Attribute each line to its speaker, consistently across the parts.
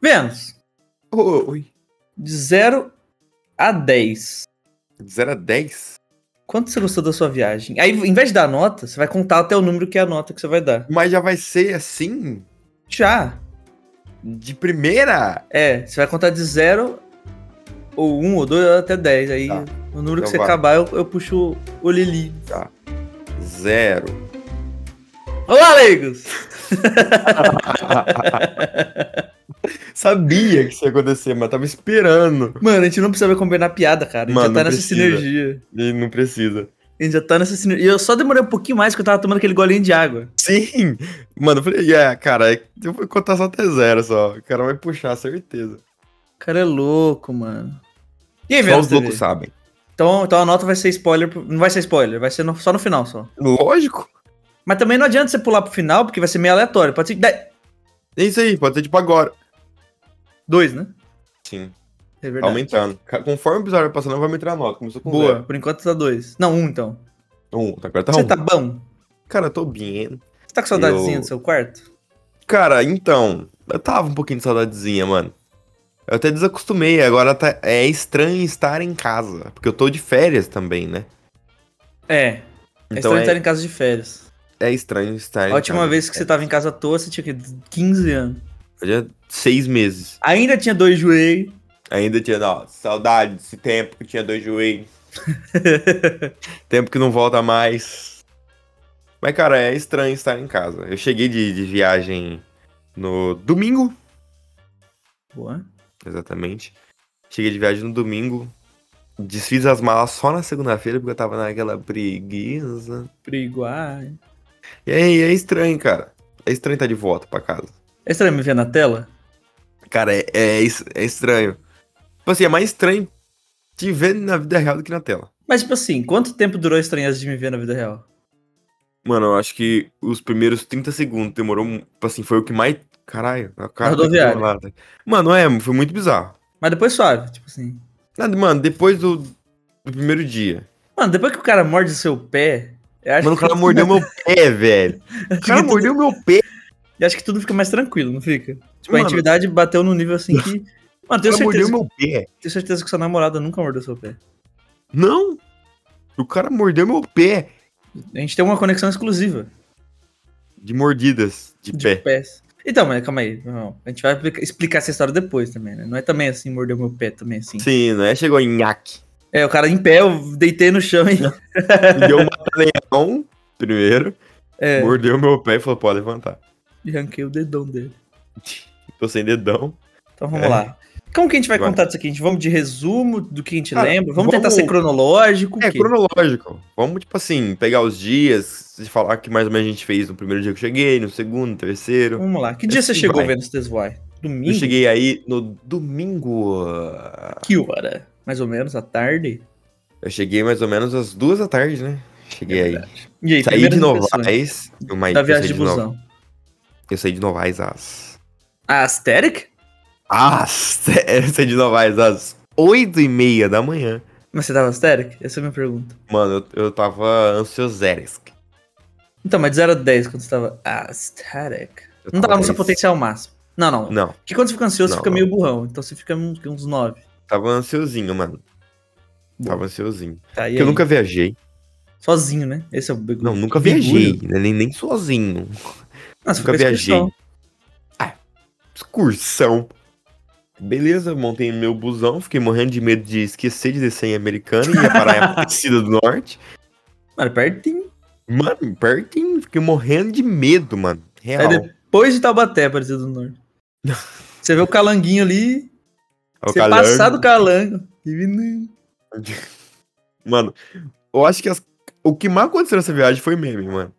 Speaker 1: Vênus,
Speaker 2: Oi.
Speaker 1: de 0 a 10,
Speaker 2: De 0 a 10?
Speaker 1: quanto você gostou da sua viagem? Aí, em vez de dar nota, você vai contar até o número que é a nota que você vai dar.
Speaker 2: Mas já vai ser assim?
Speaker 1: Já.
Speaker 2: De primeira?
Speaker 1: É, você vai contar de 0 ou 1 um, ou 2 até 10. Aí,
Speaker 2: Tá.
Speaker 1: o número
Speaker 2: Então
Speaker 1: que você
Speaker 2: vai.
Speaker 1: acabar, eu, eu puxo o Lili.
Speaker 2: Zero.
Speaker 1: Olá, leigos!
Speaker 2: Sabia que isso ia acontecer, mas tava esperando.
Speaker 1: Mano, a gente não precisava combinar piada, cara. A gente
Speaker 2: Mano,
Speaker 1: já tá
Speaker 2: não
Speaker 1: nessa
Speaker 2: precisa.
Speaker 1: sinergia.
Speaker 2: E não precisa.
Speaker 1: A gente já tá nessa sinergia. E eu só demorei um pouquinho mais que eu tava tomando aquele golinho de água.
Speaker 2: Sim! Mano, eu falei, yeah, cara, é eu vou contar só até zero só. O cara vai puxar, certeza.
Speaker 1: O cara é louco, mano. E aí,
Speaker 2: Só
Speaker 1: Vênus
Speaker 2: os
Speaker 1: TV?
Speaker 2: loucos sabem.
Speaker 1: Então, então a nota vai ser spoiler. pro- Não vai ser spoiler, vai ser no- só no final só.
Speaker 2: Lógico.
Speaker 1: Mas também não adianta você pular pro final, porque vai ser meio aleatório. Pode ser dez-
Speaker 2: É isso aí, pode ser tipo agora.
Speaker 1: dois, né?
Speaker 2: Sim,
Speaker 1: É
Speaker 2: tá
Speaker 1: verdade.
Speaker 2: aumentando. Ca- Conforme o episódio vai passando, vai aumentar a nota. Começou com
Speaker 1: Boa,
Speaker 2: zero.
Speaker 1: por enquanto tá dois. Não, um então.
Speaker 2: Um, tá, agora tá
Speaker 1: Você
Speaker 2: um.
Speaker 1: tá bom?
Speaker 2: Cara, eu tô bem.
Speaker 1: Você tá com saudadezinha
Speaker 2: Eu-
Speaker 1: do seu quarto?
Speaker 2: Cara, então, eu tava um pouquinho de saudadezinha, mano. Eu até desacostumei, agora tá- é estranho estar em casa. Porque eu tô de férias também, né?
Speaker 1: É. É
Speaker 2: Então
Speaker 1: estranho estar
Speaker 2: é, tá.
Speaker 1: em casa de férias.
Speaker 2: é estranho estar em
Speaker 1: A última
Speaker 2: casa. É,
Speaker 1: vez que você tava em casa à toa, você tinha que 15 anos.
Speaker 2: Fazia seis meses.
Speaker 1: Ainda tinha dois joelhos.
Speaker 2: Ainda tinha, ó, saudade desse tempo que tinha dois joelhos. tempo que não volta mais. Mas, cara, é estranho estar em casa. Eu cheguei de, de viagem no domingo,
Speaker 1: Boa.
Speaker 2: exatamente. Cheguei de viagem no domingo. Desfiz as malas só na segunda-feira, porque eu tava naquela preguiça.
Speaker 1: Briguar.
Speaker 2: E aí, é estranho, cara. É estranho estar de volta pra casa.
Speaker 1: É estranho me ver na tela?
Speaker 2: Cara, é, é, es- é estranho. Tipo assim, é mais estranho te ver na vida real do que na tela.
Speaker 1: Mas, tipo assim, quanto tempo durou a estranheza de me ver na vida real?
Speaker 2: Mano, eu acho que os primeiros 30 segundos demorou. mu- tipo Assim, foi o que mais. Caralho, a cara. tá
Speaker 1: rodoviária.
Speaker 2: colada. Mano, é, foi muito bizarro.
Speaker 1: Mas depois suave, tipo assim.
Speaker 2: Nada, mano, depois do, do primeiro dia.
Speaker 1: Mano, depois que o cara morde o seu pé, eu acho,
Speaker 2: Mano, o
Speaker 1: que, Tipo,
Speaker 2: cara mordeu meu pé, velho. O cara mordeu meu pé.
Speaker 1: eu acho que tudo fica mais tranquilo, não fica? Tipo, a
Speaker 2: Mano.
Speaker 1: intimidade bateu num nível assim que. Mano,
Speaker 2: O
Speaker 1: tenho
Speaker 2: cara mordeu
Speaker 1: certeza,
Speaker 2: meu pé.
Speaker 1: tenho certeza que sua namorada nunca mordeu seu pé.
Speaker 2: Não! O cara mordeu meu pé
Speaker 1: A gente tem uma conexão exclusiva
Speaker 2: de mordidas de,
Speaker 1: de
Speaker 2: pé.
Speaker 1: pés. Então, mas calma aí. não, A gente vai aplica- explicar essa história depois também, né? Não é também assim, mordeu meu pé também assim.
Speaker 2: Sim, não é? Chegou em nhaque.
Speaker 1: É, o cara em pé, eu deitei no chão e.
Speaker 2: Me deu um mata-leão primeiro.
Speaker 1: É,
Speaker 2: Mordeu meu pé e falou: pode levantar.
Speaker 1: e arranquei o dedão dele.
Speaker 2: Tô sem dedão.
Speaker 1: Então vamos
Speaker 2: É.
Speaker 1: lá. Como que a gente vai
Speaker 2: Vai.
Speaker 1: contar disso aqui? A gente vamos de resumo do que a gente
Speaker 2: Cara,
Speaker 1: lembra? Vamos, tentar
Speaker 2: vamos-
Speaker 1: ser cronológico.
Speaker 2: É,
Speaker 1: que-
Speaker 2: cronológico. Vamos, tipo assim, pegar os dias e falar que mais ou menos a gente fez no primeiro dia que eu cheguei, no segundo, no terceiro.
Speaker 1: Vamos lá. Que dia você
Speaker 2: Assim
Speaker 1: chegou
Speaker 2: vai.
Speaker 1: vendo esse Tesvoy? Domingo?
Speaker 2: Eu cheguei aí no domingo.
Speaker 1: Que hora? Mais ou menos, à tarde?
Speaker 2: Eu cheguei mais ou menos às duas da tarde, né?
Speaker 1: É
Speaker 2: Cheguei aí.
Speaker 1: E aí,
Speaker 2: Saí de
Speaker 1: primeiras impressões
Speaker 2: Novais. Uma,
Speaker 1: Da
Speaker 2: eu
Speaker 1: viagem
Speaker 2: saí
Speaker 1: de
Speaker 2: Nova-
Speaker 1: busão.
Speaker 2: Eu saí de Novais às.
Speaker 1: A Asteric?
Speaker 2: Ah, sério, eu saí de Novais às oito e meia da manhã.
Speaker 1: Mas você tava Asteric? Essa é a minha pergunta.
Speaker 2: Mano, eu, eu tava ansioseresk.
Speaker 1: Então, mas de 0 a 10 quando você tava Asteric.
Speaker 2: Eu
Speaker 1: Não tava no seu
Speaker 2: ansioseresk.
Speaker 1: potencial máximo. Não, não.
Speaker 2: Não,
Speaker 1: Porque quando você fica ansioso,
Speaker 2: é Não,
Speaker 1: você fica
Speaker 2: não.
Speaker 1: meio burrão. Então você fica uns, uns 9.
Speaker 2: tava ansiosinho, mano.
Speaker 1: Boa.
Speaker 2: Tava ansiosinho.
Speaker 1: Tá, e
Speaker 2: Porque eu
Speaker 1: aí?
Speaker 2: nunca viajei.
Speaker 1: Sozinho, né? Esse é o bagulho.
Speaker 2: Não, nunca
Speaker 1: Mergulho.
Speaker 2: viajei, né? nem, nem sozinho.
Speaker 1: Nossa, fica
Speaker 2: nunca
Speaker 1: a
Speaker 2: viajei.
Speaker 1: excursão.
Speaker 2: Excursão. Beleza, montei meu busão, fiquei morrendo de medo de esquecer de descer em Americana e ia parar em Aparecida do Norte.
Speaker 1: Mano, pertinho.
Speaker 2: Mano, pertinho, fiquei morrendo de medo, mano. Real.
Speaker 1: Aí depois de Taubaté, Aparecida do Norte. Você vê o calanguinho ali,
Speaker 2: Ó, o
Speaker 1: você
Speaker 2: calango.
Speaker 1: passar do calango. e vindo-
Speaker 2: Mano, eu acho que as- o que mais aconteceu nessa viagem foi meme, mano.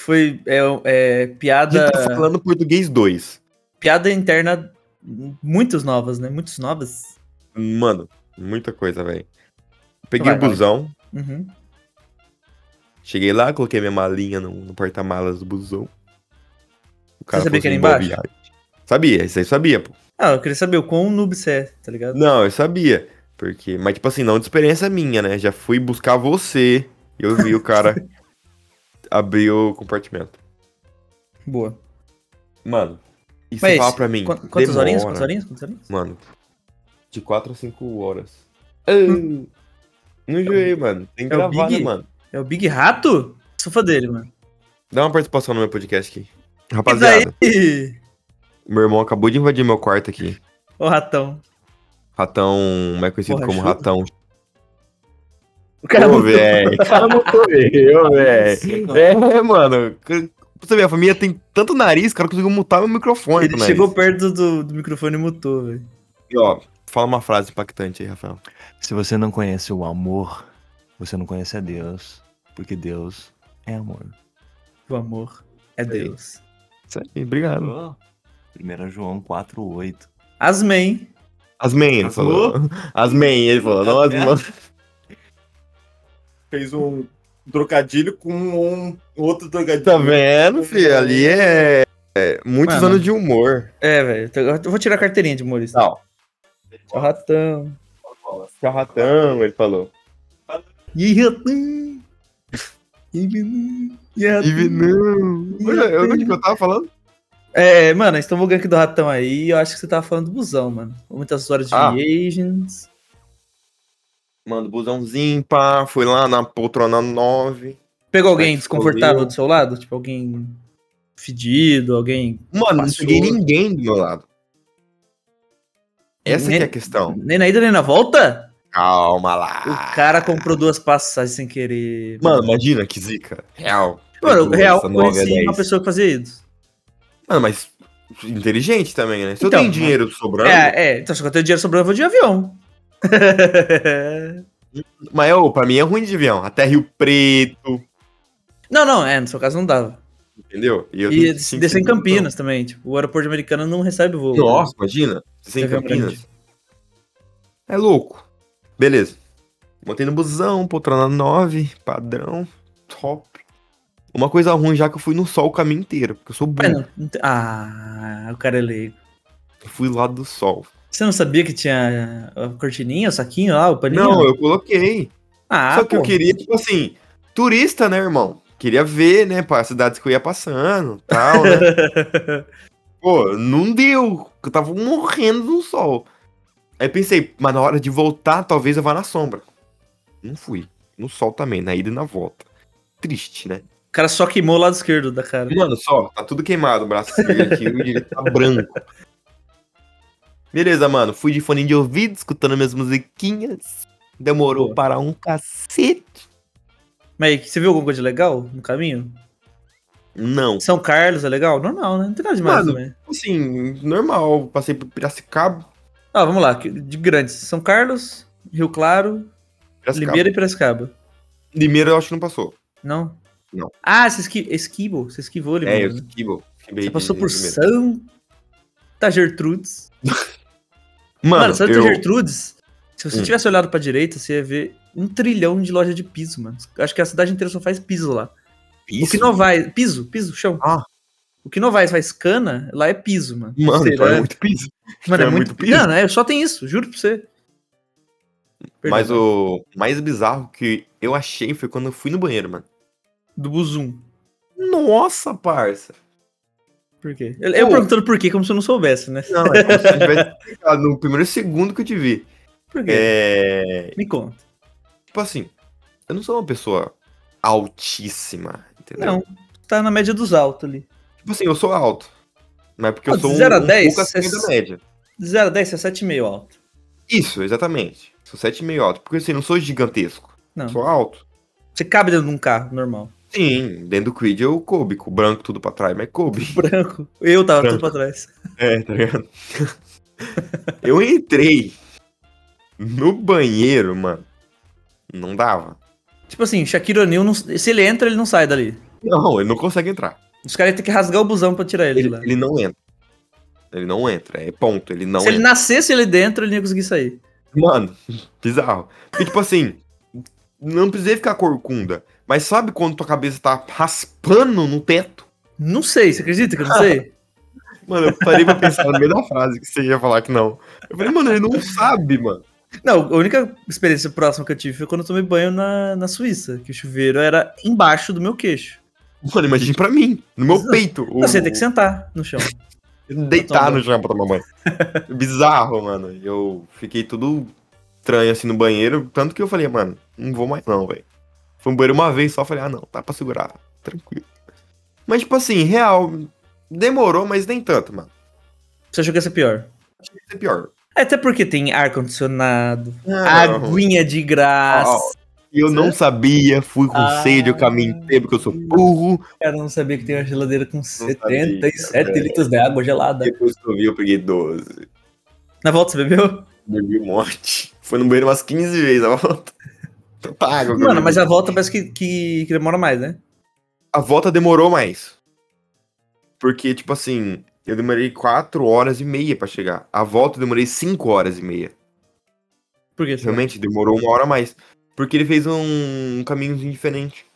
Speaker 1: Foi é, é,
Speaker 2: A gente
Speaker 1: piada,
Speaker 2: tá falando português 2.
Speaker 1: piada interna, muitas novas, né? Muitas novas.
Speaker 2: Mano, muita coisa, velho. Peguei
Speaker 1: Vai,
Speaker 2: o
Speaker 1: vai.
Speaker 2: busão,
Speaker 1: Uhum.
Speaker 2: cheguei lá, coloquei minha malinha no, no porta-malas do busão. O
Speaker 1: sabia
Speaker 2: falou
Speaker 1: que era
Speaker 2: assim, "Boa
Speaker 1: embaixo?"
Speaker 2: viagem. Sabia, isso aí eu sabia, pô.
Speaker 1: Ah, eu queria saber o quão noob você é, tá ligado?
Speaker 2: Não, eu sabia. Porque, mas tipo assim, não de experiência minha, né? Já fui buscar você e eu vi o cara abrir o compartimento.
Speaker 1: Boa.
Speaker 2: Mano, E
Speaker 1: Mas
Speaker 2: você fala pra mim.
Speaker 1: Qu- Quantas horinhas?
Speaker 2: demora.
Speaker 1: Quantas horinhas? Quantas horinhas?
Speaker 2: Mano, de 4 a 5 horas. Ah, Não enjoei, mano. Tem
Speaker 1: É o
Speaker 2: gravado,
Speaker 1: Big?
Speaker 2: mano.
Speaker 1: É o Big Rato? Sou fã dele, mano.
Speaker 2: Dá uma participação no meu podcast aqui.
Speaker 1: E daí?
Speaker 2: Rapaziada, meu irmão acabou de invadir meu quarto aqui.
Speaker 1: Ô, ratão.
Speaker 2: Ratão, mais conhecido
Speaker 1: Porra,
Speaker 2: como
Speaker 1: chuta.
Speaker 2: ratão.
Speaker 1: O cara
Speaker 2: Ô,
Speaker 1: botou-
Speaker 2: velho. O cara matou eu, velho. É, mano. c- Pra você ver, a família tem tanto nariz, o cara conseguiu mutar meu microfone.
Speaker 1: Ele
Speaker 2: com o nariz.
Speaker 1: chegou perto do, do microfone e mutou, velho.
Speaker 2: E, ó, fala uma frase impactante aí, Rafael.
Speaker 3: Se você não conhece o amor, você não conhece a Deus, porque Deus é amor.
Speaker 1: O amor é Deus.
Speaker 2: Isso aí, obrigado.
Speaker 3: 1 João 4:8.
Speaker 1: Asmen.
Speaker 2: Asmen, ele
Speaker 3: As
Speaker 2: falou. Asmen, ele falou. Não, as
Speaker 3: É.
Speaker 2: mãos.
Speaker 4: Fez um trocadilho com um outro trocadilho.
Speaker 2: Tá vendo, filho? Ali é, é muitos
Speaker 1: Mano.
Speaker 2: anos de humor.
Speaker 1: É, velho. Eu tô- Eu vou tirar a carteirinha de humorista.
Speaker 2: Não.
Speaker 1: Tchau, ratão.
Speaker 2: Que é o ratão, ele falou.
Speaker 1: E aí, ratão. E aí, menino? E aí, ratão?
Speaker 2: Ive não.
Speaker 1: E
Speaker 2: Olha, eu-
Speaker 1: ratão?
Speaker 2: onde que eu tava falando?
Speaker 1: É, mano, estão bugando aqui do ratão aí. Eu acho que você tava falando do busão, mano. Muitas horas de
Speaker 2: Ah.
Speaker 1: viagens.
Speaker 2: Mano, busãozinho, pá. Fui lá na poltrona 9.
Speaker 1: Pegou alguém
Speaker 2: Ai,
Speaker 1: desconfortável
Speaker 2: fodeu.
Speaker 1: do seu lado? Tipo, alguém fedido, alguém.
Speaker 2: Mano, não
Speaker 1: Passou.
Speaker 2: peguei ninguém do meu lado. Essa que é
Speaker 1: Nem-
Speaker 2: a questão.
Speaker 1: Nem na ida, nem na volta?
Speaker 2: Calma lá.
Speaker 1: O cara comprou duas passagens sem querer.
Speaker 2: Mano, imagina que zica. Real.
Speaker 1: Mano,
Speaker 2: Duas,
Speaker 1: real,
Speaker 2: essa nove é
Speaker 1: conheci uma
Speaker 2: dez.
Speaker 1: pessoa que fazia isso.
Speaker 2: Mano, mas inteligente também, né? Se
Speaker 1: Então,
Speaker 2: eu tenho dinheiro sobrando,
Speaker 1: É, é. Então, só que eu tenho dinheiro sobrando, eu vou de avião.
Speaker 2: mas ô, pra mim é ruim de avião. Até Rio Preto,
Speaker 1: não, não, é, no seu caso não dava.
Speaker 2: entendeu? eu
Speaker 1: E
Speaker 2: tenho cinco
Speaker 1: descer em
Speaker 2: minutos.
Speaker 1: Campinas também. Tipo, o aeroporto americano não recebe voo.
Speaker 2: Nossa, imagina. Descer em
Speaker 1: Avião
Speaker 2: Campinas.
Speaker 1: um grande.
Speaker 2: É louco. Beleza. Montei no busão, poltrona 9, padrão, top. Uma coisa ruim já que eu fui no sol o caminho inteiro, porque eu sou
Speaker 1: Mas
Speaker 2: burro.
Speaker 1: não- não tem- Ah, o cara é leigo.
Speaker 2: Eu fui lá do sol.
Speaker 1: Você não sabia que tinha a cortininha, o saquinho lá, o paninho?
Speaker 2: Não, eu coloquei.
Speaker 1: Ah,
Speaker 2: Só que eu
Speaker 1: pô.
Speaker 2: queria, tipo assim, turista, né, irmão? Queria ver, né, pá, as cidades que eu ia passando, tal, né? Pô, não deu. Eu tava morrendo no sol. Aí pensei, mas na hora de voltar, talvez eu vá na sombra. Não fui. No sol também, na ida e na volta. Triste, né?
Speaker 1: O cara só queimou o lado esquerdo da cara.
Speaker 2: Mano, só, tá tudo queimado, o braço esquerdo aqui, o direito tá branco. Beleza, mano. Fui de fone de ouvido, escutando minhas musiquinhas. Demorou
Speaker 1: Boa.
Speaker 2: para um cacete.
Speaker 1: Mas aí, você viu alguma coisa legal no caminho?
Speaker 2: Não.
Speaker 1: São Carlos é legal? Normal, né? Não tem nada demais
Speaker 2: Mano.
Speaker 1: também.
Speaker 2: Assim, normal. Passei por Piracicaba.
Speaker 1: Ah, vamos lá. que- De grandes. São Carlos, Rio Claro,
Speaker 2: Piracicaba.
Speaker 1: Limeira e Piracicaba.
Speaker 2: Limeira eu acho que não passou.
Speaker 1: Não?
Speaker 2: Não.
Speaker 1: Ah, você esqui... esquivou. Você esquivou Limeira.
Speaker 2: É, eu
Speaker 1: né?
Speaker 2: esquivo.
Speaker 1: Você passou por Santa Gertrudes. Mano,
Speaker 2: Mano,
Speaker 1: Santa
Speaker 2: eu...
Speaker 1: Gertrudes, se você
Speaker 2: Hum.
Speaker 1: tivesse olhado pra direita, você ia ver um trilhão de loja de piso, mano. Acho que a cidade inteira só faz piso lá. O que não vai. Piso, piso, chão.
Speaker 2: Ah.
Speaker 1: O que não vai faz cana, lá é piso, mano.
Speaker 2: Mano,
Speaker 1: Será?
Speaker 2: é muito piso.
Speaker 1: Mano, é,
Speaker 2: é
Speaker 1: muito,
Speaker 2: muito
Speaker 1: piso.
Speaker 2: piso.
Speaker 1: Mano, é, só tem isso, juro pra você.
Speaker 2: Mas
Speaker 1: Perdão.
Speaker 2: o mais bizarro que eu achei foi quando eu fui no banheiro, mano.
Speaker 1: Do Buzum.
Speaker 2: Nossa, parça.
Speaker 1: Por quê? Eu, eu
Speaker 2: Pô.
Speaker 1: perguntando por quê, como se eu não soubesse, né?
Speaker 2: Não, é como se eu tivesse ficado no primeiro segundo que eu te vi.
Speaker 1: Por quê?
Speaker 2: É.
Speaker 1: Me conta.
Speaker 2: Tipo assim, eu não sou uma pessoa altíssima, entendeu?
Speaker 1: Não, tá na média dos altos ali.
Speaker 2: Tipo assim, eu sou alto. Mas porque
Speaker 1: Pô,
Speaker 2: eu sou
Speaker 1: de
Speaker 2: um,
Speaker 1: zero a
Speaker 2: um
Speaker 1: dez,
Speaker 2: pouco acima
Speaker 1: cê-
Speaker 2: da média.
Speaker 1: De 0 a 10, você é 7,5 alto.
Speaker 2: Isso, exatamente. Sou 7,5 alto. Porque assim, não sou gigantesco.
Speaker 1: Não.
Speaker 2: Sou alto.
Speaker 1: Você cabe dentro de um carro normal.
Speaker 2: Sim, dentro do Creed eu coube, com o branco tudo pra trás, mas coube.
Speaker 1: Branco. Eu tava tudo
Speaker 2: Branco.
Speaker 1: pra trás.
Speaker 2: É, tá ligado? eu entrei no banheiro, mano. Não dava.
Speaker 1: Tipo assim, Shaquille O'Neal, não- se ele entra, ele não sai dali.
Speaker 2: Não, ele não consegue entrar.
Speaker 1: Os caras iam ter que rasgar o busão pra tirar ele, de
Speaker 2: Ele,
Speaker 1: lá.
Speaker 2: ele não entra. Ele não entra, é ponto. Ele não
Speaker 1: se ele
Speaker 2: entra.
Speaker 1: nascesse ele dentro, ele não ia conseguir sair.
Speaker 2: Mano, bizarro. Porque, tipo assim, não precisei ficar corcunda. Mas sabe quando tua cabeça tá raspando no teto?
Speaker 1: Não sei, você acredita que eu não sei?
Speaker 2: Mano, eu parei pra pensar no meio da frase que você ia falar que não. Eu falei, mano, ele não sabe, mano.
Speaker 1: Não, a única experiência próxima que eu tive foi quando eu tomei banho na, na Suíça, que o chuveiro era embaixo do meu queixo.
Speaker 2: Mano, imagina pra mim, no meu peito.
Speaker 1: Não, Você ia ter que sentar no chão.
Speaker 2: Deitar no chão pra tomar banho. Bizarro, mano. Eu fiquei tudo estranho assim no banheiro. Tanto que eu falei, mano, não vou mais não, velho. Fui no banheiro uma vez só, falei, ah não, tá pra segurar. Tranquilo. Mas, tipo assim, real, demorou, mas nem tanto, mano.
Speaker 1: Você achou que ia ser pior? É,
Speaker 2: Achei que ia ser pior.
Speaker 1: Até porque tem ar-condicionado,
Speaker 2: Não.
Speaker 1: Ah, aguinha de graça.
Speaker 2: E eu não sabia, fui com
Speaker 1: Ah.
Speaker 2: sede o caminho inteiro, porque eu sou burro.
Speaker 1: Cara, eu não sabia que tem uma geladeira com
Speaker 2: sabia,
Speaker 1: 77
Speaker 2: cara.
Speaker 1: litros de água gelada.
Speaker 2: Depois que eu vi, eu peguei 12.
Speaker 1: Na volta você bebeu?
Speaker 2: Bebi um monte. Foi no banheiro umas 15 vezes a volta. Tanta água. que eu
Speaker 1: Mano,
Speaker 2: bebi.
Speaker 1: mas é- a volta parece que, que, que demora mais, né?
Speaker 2: a volta demorou mais. Porque, tipo assim, eu demorei 4 horas e meia pra chegar. A volta eu demorei 5 horas e meia.
Speaker 1: Por quê?
Speaker 2: Realmente, demorou uma hora a mais. Porque ele fez um, um caminhozinho diferente.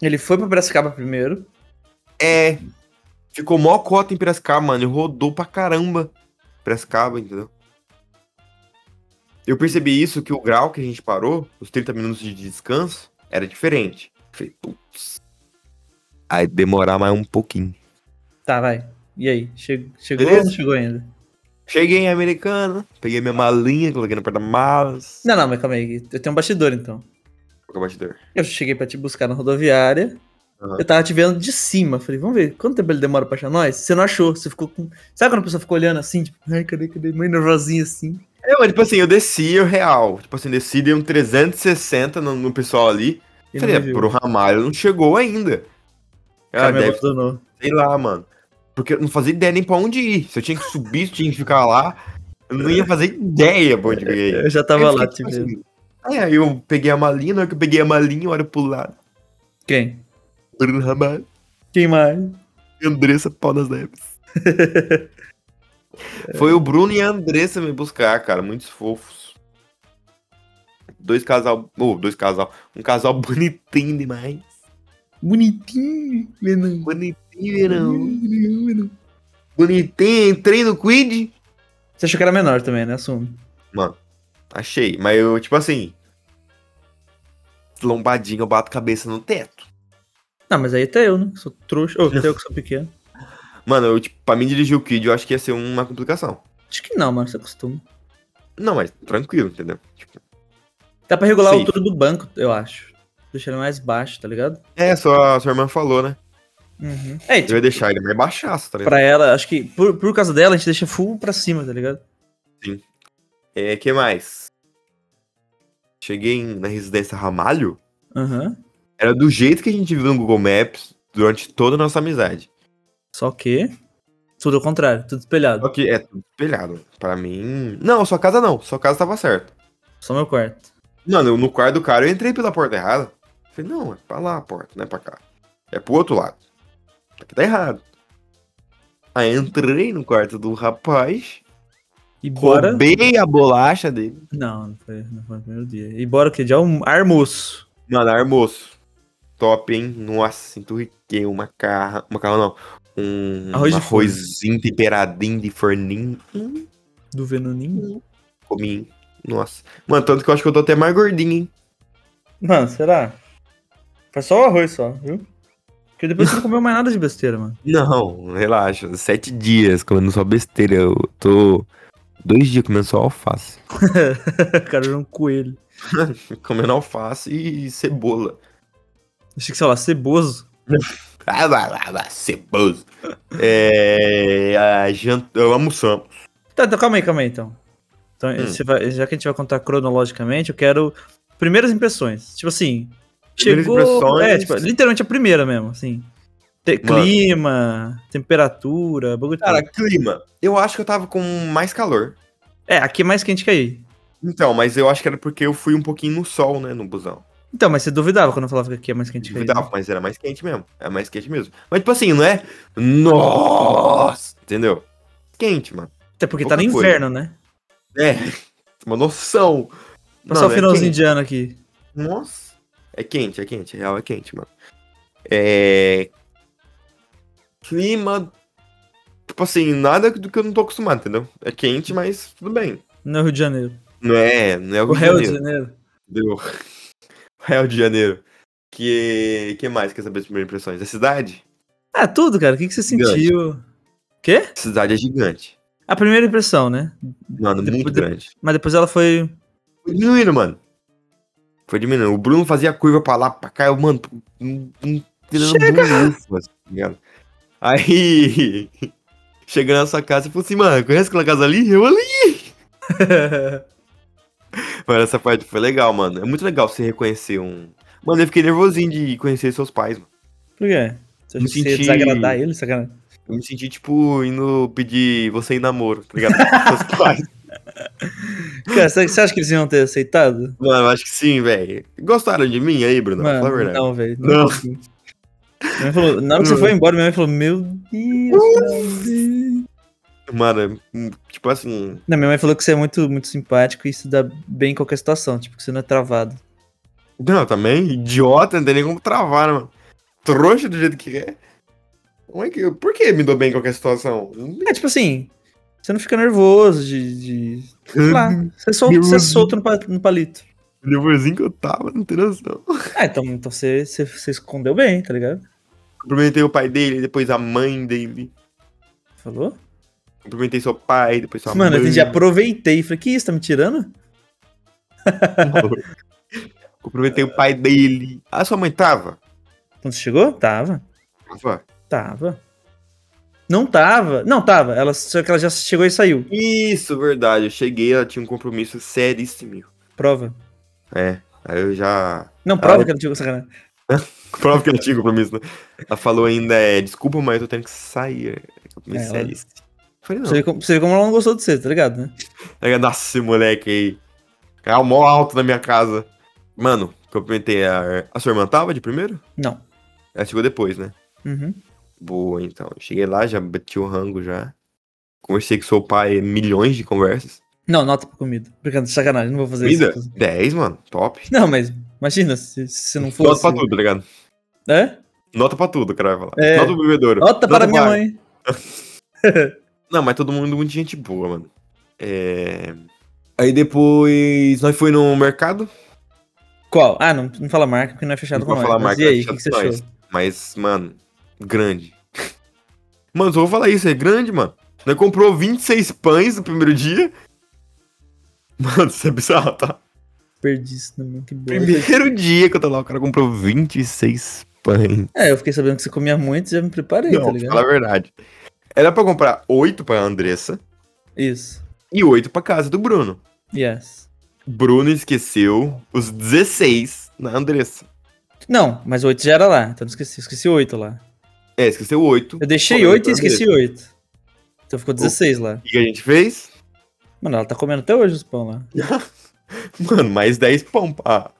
Speaker 1: Ele foi pra Piracicaba primeiro.
Speaker 2: É. Ficou mó cota em Piracicaba, mano. E rodou pra caramba. Piracicaba, entendeu? Eu percebi isso que o grau que a gente parou, os 30 minutos de descanso, era diferente. Falei, putz. Aí demorar mais um pouquinho.
Speaker 1: Tá, vai. E aí? Che- chegou
Speaker 2: Beleza.
Speaker 1: ou não chegou ainda?
Speaker 2: Cheguei em Americana, peguei minha malinha, coloquei no porta-malas.
Speaker 1: Não, não, mas calma aí. Eu tenho um bastidor então.
Speaker 2: Coloquei o batidor.
Speaker 1: Eu cheguei pra te buscar na rodoviária.
Speaker 2: Aham.
Speaker 1: Eu tava te vendo de cima. Falei, vamos ver quanto tempo ele demora pra achar nós? Você não achou. Você ficou com. Sabe quando a pessoa ficou olhando assim? Tipo, ai, cadê, cadê? Mãe nervosinha assim.
Speaker 2: É, mas tipo assim, eu desci o real. Tipo assim, desci dei um 360 no, no pessoal ali.
Speaker 1: E
Speaker 2: Falei,
Speaker 1: não me
Speaker 2: é,
Speaker 1: viu.
Speaker 2: pro Ramalho não chegou ainda. Ah,
Speaker 1: Cara, me
Speaker 2: deve,
Speaker 1: abandonou.
Speaker 2: sei lá, mano. Porque eu não fazia ideia nem pra onde ir. Se eu tinha que subir, se eu tinha que ficar lá. Eu não ia fazer ideia pra onde eu ia.
Speaker 1: Eu já tava
Speaker 2: Aí eu
Speaker 1: lá, te
Speaker 2: fiquei,
Speaker 1: vendo.
Speaker 2: tipo assim, é, aí eu peguei a malinha, na hora que eu peguei a malinha, eu olho pro lado.
Speaker 1: Quem?
Speaker 2: Bruno Ramalho.
Speaker 1: Quem mais?
Speaker 2: e Andressa Pau das Neves. Foi o Bruno e a Andressa me buscar, cara. Muitos fofos. Dois casal. Ou dois casal. Um casal bonitinho demais.
Speaker 1: Bonitinho, Lenão.
Speaker 2: Bonitinho, verão. Bonitinho, entrei no Quid.
Speaker 1: Você achou que era menor também, né? Assume.
Speaker 2: Achei, mas eu, tipo assim. Lombadinho, eu bato cabeça no teto.
Speaker 1: Não, mas aí até eu, né? que Sou trouxa. Ou até eu que sou pequeno.
Speaker 2: Mano, eu, tipo, pra mim dirigir o Quid, eu acho que ia ser uma complicação.
Speaker 1: Acho que não, mano. Você acostuma.
Speaker 2: Não, mas tranquilo, entendeu? Tipo,
Speaker 1: Dá pra regular a
Speaker 2: Sim.
Speaker 1: altura do banco, eu acho. Deixar ele mais baixo, tá ligado?
Speaker 2: é, sua, sua irmã falou, né?
Speaker 1: Uhum. É, e,
Speaker 2: Eu
Speaker 1: tipo,
Speaker 2: ia deixar ele mais baixaço, tá ligado?
Speaker 1: pra ela, acho que por, por causa dela, a gente deixa full pra cima, tá ligado?
Speaker 2: É, que mais? Cheguei em- na residência Ramalho.
Speaker 1: Aham.
Speaker 2: Era do jeito que a gente viu no Google Maps durante toda a nossa amizade.
Speaker 1: Só que. Tudo ao contrário, tudo espelhado.
Speaker 2: Só que é tudo espelhado. Pra mim. Não, sua casa não. Sua casa tava certa.
Speaker 1: Só meu quarto.
Speaker 2: Mano, eu- no quarto do cara eu entrei pela porta errada. Falei, não, é pra lá a porta, não é pra cá. É pro outro lado. Aqui tá errado. Aí entrei no quarto do rapaz,
Speaker 1: E bora.
Speaker 2: roubei a bolacha dele.
Speaker 1: Não, não foi, não foi no primeiro dia. E bora o quê? De alm- almoço.
Speaker 2: Mano, almoço. Top, hein? Nossa, enturriquei uma carra. Uma carro não. Um
Speaker 1: Arroz de
Speaker 2: arrozinho temperadinho de forninho. Hum,
Speaker 1: Do Venoninho.
Speaker 2: comi. hein? Nossa. Mano, tanto que eu acho que eu tô até mais gordinho, hein?
Speaker 1: Mano, será? Foi só o arroz só, viu? Porque depois você não comeu mais nada de besteira, mano.
Speaker 2: Não, relaxa. Sete dias comendo só besteira. Eu tô. Dois dias comendo só alface.
Speaker 1: O cara era um coelho.
Speaker 2: comendo alface e cebola.
Speaker 1: Achei que, sei lá, ceboso.
Speaker 2: Ah, lá, lá, lá, ceboso. É. A janta... Eu almoçamos.
Speaker 1: Tá, então calma aí, calma aí então. Então,
Speaker 2: Hum.
Speaker 1: você vai- já que a gente vai contar cronologicamente, eu quero. Primeiras impressões. Tipo assim.
Speaker 2: Primeiras
Speaker 1: chegou.
Speaker 2: impressões.
Speaker 1: É, tipo, literalmente a primeira mesmo, assim. Te-
Speaker 2: Mano.
Speaker 1: clima, temperatura, bagulho. todo.
Speaker 2: Cara, clima. Eu acho que eu tava com mais calor.
Speaker 1: É, aqui é mais quente que aí.
Speaker 2: Então, mas eu acho que era porque eu fui um pouquinho no sol, né, no busão.
Speaker 1: Então, mas você duvidava quando eu falava que aqui é mais quente
Speaker 2: Duvidava, mas era mais quente mesmo. Era mais quente mesmo. Mas, tipo assim, não é. Nossa! Entendeu? Quente, mano.
Speaker 1: que aí. né? Até porque tá no
Speaker 2: Pouca
Speaker 1: inverno, né?
Speaker 2: É. Uma noção.
Speaker 1: Passar o
Speaker 2: é
Speaker 1: finalzinho
Speaker 2: quente.
Speaker 1: de ano aqui.
Speaker 2: Nossa. É quente, é quente. Real é quente, mano. É. Clima. Tipo assim, nada do que eu não tô acostumado, entendeu? É quente, mas tudo bem.
Speaker 1: No Rio de Janeiro.
Speaker 2: Não é. Não é
Speaker 1: O
Speaker 2: Rio de
Speaker 1: Rio de
Speaker 2: Janeiro.
Speaker 1: Janeiro.
Speaker 2: do Rio de Janeiro. Que que mais quer saber as primeiras impressões? Da cidade?
Speaker 1: Ah, É, tudo, cara. O que, que você
Speaker 2: Gigante.
Speaker 1: sentiu? Quê?
Speaker 2: A cidade é gigante.
Speaker 1: A primeira impressão, né?
Speaker 2: Mano,
Speaker 1: Depois-
Speaker 2: muito
Speaker 1: de-
Speaker 2: grande.
Speaker 1: Mas depois ela foi.
Speaker 2: Foi diminuindo, mano. Foi diminuindo. O Bruno fazia curva pra lá, pra cá. Eu, mano, um, um, tirando um bufo, assim, tá ligado? Aí, chegando na sua casa, eu falei assim, mano, conhece aquela casa ali? Eu ali. Mano, essa parte foi legal, mano. É muito legal você reconhecer um... Mano, eu fiquei nervosinho de conhecer seus pais, mano.
Speaker 1: Por quê? Se a
Speaker 2: Me
Speaker 1: gente se
Speaker 2: senti-
Speaker 1: desagradar ele, sacanagem.
Speaker 2: Eu me senti, tipo, indo pedir você em namoro, tá ligado? seus pais.
Speaker 1: Cara, você você acha que eles iam ter aceitado?
Speaker 2: Mano, eu acho que sim, velho. Gostaram de mim aí, Bruno? Fala a
Speaker 1: Mano,
Speaker 2: verdade.
Speaker 1: não, velho.
Speaker 2: Não.
Speaker 1: consigo. Minha mãe falou, na hora que você
Speaker 2: Não.
Speaker 1: foi embora, minha mãe falou, meu Deus.
Speaker 2: Mano, tipo assim,
Speaker 1: Não, minha mãe falou que você é muito, muito simpático e se dá bem em qualquer situação, tipo, que você não é travado.
Speaker 2: Não, também idiota, não tem nem como travar, né, mano. Trouxa do jeito que é. Como é que, por que me dou bem em qualquer situação?
Speaker 1: É, tipo assim, você não fica nervoso de... de- sei lá, você é solto, você é solto no, pa- no palito.
Speaker 2: Nervosinho que eu tava, não tem noção.
Speaker 1: Ah, então, então você, você, você escondeu bem, tá ligado?
Speaker 2: Cumprimentei o pai dele, depois a mãe dele.
Speaker 1: Falou?
Speaker 2: Cumprimentei seu pai, depois sua
Speaker 1: Mano,
Speaker 2: mãe.
Speaker 1: eu já aproveitei. Falei, que isso, tá me tirando?
Speaker 2: Cumprimentei o pai dele. Ah, sua mãe tava?
Speaker 1: Quando você chegou? Tava.
Speaker 2: Tava.
Speaker 1: Tava. Não tava. Não, tava. Ela, só que ela já chegou e saiu.
Speaker 2: Isso, verdade. Eu cheguei, ela tinha um compromisso seríssimo.
Speaker 1: Prova.
Speaker 2: É, aí eu já...
Speaker 1: Não, prova
Speaker 2: Ah,
Speaker 1: que ela chegou, sacanagem.
Speaker 2: Prova que ela tinha compromisso, né? Ela falou ainda, é, desculpa, mas eu tô tendo que sair. Compromisso
Speaker 1: É, ela-
Speaker 2: seríssimo. Eu Falei, não.
Speaker 1: Você vê, como, você vê como ela não gostou de você, tá ligado, né?
Speaker 2: Tá ligado? Nossa, esse moleque aí. Caiu mó alto na minha casa. Mano, cumprimentei a. A sua irmã tava de primeiro?
Speaker 1: Não.
Speaker 2: Ela chegou depois, né?
Speaker 1: Uhum.
Speaker 2: Boa, então. Cheguei lá, já bati o rango já. Conversei com seu pai milhões de conversas.
Speaker 1: Não, nota pra comida. Brincando, sacanagem, não vou fazer
Speaker 2: Vida?
Speaker 1: isso.
Speaker 2: 10, mano. Top.
Speaker 1: Não, mas imagina se, se não
Speaker 2: Nota
Speaker 1: fosse.
Speaker 2: pra tudo, tá ligado?
Speaker 1: É?
Speaker 2: Nota pra tudo, cara vai falar.
Speaker 1: É.
Speaker 2: Nota pro bebedouro.
Speaker 1: Nota para minha
Speaker 2: pra-
Speaker 1: mãe.
Speaker 2: Não, mas todo mundo muito gente boa, mano. É. Aí depois nós fomos no mercado,
Speaker 1: Qual? Ah, não, não fala marca porque não é fechado
Speaker 2: Não
Speaker 1: com
Speaker 2: vou
Speaker 1: nós.
Speaker 2: falar
Speaker 1: Mas
Speaker 2: marca,
Speaker 1: e aí, o que,
Speaker 2: fechado
Speaker 1: que você
Speaker 2: com
Speaker 1: achou?
Speaker 2: mas, mano, grande. Mano, só vou falar isso, é grande, mano. Nós comprou 26 pães no primeiro dia. Mano, isso é bizarro, tá?
Speaker 1: Perdiz, não, né, que boa.
Speaker 2: Primeiro dia que eu tô lá, o cara comprou 26 pães.
Speaker 1: É, eu fiquei sabendo que você comia muito e já me preparei, tá
Speaker 2: Não,
Speaker 1: ligado?
Speaker 2: fala a verdade. Era pra comprar 8 pra Andressa
Speaker 1: Isso.
Speaker 2: e 8 pra casa do Bruno.
Speaker 1: Yes.
Speaker 2: Bruno esqueceu os 16 na Andressa.
Speaker 1: Não, mas oito já era lá, então não esqueci. Esqueci oito lá.
Speaker 2: É, esqueceu 8.
Speaker 1: Eu deixei
Speaker 2: Comendo
Speaker 1: 8 e
Speaker 2: pra
Speaker 1: esqueci 8. Então ficou 16 lá.
Speaker 2: O que a gente fez?
Speaker 1: Mano, ela tá comendo até hoje os pão lá.
Speaker 2: Mano, mais 10 pão pra,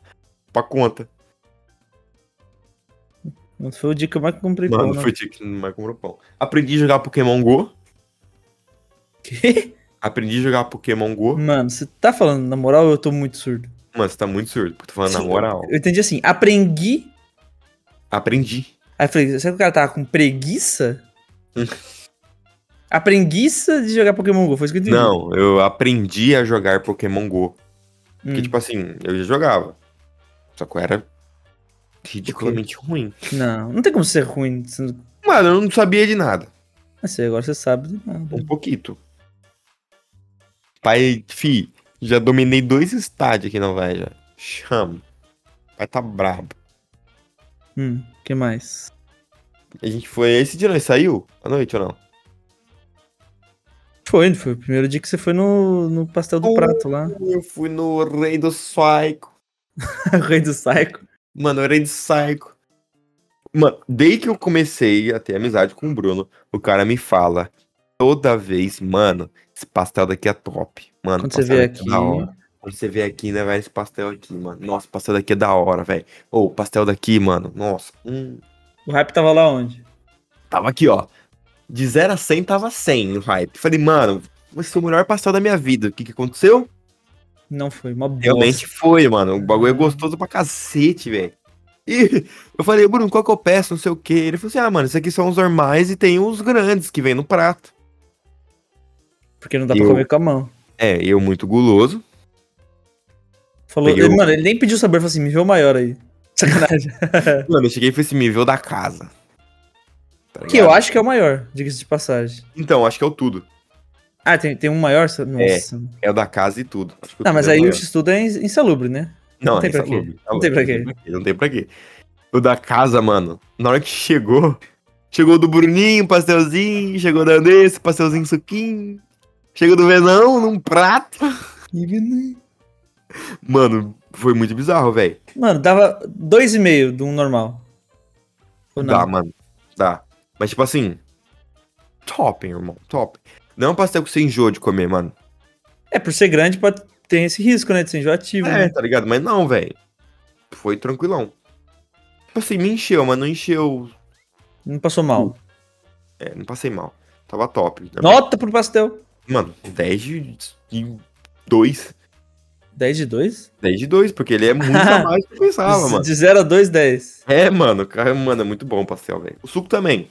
Speaker 2: pra conta.
Speaker 1: Não foi o dia que eu mais comprei
Speaker 2: Mano,
Speaker 1: pão, né?
Speaker 2: foi o dia que mais comprou pão. Aprendi a jogar Pokémon Go.
Speaker 1: Que?
Speaker 2: Aprendi a jogar Pokémon Go.
Speaker 1: Mano, você tá falando, na moral, eu tô muito surdo.
Speaker 2: Mano, você tá muito surdo, porque eu tô falando na
Speaker 1: Sim.
Speaker 2: moral.
Speaker 1: Eu entendi assim, aprendi.
Speaker 2: Aprendi.
Speaker 1: Aí eu falei, será que o cara tava com preguiça? A preguiça de jogar Pokémon GO, foi isso que eu entendi.
Speaker 2: Não, eu aprendi a jogar Pokémon
Speaker 1: Hum,
Speaker 2: Go. Porque, tipo assim, eu já jogava. Só que eu era ridiculamente ruim.
Speaker 1: não, não tem como ser ruim. você não-
Speaker 2: Mano, eu não sabia de nada.
Speaker 1: Assim, agora você sabe de nada.
Speaker 2: Um pouquinho. Pai, fi, já dominei dois estádios aqui na vai já. Chama. Pai tá brabo.
Speaker 1: Hum, que mais?
Speaker 2: A gente foi. Esse dia nós saiu? À noite ou não?
Speaker 1: Foi, foi o primeiro dia que você foi no, no pastel do
Speaker 2: Oh.
Speaker 1: prato lá.
Speaker 2: Eu fui no Rei do Psycho.
Speaker 1: Rei do Psycho.
Speaker 2: Mano, o Rei do Psycho. Mano, desde que eu comecei a ter amizade com o Bruno, o cara me fala toda vez, mano, esse pastel daqui é top. Mano,
Speaker 1: Quando
Speaker 2: pastel
Speaker 1: você veio
Speaker 2: daqui
Speaker 1: aqui.
Speaker 2: é da hora. Quando você vê aqui, né, velho, esse pastel aqui, mano. Nossa, o pastel daqui é da hora, velho. Ô, o pastel daqui, mano. Nossa. Hum.
Speaker 1: O hype tava lá onde?
Speaker 2: Tava aqui, ó. De 0 a 100, tava 100 no hype. Falei, mano, esse foi o melhor pastel da minha vida. O que que aconteceu?
Speaker 1: Não foi, uma bosta.
Speaker 2: Realmente foi, mano. O bagulho é gostoso pra cacete, velho. E eu falei, Bruno, qual que eu peço? Não sei o quê. Ele falou assim: ah, mano, esses aqui são os normais e tem os grandes que vem no prato.
Speaker 1: Porque não dá pra
Speaker 2: Eu-
Speaker 1: comer com a mão.
Speaker 2: É, eu muito guloso.
Speaker 1: Falou,
Speaker 2: Peguei
Speaker 1: ele-
Speaker 2: o-
Speaker 1: mano, ele nem pediu sabor, falou assim, me vê o maior aí. Sacanagem.
Speaker 2: Mano, eu cheguei e falei assim: me viu da casa. tá
Speaker 1: Que eu
Speaker 2: ligado?
Speaker 1: acho que é o maior, diga-se de passagem.
Speaker 2: Então, acho que é o tudo.
Speaker 1: Ah, tem, tem um maior? Nossa. Não,
Speaker 2: É o da casa e tudo. Acho que o tudo
Speaker 1: mas
Speaker 2: é
Speaker 1: aí
Speaker 2: maior.
Speaker 1: o X-Tudo é in- insalubre, né?
Speaker 2: Não,
Speaker 1: tem
Speaker 2: é
Speaker 1: pra quê.
Speaker 2: insalubre,
Speaker 1: Não tem pra quê.
Speaker 2: Não tem pra quê. O da casa, mano, na hora que chegou, chegou do Bruninho, pastelzinho, chegou da Andressa, pastelzinho, suquinho. Chegou do Venão, num prato. Mano, foi muito bizarro, velho.
Speaker 1: Mano, dava 2,5 de um normal. Ou não?
Speaker 2: Dá, mano. Dá. Mas, tipo assim, top, hein, irmão, top. Não é um pastel que você enjoa de comer, mano.
Speaker 1: É, por ser grande, pode ter esse risco, né? De ser enjoativo.
Speaker 2: É,
Speaker 1: né?
Speaker 2: tá ligado? Mas não, velho. Foi tranquilão. Tipo assim, me encheu, mas não encheu.
Speaker 1: Não passou mal.
Speaker 2: É, não passei mal. Tava top.
Speaker 1: Nota pro pastel.
Speaker 2: Mano, 10 de 2.
Speaker 1: 10 de 2?
Speaker 2: 10 de 2, porque ele é muito a mais do que eu pensava, mano.
Speaker 1: de 0 a 2, 10.
Speaker 2: É, mano, cara, mano, é muito bom o pastel, velho. O suco também.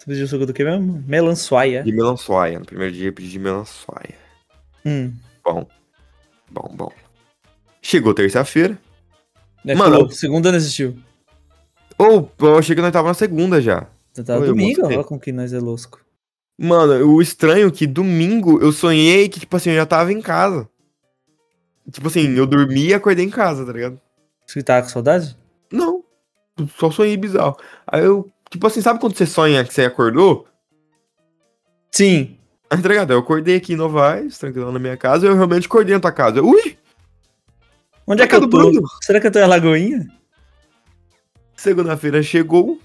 Speaker 1: Tu pediu suco do que mesmo? Melançoia.
Speaker 2: De melançoia. No primeiro dia eu pedi de melançoia.
Speaker 1: Hum.
Speaker 2: Bom. Bom, bom. Chegou terça-feira.
Speaker 1: É,
Speaker 2: Mano,
Speaker 1: falou, segunda não existiu.
Speaker 2: Ou eu achei que nós tava na segunda já.
Speaker 1: Então Tava
Speaker 2: eu
Speaker 1: domingo,
Speaker 2: mostrei.
Speaker 1: olha com que nós é louco.
Speaker 2: Mano, o estranho é que domingo eu sonhei que, tipo assim, eu já tava em casa. Tipo assim, eu dormi e acordei em casa, tá ligado?
Speaker 1: Você tava com saudade?
Speaker 2: Não. Só sonhei bizarro. Aí eu, tipo assim, sabe quando você sonha que você acordou?
Speaker 1: Sim.
Speaker 2: Aí, tá ligado? Eu acordei aqui em Novaes, tranquilo na minha casa, e eu realmente acordei na tua casa. Eu, Ui!
Speaker 1: Onde é que
Speaker 2: Tá
Speaker 1: eu
Speaker 2: do
Speaker 1: tô?
Speaker 2: Bruno.
Speaker 1: Será que eu tô em Lagoinha?
Speaker 2: Segunda-feira chegou.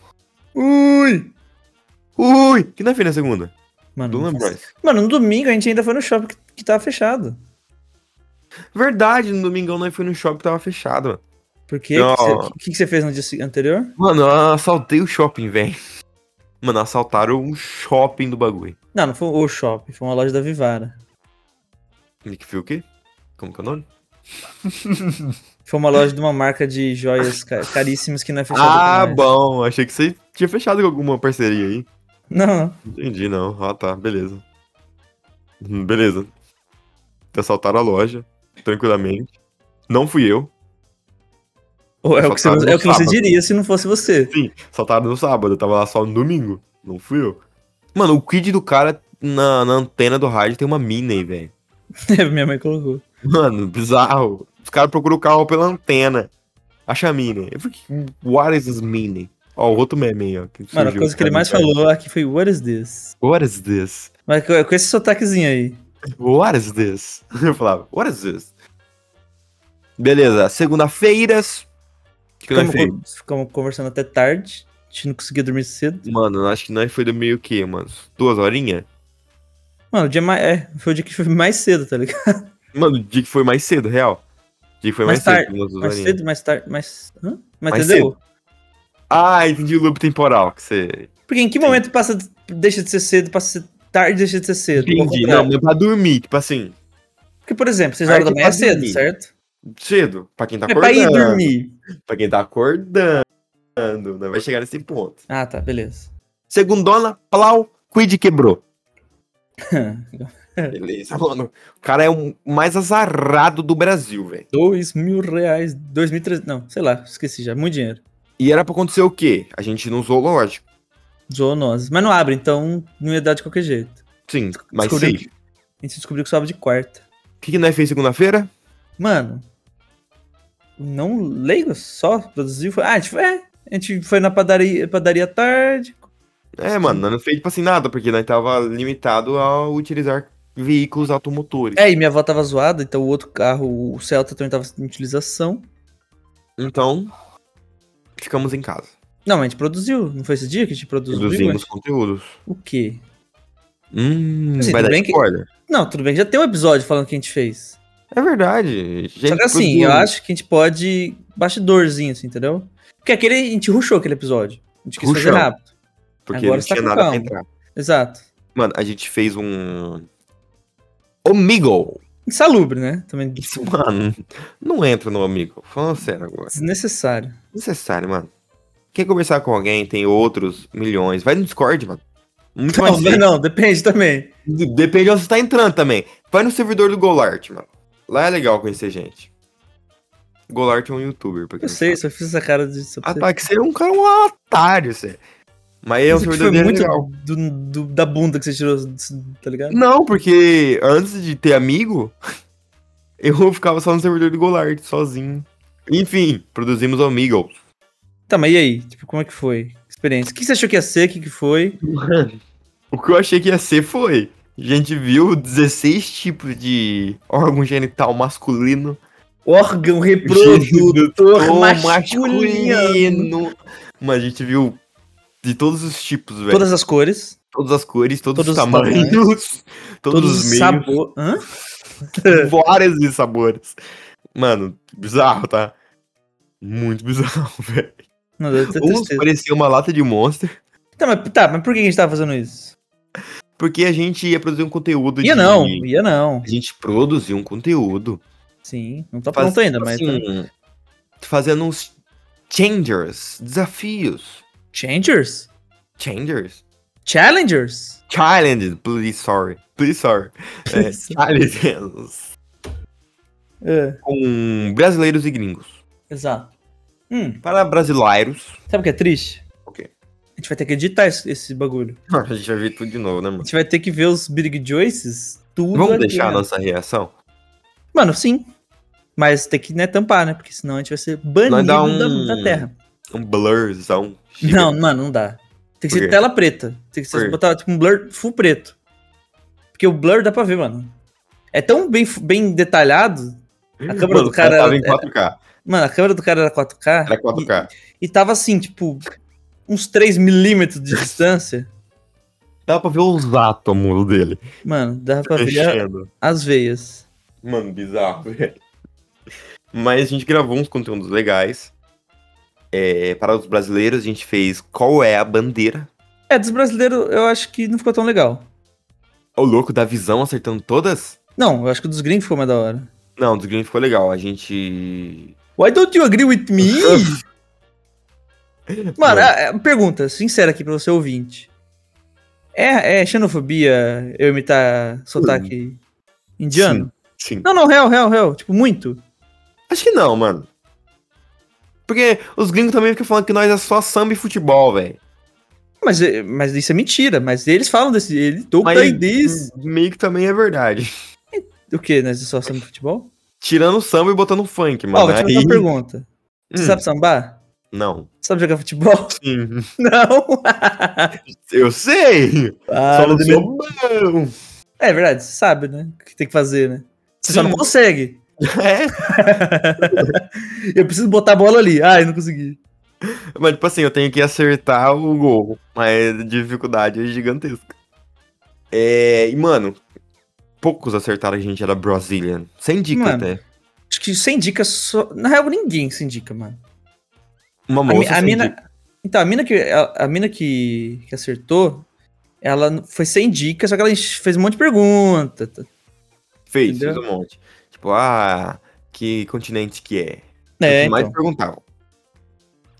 Speaker 2: Ui! Ui! Que na feira na segunda?
Speaker 1: Mano,
Speaker 2: Do
Speaker 1: não faço-
Speaker 2: Lambros.
Speaker 1: Mano, no domingo a gente ainda foi no shopping que, que tava fechado.
Speaker 2: Verdade, no domingão nós fomos no shopping que tava fechado, mano.
Speaker 1: Por quê?
Speaker 2: Não.
Speaker 1: O que, que você fez no dia se- anterior?
Speaker 2: Mano, eu assaltei o shopping, velho. Mano, assaltaram um shopping do bagulho.
Speaker 1: Não, não foi o shopping, foi uma loja da Vivara.
Speaker 2: Nick Fury o quê? Como que é o nome?
Speaker 1: Foi uma loja de uma marca de joias ca- caríssimas que não é fechada.
Speaker 2: Ah,
Speaker 1: com nós.
Speaker 2: bom. Achei que você tinha fechado com alguma parceria aí.
Speaker 1: Não, não.
Speaker 2: Entendi, não. Ah, tá. Beleza. Hum, Beleza. Te Assaltaram a loja, tranquilamente. Não fui eu.
Speaker 1: Ou é o que, você,
Speaker 2: Só tava no
Speaker 1: é o que você
Speaker 2: sábado.
Speaker 1: diria se não fosse você.
Speaker 2: Sim, assaltaram no sábado. Eu tava lá só no domingo. Não fui eu. Mano, o kid do cara na, na antena do rádio tem uma mina aí, velho.
Speaker 1: Minha mãe colocou.
Speaker 2: Mano, bizarro. Os caras procuram o carro pela antena. Acha a mina. Eu fiquei, what is this mina? Ó, o outro meme aí, ó. que
Speaker 1: Mano, a
Speaker 2: surgiu.
Speaker 1: coisa que ele mais falou é- aqui foi What is this?
Speaker 2: What is this?
Speaker 1: Mas com com esse sotaquezinho aí.
Speaker 2: What is this? Eu falava, what is this? Beleza, segunda-feiras. Que
Speaker 1: Ficamos,
Speaker 2: nós fez?
Speaker 1: con- ficamos conversando até tarde. A gente não conseguia dormir cedo.
Speaker 2: Mano, acho que nós foi do meio que, mano? Duas horinhas?
Speaker 1: Mano, o dia mais. É, foi o dia que foi mais cedo, tá ligado?
Speaker 2: Mano, o dia que foi mais cedo, real. O dia que foi
Speaker 1: Mais
Speaker 2: mais, cedo.
Speaker 1: tarde,
Speaker 2: que nós duas
Speaker 1: Mais
Speaker 2: horinhas.
Speaker 1: cedo, mais tarde, mais. Hã? Mas
Speaker 2: Mais
Speaker 1: entendeu?
Speaker 2: Ah, entendi o loop temporal que você.
Speaker 1: Porque em que momento passa, deixa de ser cedo, passa a ser tarde, deixa de ser cedo? Ao
Speaker 2: Entendi.
Speaker 1: contrário.
Speaker 2: Não, mas pra dormir, tipo assim,
Speaker 1: Porque, por exemplo, 6 horas da
Speaker 2: Tarde
Speaker 1: manhã é
Speaker 2: tipo pra
Speaker 1: cedo,
Speaker 2: dormir.
Speaker 1: certo?
Speaker 2: cedo. Pra quem tá
Speaker 1: É pra
Speaker 2: acordando.
Speaker 1: ir dormir.
Speaker 2: pra quem tá acordando. Nós vai chegar nesse ponto.
Speaker 1: Ah, tá, beleza.
Speaker 2: Segundona, plau, quid quebrou.
Speaker 1: É.
Speaker 2: Beleza, mano. O cara é o mais azarado do Brasil, velho.
Speaker 1: Dois mil reais, dois mil e treze- não, sei lá, esqueci já, muito dinheiro.
Speaker 2: E era pra acontecer o quê? A gente não usou, lógico.
Speaker 1: Zoonoses. Mas não abre, então não ia dar de qualquer jeito.
Speaker 2: Sim, mas
Speaker 1: Descobriu
Speaker 2: sim.
Speaker 1: que- A gente descobriu que só abre de quarta.
Speaker 2: O que, que nós fez segunda-feira?
Speaker 1: Mano, não leigo só, produziu, foi... Ah, a gente foi, é, a gente foi na padaria, padaria à tarde,
Speaker 2: É, mano, nós não fez, tipo assim, nada, porque nós tava limitado a utilizar veículos automotores.
Speaker 1: É, e minha avó tava zoada, então o outro carro, o Celta também tava em utilização.
Speaker 2: Então, ficamos em casa.
Speaker 1: Não, mas a gente produziu, não foi esse dia que a gente produziu?
Speaker 2: Produzimos conteúdos.
Speaker 1: O quê?
Speaker 2: Hum,
Speaker 1: Assim,
Speaker 2: vai
Speaker 1: tudo
Speaker 2: dar
Speaker 1: bem que-
Speaker 2: spoiler.
Speaker 1: Não, tudo bem, já tem um episódio falando o que a gente fez.
Speaker 2: É verdade.
Speaker 1: Só que assim,
Speaker 2: um.
Speaker 1: eu acho que a gente pode bastidorzinho, assim, entendeu? Porque aquele, a gente ruxou aquele episódio. A gente quis fazer
Speaker 2: Ruxou.
Speaker 1: rápido.
Speaker 2: Porque
Speaker 1: agora
Speaker 2: não
Speaker 1: você tá
Speaker 2: tinha
Speaker 1: com
Speaker 2: nada pra
Speaker 1: calma.
Speaker 2: entrar.
Speaker 1: Exato.
Speaker 2: Mano, a gente fez um... Omigo.
Speaker 1: Insalubre, né? Também
Speaker 2: Isso, mano, não entra no amigo. Falando sério agora.
Speaker 1: desnecessário.
Speaker 2: Necessário, mano. Quer conversar com alguém, tem outros milhões. Vai no Discord, mano. Muito
Speaker 1: Não,
Speaker 2: mais
Speaker 1: mas
Speaker 2: fácil.
Speaker 1: não, depende também.
Speaker 2: Depende de onde você tá entrando também. Vai no servidor do Golart, mano. Lá é legal conhecer gente. Golart é um youtuber, pra quem
Speaker 1: Eu
Speaker 2: não
Speaker 1: sei,
Speaker 2: sabe.
Speaker 1: só fiz essa cara de. só pra
Speaker 2: Ah,
Speaker 1: você-
Speaker 2: tá, que você é um cara um otário, você. Mas é um
Speaker 1: Isso
Speaker 2: filme
Speaker 1: aqui foi
Speaker 2: doideira
Speaker 1: muito
Speaker 2: legal.
Speaker 1: do- do- da bunda que você tirou, tá ligado?
Speaker 2: Não, porque antes de ter amigo, eu ficava só no servidor do Golart, sozinho. Enfim, produzimos o Amigos.
Speaker 1: Tá, mas e aí? Tipo, como é que foi? Experiência. O que você achou que ia ser? O que, que foi?
Speaker 2: O que eu achei que ia ser foi. A gente viu 16 tipos de órgão genital masculino.
Speaker 1: Órgão reprodutor
Speaker 2: ou
Speaker 1: masculino.
Speaker 2: Mas a gente viu de todos os tipos, velho. Todas,
Speaker 1: Todas as cores,
Speaker 2: as cores, todos,
Speaker 1: todos
Speaker 2: os
Speaker 1: os
Speaker 2: tamanhos, todos,
Speaker 1: todos
Speaker 2: os
Speaker 1: os
Speaker 2: meios,
Speaker 1: sabores. Hã?
Speaker 2: várias de sabores. Mano, bizarro, tá? Muito bizarro, velho.
Speaker 1: Não, deu até
Speaker 2: Uns
Speaker 1: tristeza.
Speaker 2: pareciam uma lata de Monster,
Speaker 1: Tá, mas, tá, mas por que a gente tava fazendo isso?
Speaker 2: porque a gente ia produzir um conteúdo
Speaker 1: Ia
Speaker 2: de...
Speaker 1: não, ia não.
Speaker 2: A gente produziu um conteúdo.
Speaker 1: Sim, não tá
Speaker 2: Faz-
Speaker 1: pronto ainda, mas. tá.
Speaker 2: assim, Fazendo uns changers, desafios.
Speaker 1: Changers?
Speaker 2: Changers?
Speaker 1: Challengers?
Speaker 2: Challenges, please, sorry. Please, sorry. É, challenges.
Speaker 1: É,
Speaker 2: Com brasileiros e gringos.
Speaker 1: exato. Hum,
Speaker 2: Para brasileiros...
Speaker 1: sabe o que é triste?
Speaker 2: O quê?
Speaker 1: A gente vai ter que editar esse, esse bagulho.
Speaker 2: A gente vai ver tudo de novo, né,
Speaker 1: A
Speaker 2: mano?
Speaker 1: gente vai ter que ver os Big Joyces, tudo.
Speaker 2: Vamos
Speaker 1: aqui,
Speaker 2: deixar a
Speaker 1: né?
Speaker 2: nossa reação?
Speaker 1: Mano, sim. Mas tem que né, tampar, né? Porque senão a gente vai ser banido
Speaker 2: Nós dá um-
Speaker 1: da, da terra.
Speaker 2: Um blurzão. Chega.
Speaker 1: Não, mano, não dá. Tem que
Speaker 2: Por
Speaker 1: ser
Speaker 2: quê?
Speaker 1: tela preta. Tem que
Speaker 2: Por
Speaker 1: ser
Speaker 2: quê?
Speaker 1: botar tipo um blur full preto. Porque o blur dá pra ver, mano. É tão bem, bem detalhado. a câmera
Speaker 2: Hum, Mano,
Speaker 1: do cara
Speaker 2: Tava em
Speaker 1: era-
Speaker 2: 4K.
Speaker 1: Mano, a câmera do cara era 4K.
Speaker 2: Era 4K.
Speaker 1: E, e tava assim, tipo, uns 3 milímetros de distância.
Speaker 2: Dá pra ver os átomos dele.
Speaker 1: Mano, dava pra ver a-
Speaker 2: Mexendo.
Speaker 1: as veias.
Speaker 2: Mano, bizarro, velho. Mas a gente gravou uns conteúdos legais. É, para os brasileiros, a gente fez Qual é a Bandeira?
Speaker 1: É, dos brasileiros eu acho que não ficou tão legal.
Speaker 2: O louco da visão acertando todas?
Speaker 1: Não, eu acho que o dos gringos ficou mais da hora.
Speaker 2: Não, dos gringos ficou legal. A gente.
Speaker 1: Why don't you agree with me? Mano, a- a pergunta sincera aqui pra você ouvinte. É, é xenofobia eu imitar sotaque indiano?
Speaker 2: Sim.
Speaker 1: Não, não, real, real, real. Tipo, muito.
Speaker 2: Acho que não, mano. Porque os gringos também ficam falando que nós é só samba e futebol, velho.
Speaker 1: Mas, é- mas isso é mentira. Mas eles falam desse. Ele don't
Speaker 2: Mas
Speaker 1: play this.
Speaker 2: meio que também é verdade.
Speaker 1: O que? Né? Só samba de futebol?
Speaker 2: Tirando o samba e botando funk,
Speaker 1: Ó,
Speaker 2: mano.
Speaker 1: vou te fazer
Speaker 2: Aí-
Speaker 1: uma pergunta. Você
Speaker 2: Hum,
Speaker 1: sabe sambar?
Speaker 2: Não.
Speaker 1: Sabe jogar futebol?
Speaker 2: Sim.
Speaker 1: Não.
Speaker 2: Eu sei!
Speaker 1: Ah,
Speaker 2: só não
Speaker 1: de
Speaker 2: sou
Speaker 1: meu-
Speaker 2: bom.
Speaker 1: É verdade, você sabe, né? O que tem que fazer, né? Você só
Speaker 2: Sim.
Speaker 1: não consegue.
Speaker 2: É,
Speaker 1: eu preciso botar a bola ali. Ah, eu não consegui.
Speaker 2: mas tipo assim, eu tenho que acertar o gol. Mas a dificuldade é gigantesca. É, e mano, poucos acertaram a gente era Brazilian. Sem dica
Speaker 1: Mano.
Speaker 2: até.
Speaker 1: Acho que sem dica só. Na real, ninguém se indica, mano.
Speaker 2: Uma
Speaker 1: A mi-
Speaker 2: moça
Speaker 1: a,
Speaker 2: sem dica.
Speaker 1: mina. Então, a mina que, a, a mina que, que acertou, ela n- foi sem dica, só que ela enche- fez um monte de pergunta. tá-
Speaker 2: fez, fez
Speaker 1: entendeu?
Speaker 2: um monte. Tipo, ah, que continente que é?
Speaker 1: É,
Speaker 2: que mais
Speaker 1: então.
Speaker 2: perguntavam.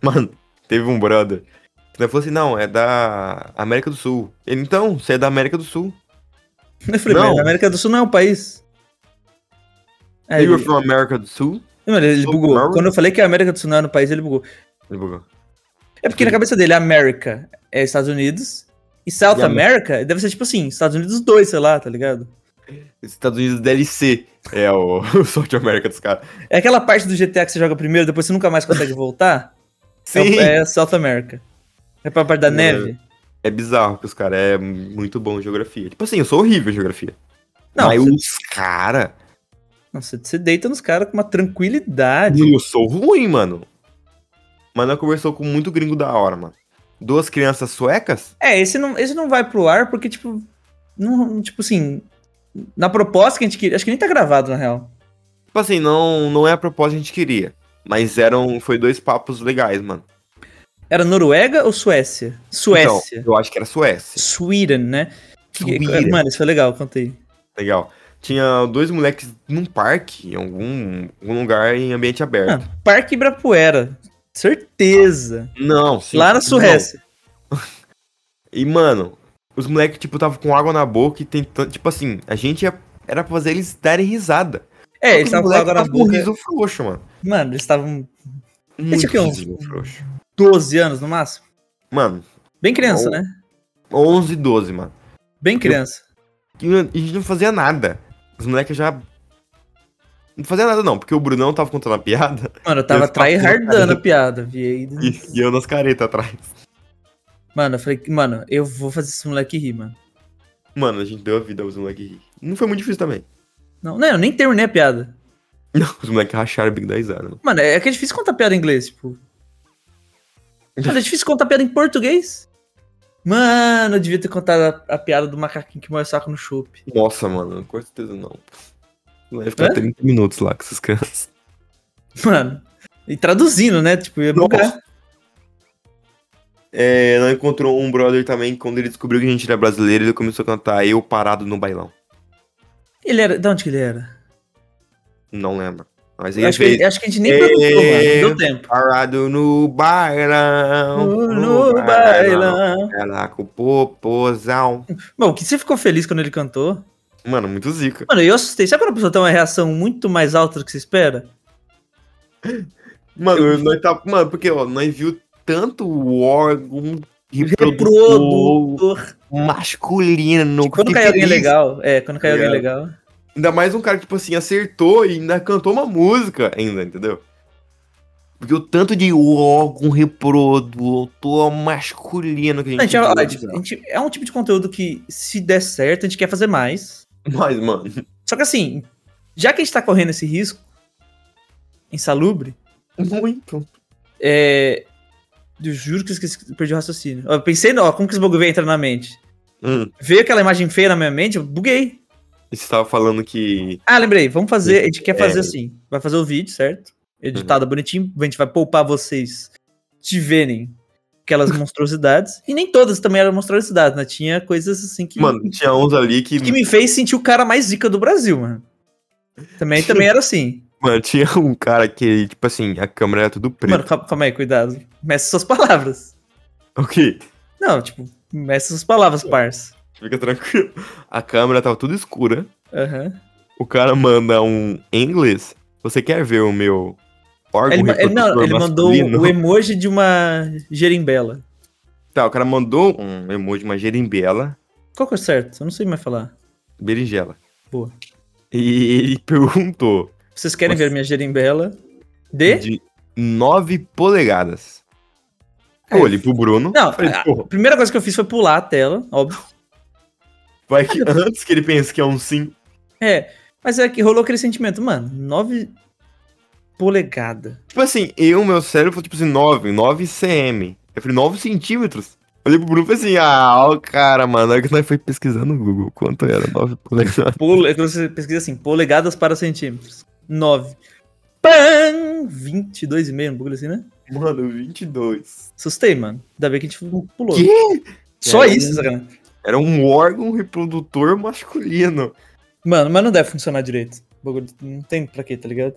Speaker 2: Mano, teve um brother que ele falou assim, não, é da América do Sul. Ele, então, você é da América do Sul.
Speaker 1: Eu falei,
Speaker 2: Não.
Speaker 1: "Mas a América do Sul não é um país. Aí,
Speaker 2: You're
Speaker 1: É, ele,
Speaker 2: from America do Sul?
Speaker 1: mano, ele bugou.
Speaker 2: America?
Speaker 1: Quando eu falei que a América do Sul não era um país, ele bugou.
Speaker 2: Ele bugou.
Speaker 1: É porque na cabeça dele, América é Estados Unidos e South
Speaker 2: E a-
Speaker 1: America deve ser tipo assim, Estados Unidos 2, sei lá, tá ligado?
Speaker 2: Estados Unidos DLC. É o, o South America dos caras.
Speaker 1: É aquela parte do GTA que você joga primeiro, depois você nunca mais consegue voltar. É o-
Speaker 2: Sim.
Speaker 1: É, South America. É pra parte da
Speaker 2: É.
Speaker 1: neve.
Speaker 2: um, É bizarro que os caras é muito bom em geografia. Tipo assim, eu sou horrível em geografia.
Speaker 1: Não,
Speaker 2: Mas
Speaker 1: você,
Speaker 2: os caras.
Speaker 1: não, você- você deita nos caras com uma tranquilidade.
Speaker 2: Eu sou ruim, mano. Mas nós conversou com muito gringo da hora, mano. Duas crianças suecas?
Speaker 1: É, esse não, esse não vai pro ar porque, tipo, não, tipo assim, na proposta que a gente queria, acho que nem tá gravado, na real.
Speaker 2: Tipo assim, não, não é a proposta que a gente queria. Mas eram. Foi dois papos legais, mano.
Speaker 1: Era Noruega ou Suécia? Suécia.
Speaker 2: Então, eu acho que era Suécia.
Speaker 1: Sweden, né? Que- que-
Speaker 2: Sweden.
Speaker 1: Mano, isso foi legal, contei.
Speaker 2: Legal. Tinha dois moleques num parque, em algum, algum lugar em ambiente aberto.
Speaker 1: Mano, Ah, Parque Ibirapuera. Certeza.
Speaker 2: Não, sim.
Speaker 1: Ah. Lá na
Speaker 2: não.
Speaker 1: Suécia.
Speaker 2: E, mano, os moleques, tipo, tava com água na boca e tentando. Tipo assim, a gente ia- era pra fazer eles darem risada. Só
Speaker 1: É,
Speaker 2: que
Speaker 1: eles
Speaker 2: os
Speaker 1: estavam com
Speaker 2: moleque
Speaker 1: água na
Speaker 2: tava Com um
Speaker 1: boca. É
Speaker 2: riso frouxo, mano.
Speaker 1: Mano, eles estavam
Speaker 2: Muito
Speaker 1: tipo tinha o quê?
Speaker 2: riso frouxo.
Speaker 1: 12 anos no máximo.
Speaker 2: Mano,
Speaker 1: Bem criança,
Speaker 2: Ou-
Speaker 1: né?
Speaker 2: 11, 12, mano.
Speaker 1: Bem criança.
Speaker 2: que a gente não fazia nada. Os moleques já. Não fazia nada, não, porque o Brunão tava contando a piada
Speaker 1: Mano, eu tava
Speaker 2: Eu tava né?
Speaker 1: tryhardando a piada. Vi aí.
Speaker 2: e, e eu nas caretas atrás.
Speaker 1: Mano, eu falei, mano, eu vou fazer esse moleque rir, mano.
Speaker 2: Mano, a gente deu a vida aos moleques. rir. Não foi muito difícil também.
Speaker 1: Não, não, eu nem terminei a piada.
Speaker 2: Não, os moleques racharam o bico da risada, mano.
Speaker 1: Mano, é que é difícil contar piada em inglês, tipo. Mano, é difícil contar piada em português. Mano, eu devia ter contado a, a piada do macaquinho que morre saco no chope.
Speaker 2: Nossa, mano, com certeza não. Vai ficar
Speaker 1: É?
Speaker 2: 30 minutos lá com essas crianças.
Speaker 1: Mano. E traduzindo, né? Tipo, ia
Speaker 2: Nossa.
Speaker 1: bugar.
Speaker 2: É, ela encontrou um brother também, quando ele descobriu que a gente era brasileiro, ele começou a cantar Eu Parado no Bailão.
Speaker 1: Ele era. De onde que ele era?
Speaker 2: Não lembro. Mas ele
Speaker 1: Acho que,
Speaker 2: fez
Speaker 1: ele- acho que a gente nem perguntou,
Speaker 2: É.
Speaker 1: mano. Deu tempo.
Speaker 2: Parado no Bailão.
Speaker 1: No bailão.
Speaker 2: Ela com o popozão.
Speaker 1: Bom, que você ficou feliz quando ele cantou?
Speaker 2: Mano, muito zica.
Speaker 1: Mano, eu assustei. Sabe quando a pessoa tem uma reação muito mais alta do que você espera?
Speaker 2: Mano, nós tá. Mano, porque, ó, nós viu tanto o órgão
Speaker 1: Produtor.
Speaker 2: masculino.
Speaker 1: Quando
Speaker 2: que
Speaker 1: caiu alguém
Speaker 2: feliz.
Speaker 1: legal. É, quando caiu alguém
Speaker 2: É.
Speaker 1: legal.
Speaker 2: Ainda mais um cara que, tipo assim, acertou e ainda cantou uma música ainda, entendeu? Porque o tanto de órgão reprodutor masculino que a gente, né?
Speaker 1: A gente, é-
Speaker 2: viu,
Speaker 1: a gente- a gente- é um tipo de conteúdo que, se der certo, a gente quer fazer mais.
Speaker 2: Mas, mano,
Speaker 1: Só que assim, já que a gente tá correndo esse risco insalubre,
Speaker 2: muito.
Speaker 1: é. Eu juro que eu esqueci, perdi o raciocínio. Eu pensei, não, ó, como que esse bagulho veio entrar na mente?
Speaker 2: Hum,
Speaker 1: Veio aquela imagem feia na minha mente, eu buguei.
Speaker 2: você tava falando que.
Speaker 1: Ah, lembrei, vamos fazer. A gente quer
Speaker 2: É. Uhum.
Speaker 1: fazer assim. Vai fazer o vídeo, certo? Editado bonitinho. A gente vai poupar vocês de verem aquelas monstruosidades. E nem todas também eram monstruosidades, né? Tinha coisas assim que,
Speaker 2: Mano, tinha uns ali que.
Speaker 1: que me fez sentir o cara mais zica do Brasil, mano. Também, também era assim.
Speaker 2: Mano, tinha um cara que, tipo assim, a câmera era tudo preta.
Speaker 1: Mano, calma, calma aí, cuidado. Meça suas palavras.
Speaker 2: Ok,
Speaker 1: Não, tipo, meça suas palavras, parça.
Speaker 2: fica tranquilo. A câmera tava tudo escura.
Speaker 1: Aham.
Speaker 2: O cara manda um em inglês. Você quer ver o meu órgão
Speaker 1: Ele, ma- ele- não,
Speaker 2: reprodutor
Speaker 1: ele mandou
Speaker 2: masculino?"
Speaker 1: o emoji de uma gerimbela.
Speaker 2: Tá, o cara mandou um emoji de uma gerimbela,
Speaker 1: Qual que é o certo? Eu não sei mais falar.
Speaker 2: berinjela.
Speaker 1: Boa.
Speaker 2: E ele perguntou
Speaker 1: Vocês querem
Speaker 2: Nossa.
Speaker 1: ver minha gerimbela? De?
Speaker 2: de 9 polegadas.
Speaker 1: É.
Speaker 2: Eu olhei pro Bruno.
Speaker 1: Não,
Speaker 2: falei,
Speaker 1: a-
Speaker 2: "Pô,
Speaker 1: a primeira coisa que eu fiz foi pular a tela, óbvio.
Speaker 2: vai que antes que ele pense que é um sim.
Speaker 1: É, mas é que rolou aquele sentimento, mano, 9 polegada.
Speaker 2: Tipo assim, eu, meu cérebro, falou tipo assim, 9, 9 cm. Eu falei, 9 centímetros. Olhei pro Bruno e falei assim, ah, o cara, mano. Aí que nós foi pesquisando no Google quanto era 9 polegadas.
Speaker 1: Pole, é que você pesquisa assim, polegadas para centímetros. 9. Pam! 22,5, um bagulho assim, né?
Speaker 2: Mano, 22.
Speaker 1: Assustei, mano. Ainda bem que a gente pulou.
Speaker 2: Quê?
Speaker 1: Só
Speaker 2: É,
Speaker 1: isso, sacanagem.
Speaker 2: Era um órgão reprodutor masculino.
Speaker 1: Mano, mas não deve funcionar direito. O bagulho não tem pra quê, tá ligado?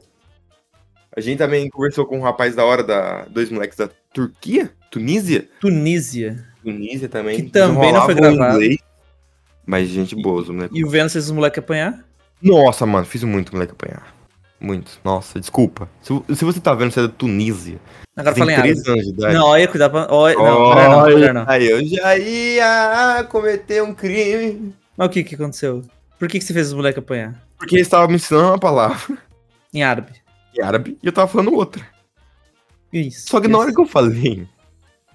Speaker 2: A gente também conversou com um rapaz da hora, da dois moleques da Turquia? Tunísia?
Speaker 1: Tunísia.
Speaker 2: Tunísia também.
Speaker 1: Que também não foi
Speaker 2: Desenrolavam
Speaker 1: gravado.
Speaker 2: inglês. mas gente boa, os moleques.
Speaker 1: E o vendo esses moleques apanhar?
Speaker 2: Nossa, mano, fiz muito moleque apanhar. Muito. Nossa, desculpa. Se, vo- se você tá vendo, você é da Tunísia.
Speaker 1: Agora
Speaker 2: Você
Speaker 1: fala em
Speaker 2: tem
Speaker 1: árabe.
Speaker 2: 13 anos de idade.
Speaker 1: Não, olha, cuidado pra... Olha, Tá não, melhor não, melhor não.
Speaker 2: Aí eu já ia cometer um crime.
Speaker 1: Mas o que que aconteceu? Por que que você fez os moleques apanhar?
Speaker 2: Porque eles estavam me ensinando uma palavra
Speaker 1: Em árabe.
Speaker 2: em árabe e eu tava falando outra.
Speaker 1: Isso.
Speaker 2: Só que na hora que eu falei,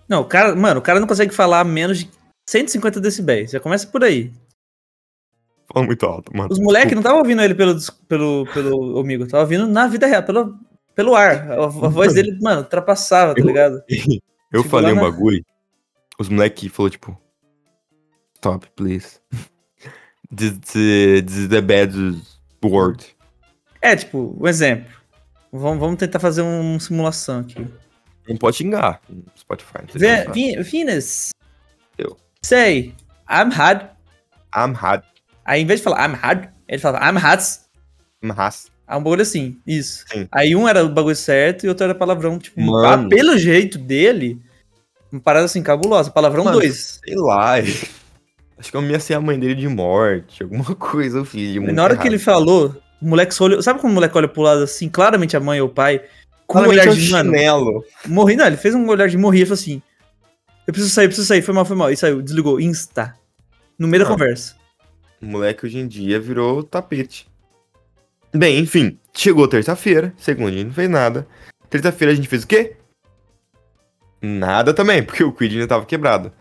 Speaker 1: Não, o cara, mano, o cara não consegue falar menos de 150 decibéis. Já começa por aí.
Speaker 2: falando muito alto, mano.
Speaker 1: Os moleques não estavam ouvindo ele pelo, dis- pelo, pelo amigo, tava ouvindo na vida real, pelo, pelo ar. A, a voz dele, mano, ultrapassava, tá
Speaker 2: Eu-
Speaker 1: ligado?
Speaker 2: Eu
Speaker 1: Tipo,
Speaker 2: falei
Speaker 1: lá
Speaker 2: um
Speaker 1: na-
Speaker 2: bagulho, os moleque falou tipo, stop, please. This, this is the bad word.
Speaker 1: É, tipo, um exemplo. Vamos, vamos tentar fazer uma simulação aqui.
Speaker 2: Não pode xingar no Spotify. tá não sei se
Speaker 1: Ve-
Speaker 2: vai.
Speaker 1: Vi- Venus.
Speaker 2: Eu.
Speaker 1: Say, I'm hard.
Speaker 2: I'm hot,
Speaker 1: Aí, em vez de falar I'm hard, ele fala I'm hats.
Speaker 2: I'm hot.
Speaker 1: Ah, um bagulho assim, isso.
Speaker 2: Sim.
Speaker 1: Aí um era o bagulho certo e outro era palavrão, tipo,
Speaker 2: Mano.
Speaker 1: ah, pelo jeito dele, uma parada assim, cabulosa. Palavrão
Speaker 2: Mano.
Speaker 1: 2.
Speaker 2: Sei lá. Acho que eu me ser a mãe dele de morte, alguma coisa eu fiz de muito
Speaker 1: Na hora que ele
Speaker 2: errado.
Speaker 1: falou, o moleque só olhou. Sabe quando o moleque olha pro lado assim, claramente a mãe ou o pai, com um
Speaker 2: Claramente
Speaker 1: olhar
Speaker 2: é um
Speaker 1: de, mano,
Speaker 2: chinelo.
Speaker 1: morri. Não, ele fez um olhar de morrer e falou assim: Eu preciso sair, preciso sair. Foi mal, foi mal. E saiu, desligou. Insta. No meio da
Speaker 2: Ah.
Speaker 1: conversa.
Speaker 2: O moleque hoje em dia virou tapete. Bem, enfim, chegou terça-feira, segundinha não fez nada. Terça-feira a gente fez o quê? Nada também, porque o Quid ainda tava quebrado.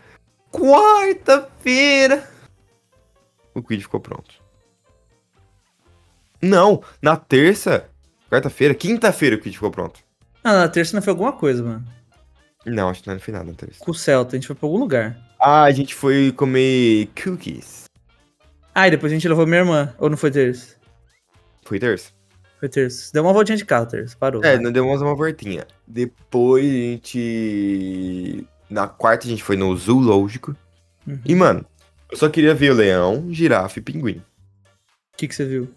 Speaker 2: Quarta-feira! O Quid ficou pronto. Não, na terça, quarta-feira, quinta-feira o Quid ficou pronto.
Speaker 1: Ah, na terça não foi alguma coisa, mano.
Speaker 2: Não, acho que não foi nada na terça.
Speaker 1: Com o Celta, a gente foi pra algum lugar.
Speaker 2: Ah, a gente foi comer cookies.
Speaker 1: Ah, e depois a gente levou minha irmã. Ou não foi terça?
Speaker 2: Foi terça?
Speaker 1: Foi terça. Deu uma voltinha de carro, terça. Parou.
Speaker 2: É, nós demos uma voltinha. Depois a gente. Na quarta a gente foi no zoológico.
Speaker 1: Uhum.
Speaker 2: E, mano, eu só queria ver o leão, girafa e pinguim.
Speaker 1: O que, que você viu?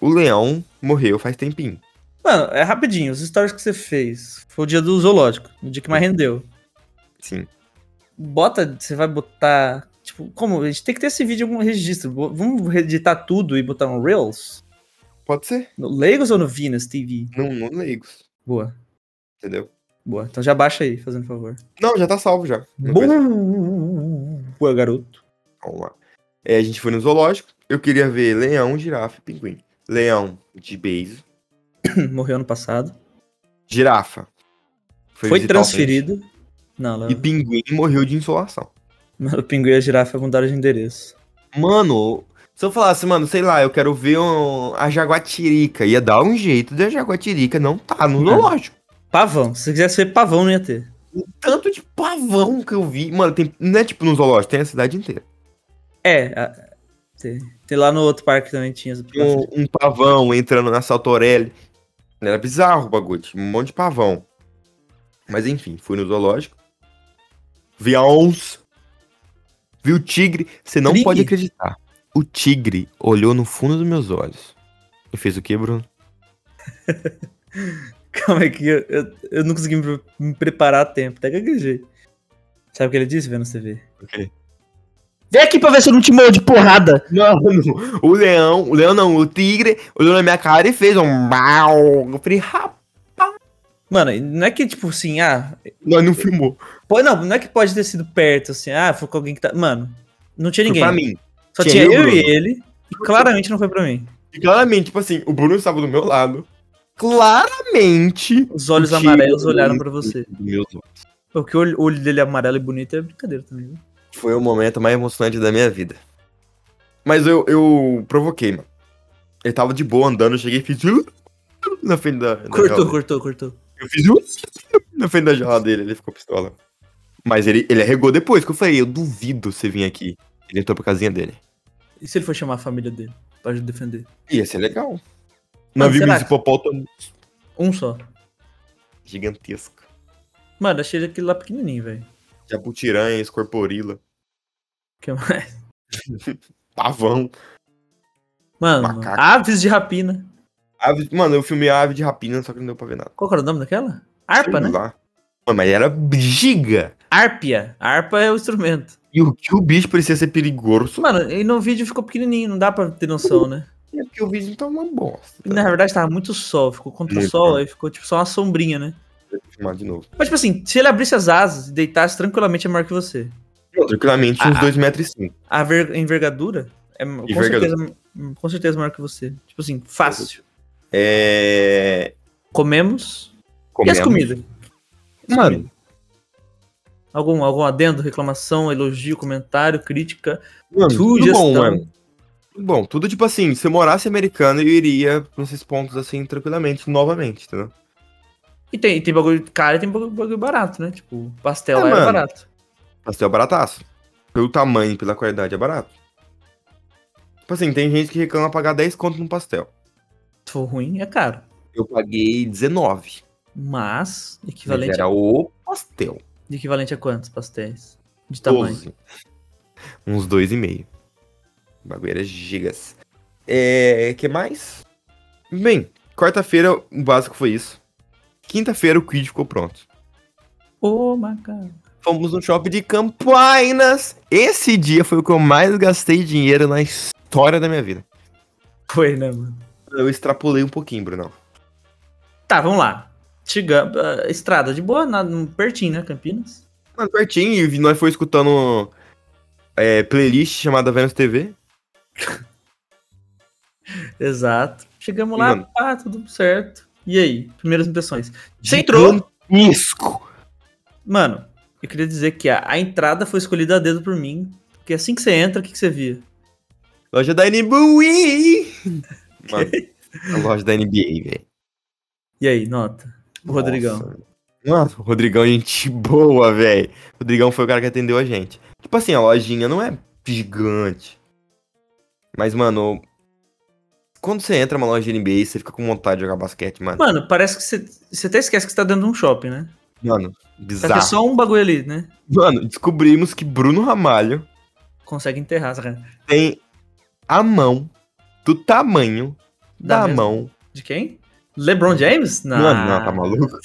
Speaker 2: O leão morreu faz tempinho.
Speaker 1: Mano, é rapidinho. Os stories que você fez. Foi o dia do zoológico. O dia que mais rendeu.
Speaker 2: Sim.
Speaker 1: Bota, você vai botar. Tipo, como? A gente tem que ter esse vídeo em algum registro. Bo- Vamos editar tudo e botar no Reels?
Speaker 2: Pode ser.
Speaker 1: No Legos ou no Venus TV?
Speaker 2: Não, não leigos.
Speaker 1: Boa,
Speaker 2: Entendeu?
Speaker 1: boa. Então já baixa aí, fazendo favor.
Speaker 2: Não, já tá salvo já. Não coisa-
Speaker 1: Boa, garoto.
Speaker 2: Vamos lá. É, a gente foi no zoológico. Eu queria ver leão, girafa e pinguim. Leão de beijo.
Speaker 1: Hum, Morreu ano passado.
Speaker 2: Girafa.
Speaker 1: Foi,
Speaker 2: visitar o dente.
Speaker 1: transferido. né? Não, não.
Speaker 2: E pinguim morreu de insolação.
Speaker 1: O pinguim e a girafa mudaram de endereço.
Speaker 2: Mano, se eu falasse, mano, sei lá, eu quero ver um- a jaguatirica, ia dar um jeito de a jaguatirica não tá no zoológico.
Speaker 1: Pavão. Se você quisesse ver pavão, não ia ter.
Speaker 2: O tanto de pavão que eu vi. Mano, tem, não é tipo no zoológico, tem a cidade inteira.
Speaker 1: É, a- tem. Tem lá no outro parque também tinha. essa
Speaker 2: Tem
Speaker 1: pavão.
Speaker 2: um, um pavão entrando na Saltorelli. Era bizarro o bagulho, tinha um monte de pavão. Mas enfim, fui no zoológico. Vi a onça. Vi o tigre. Você não
Speaker 1: Tigre?
Speaker 2: pode acreditar. O tigre olhou no fundo dos meus olhos. E fez o que, Bruno?
Speaker 1: Calma aí que eu, eu, eu não consegui me, me preparar a tempo. tá Até que eu acreditei. Sabe o que ele disse vendo TV?
Speaker 2: O quê?
Speaker 1: Vem aqui pra ver se eu não te morro de porrada.
Speaker 2: Mano, o leão, o leão não, o tigre olhou na minha cara e fez um mau. Eu falei, rapaz,
Speaker 1: Mano, não é que tipo assim, ah,
Speaker 2: nós não filmou.
Speaker 1: Pô, não, não é que pode ter sido perto, assim, ah, foi com alguém que tá. Mano, não tinha
Speaker 2: Foi
Speaker 1: ninguém.
Speaker 2: pra mim.
Speaker 1: Só tinha
Speaker 2: Tinha eu e
Speaker 1: eu
Speaker 2: Bruno.
Speaker 1: e ele, e claramente não foi pra mim.
Speaker 2: E claramente, tipo assim, o Bruno estava do meu lado. Claramente.
Speaker 1: Os olhos
Speaker 2: o tigre
Speaker 1: amarelos
Speaker 2: olhou
Speaker 1: olharam
Speaker 2: no
Speaker 1: pra você.
Speaker 2: fundo dos meus olhos.
Speaker 1: Pô, que o olho, o olho dele é amarelo e bonito é brincadeira também, viu?
Speaker 2: Foi o momento mais emocionante da minha vida. Mas eu, eu provoquei, mano. Ele tava de boa andando, eu cheguei e fiz. "Uh", Na frente da. da
Speaker 1: Cortou,
Speaker 2: janela.
Speaker 1: cortou, cortou.
Speaker 2: Eu fiz um na frente da janela dele, ele ficou pistola. Mas ele, ele arregou depois, que eu falei, eu duvido você vir aqui. Ele entrou pra casinha dele.
Speaker 1: E se ele for chamar a família dele pra ajudar a defender?
Speaker 2: Ia ser legal.
Speaker 1: Mano,
Speaker 2: Navio
Speaker 1: será
Speaker 2: de
Speaker 1: que-
Speaker 2: hipopótamo
Speaker 1: Um só.
Speaker 2: gigantesco.
Speaker 1: Mano, achei aquele lá pequenininho, velho.
Speaker 2: Jabutiranha, escorporila,
Speaker 1: Que é mais?
Speaker 2: pavão.
Speaker 1: Mano,
Speaker 2: Macaco.
Speaker 1: aves de rapina.
Speaker 2: Ave... Mano, eu filmei a ave de rapina, só que não deu pra ver nada.
Speaker 1: Qual que era o nome daquela? Harpa,
Speaker 2: Sei
Speaker 1: né?
Speaker 2: lá. Mano, mas era giga.
Speaker 1: Árpia. Harpa é o instrumento.
Speaker 2: E o que o bicho parecia ser perigoso.
Speaker 1: Mano, e no vídeo ficou pequenininho, não dá pra ter noção, né?
Speaker 2: É porque o vídeo então é uma bosta.
Speaker 1: E, Na verdade, tava muito sol, ficou contra o
Speaker 2: Muito.
Speaker 1: sol, aí ficou tipo só uma sombrinha, né?
Speaker 2: Vou filmar de novo.
Speaker 1: Mas, tipo assim, se ele abrisse as asas e deitasse tranquilamente, é maior que você.
Speaker 2: Não, Tranquilamente,
Speaker 1: Ah,
Speaker 2: uns 2,5m.
Speaker 1: A ver- envergadura é com,
Speaker 2: Envergadura.
Speaker 1: Certeza, com certeza maior que você. Tipo assim, fácil.
Speaker 2: É. né?
Speaker 1: Comemos. E as
Speaker 2: Comemos.
Speaker 1: comidas?
Speaker 2: Mano,
Speaker 1: Algum, algum adendo, reclamação, elogio, comentário, crítica?
Speaker 2: Mano, tudo
Speaker 1: Sugestão.
Speaker 2: bom, mano. Tudo bom, tudo tipo assim, se eu morasse americano, eu iria pra esses pontos assim, tranquilamente, novamente, entendeu?
Speaker 1: E tem, e tem bagulho caro e tem bagulho, bagulho barato, né? Tipo, pastel
Speaker 2: É,
Speaker 1: lá é
Speaker 2: mano.
Speaker 1: barato.
Speaker 2: Pastel barataço. Pelo tamanho e pela qualidade é barato. Tipo assim, tem gente que reclama pagar 10 conto num pastel.
Speaker 1: Se for ruim, é caro.
Speaker 2: Eu paguei 19.
Speaker 1: Mas,
Speaker 2: Mas
Speaker 1: equivalente,
Speaker 2: era o pastel.
Speaker 1: a, equivalente a quantos pastéis? De tamanho.
Speaker 2: 12. Uns 2,5. O bagulho era gigas. É. que mais? Bem, quarta-feira o básico foi isso. Quinta-feira o quid ficou pronto.
Speaker 1: Ô, macaco.
Speaker 2: Fomos no shopping de Campinas. Esse dia foi o que eu mais gastei dinheiro na história da minha vida.
Speaker 1: Foi, né, mano?
Speaker 2: Eu extrapolei um pouquinho, Brunão.
Speaker 1: Tá, vamos lá. Chegamos. ah, Estrada de boa, na, no- pertinho, um né? Campinas.
Speaker 2: Mano, pertinho, e nós foi escutando é, playlist chamada Vênus TV.
Speaker 1: Exato. Chegamos
Speaker 2: E,
Speaker 1: lá,
Speaker 2: mano?
Speaker 1: pá, tudo certo. E aí? Primeiras impressões. Você entrou.
Speaker 2: Gigantesco!
Speaker 1: Mano, eu queria dizer que a, a entrada foi escolhida a dedo por mim. Porque assim que você entra, o que, que você via?
Speaker 2: Loja da NBA! Mano, a loja da NBA, velho.
Speaker 1: E aí, nota. O Rodrigão.
Speaker 2: Nossa. Mano, o Rodrigão é gente boa, velho. O Rodrigão foi o cara que atendeu a gente. Tipo assim, a lojinha não é gigante. Mas, mano, quando você entra numa loja de NBA, você fica com vontade de jogar basquete, mano.
Speaker 1: Mano, parece que você, você até esquece que você tá dentro de um shopping, né?
Speaker 2: Mano,
Speaker 1: Só que é
Speaker 2: bizarro.
Speaker 1: só um bagulho ali, né?
Speaker 2: Mano, descobrimos que Bruno Ramalho
Speaker 1: Consegue enterrar, saca?
Speaker 2: tem a mão do tamanho
Speaker 1: Dá
Speaker 2: da,
Speaker 1: mesmo?
Speaker 2: mão.
Speaker 1: De quem? LeBron James? Não.
Speaker 2: Mano, não, tá maluco?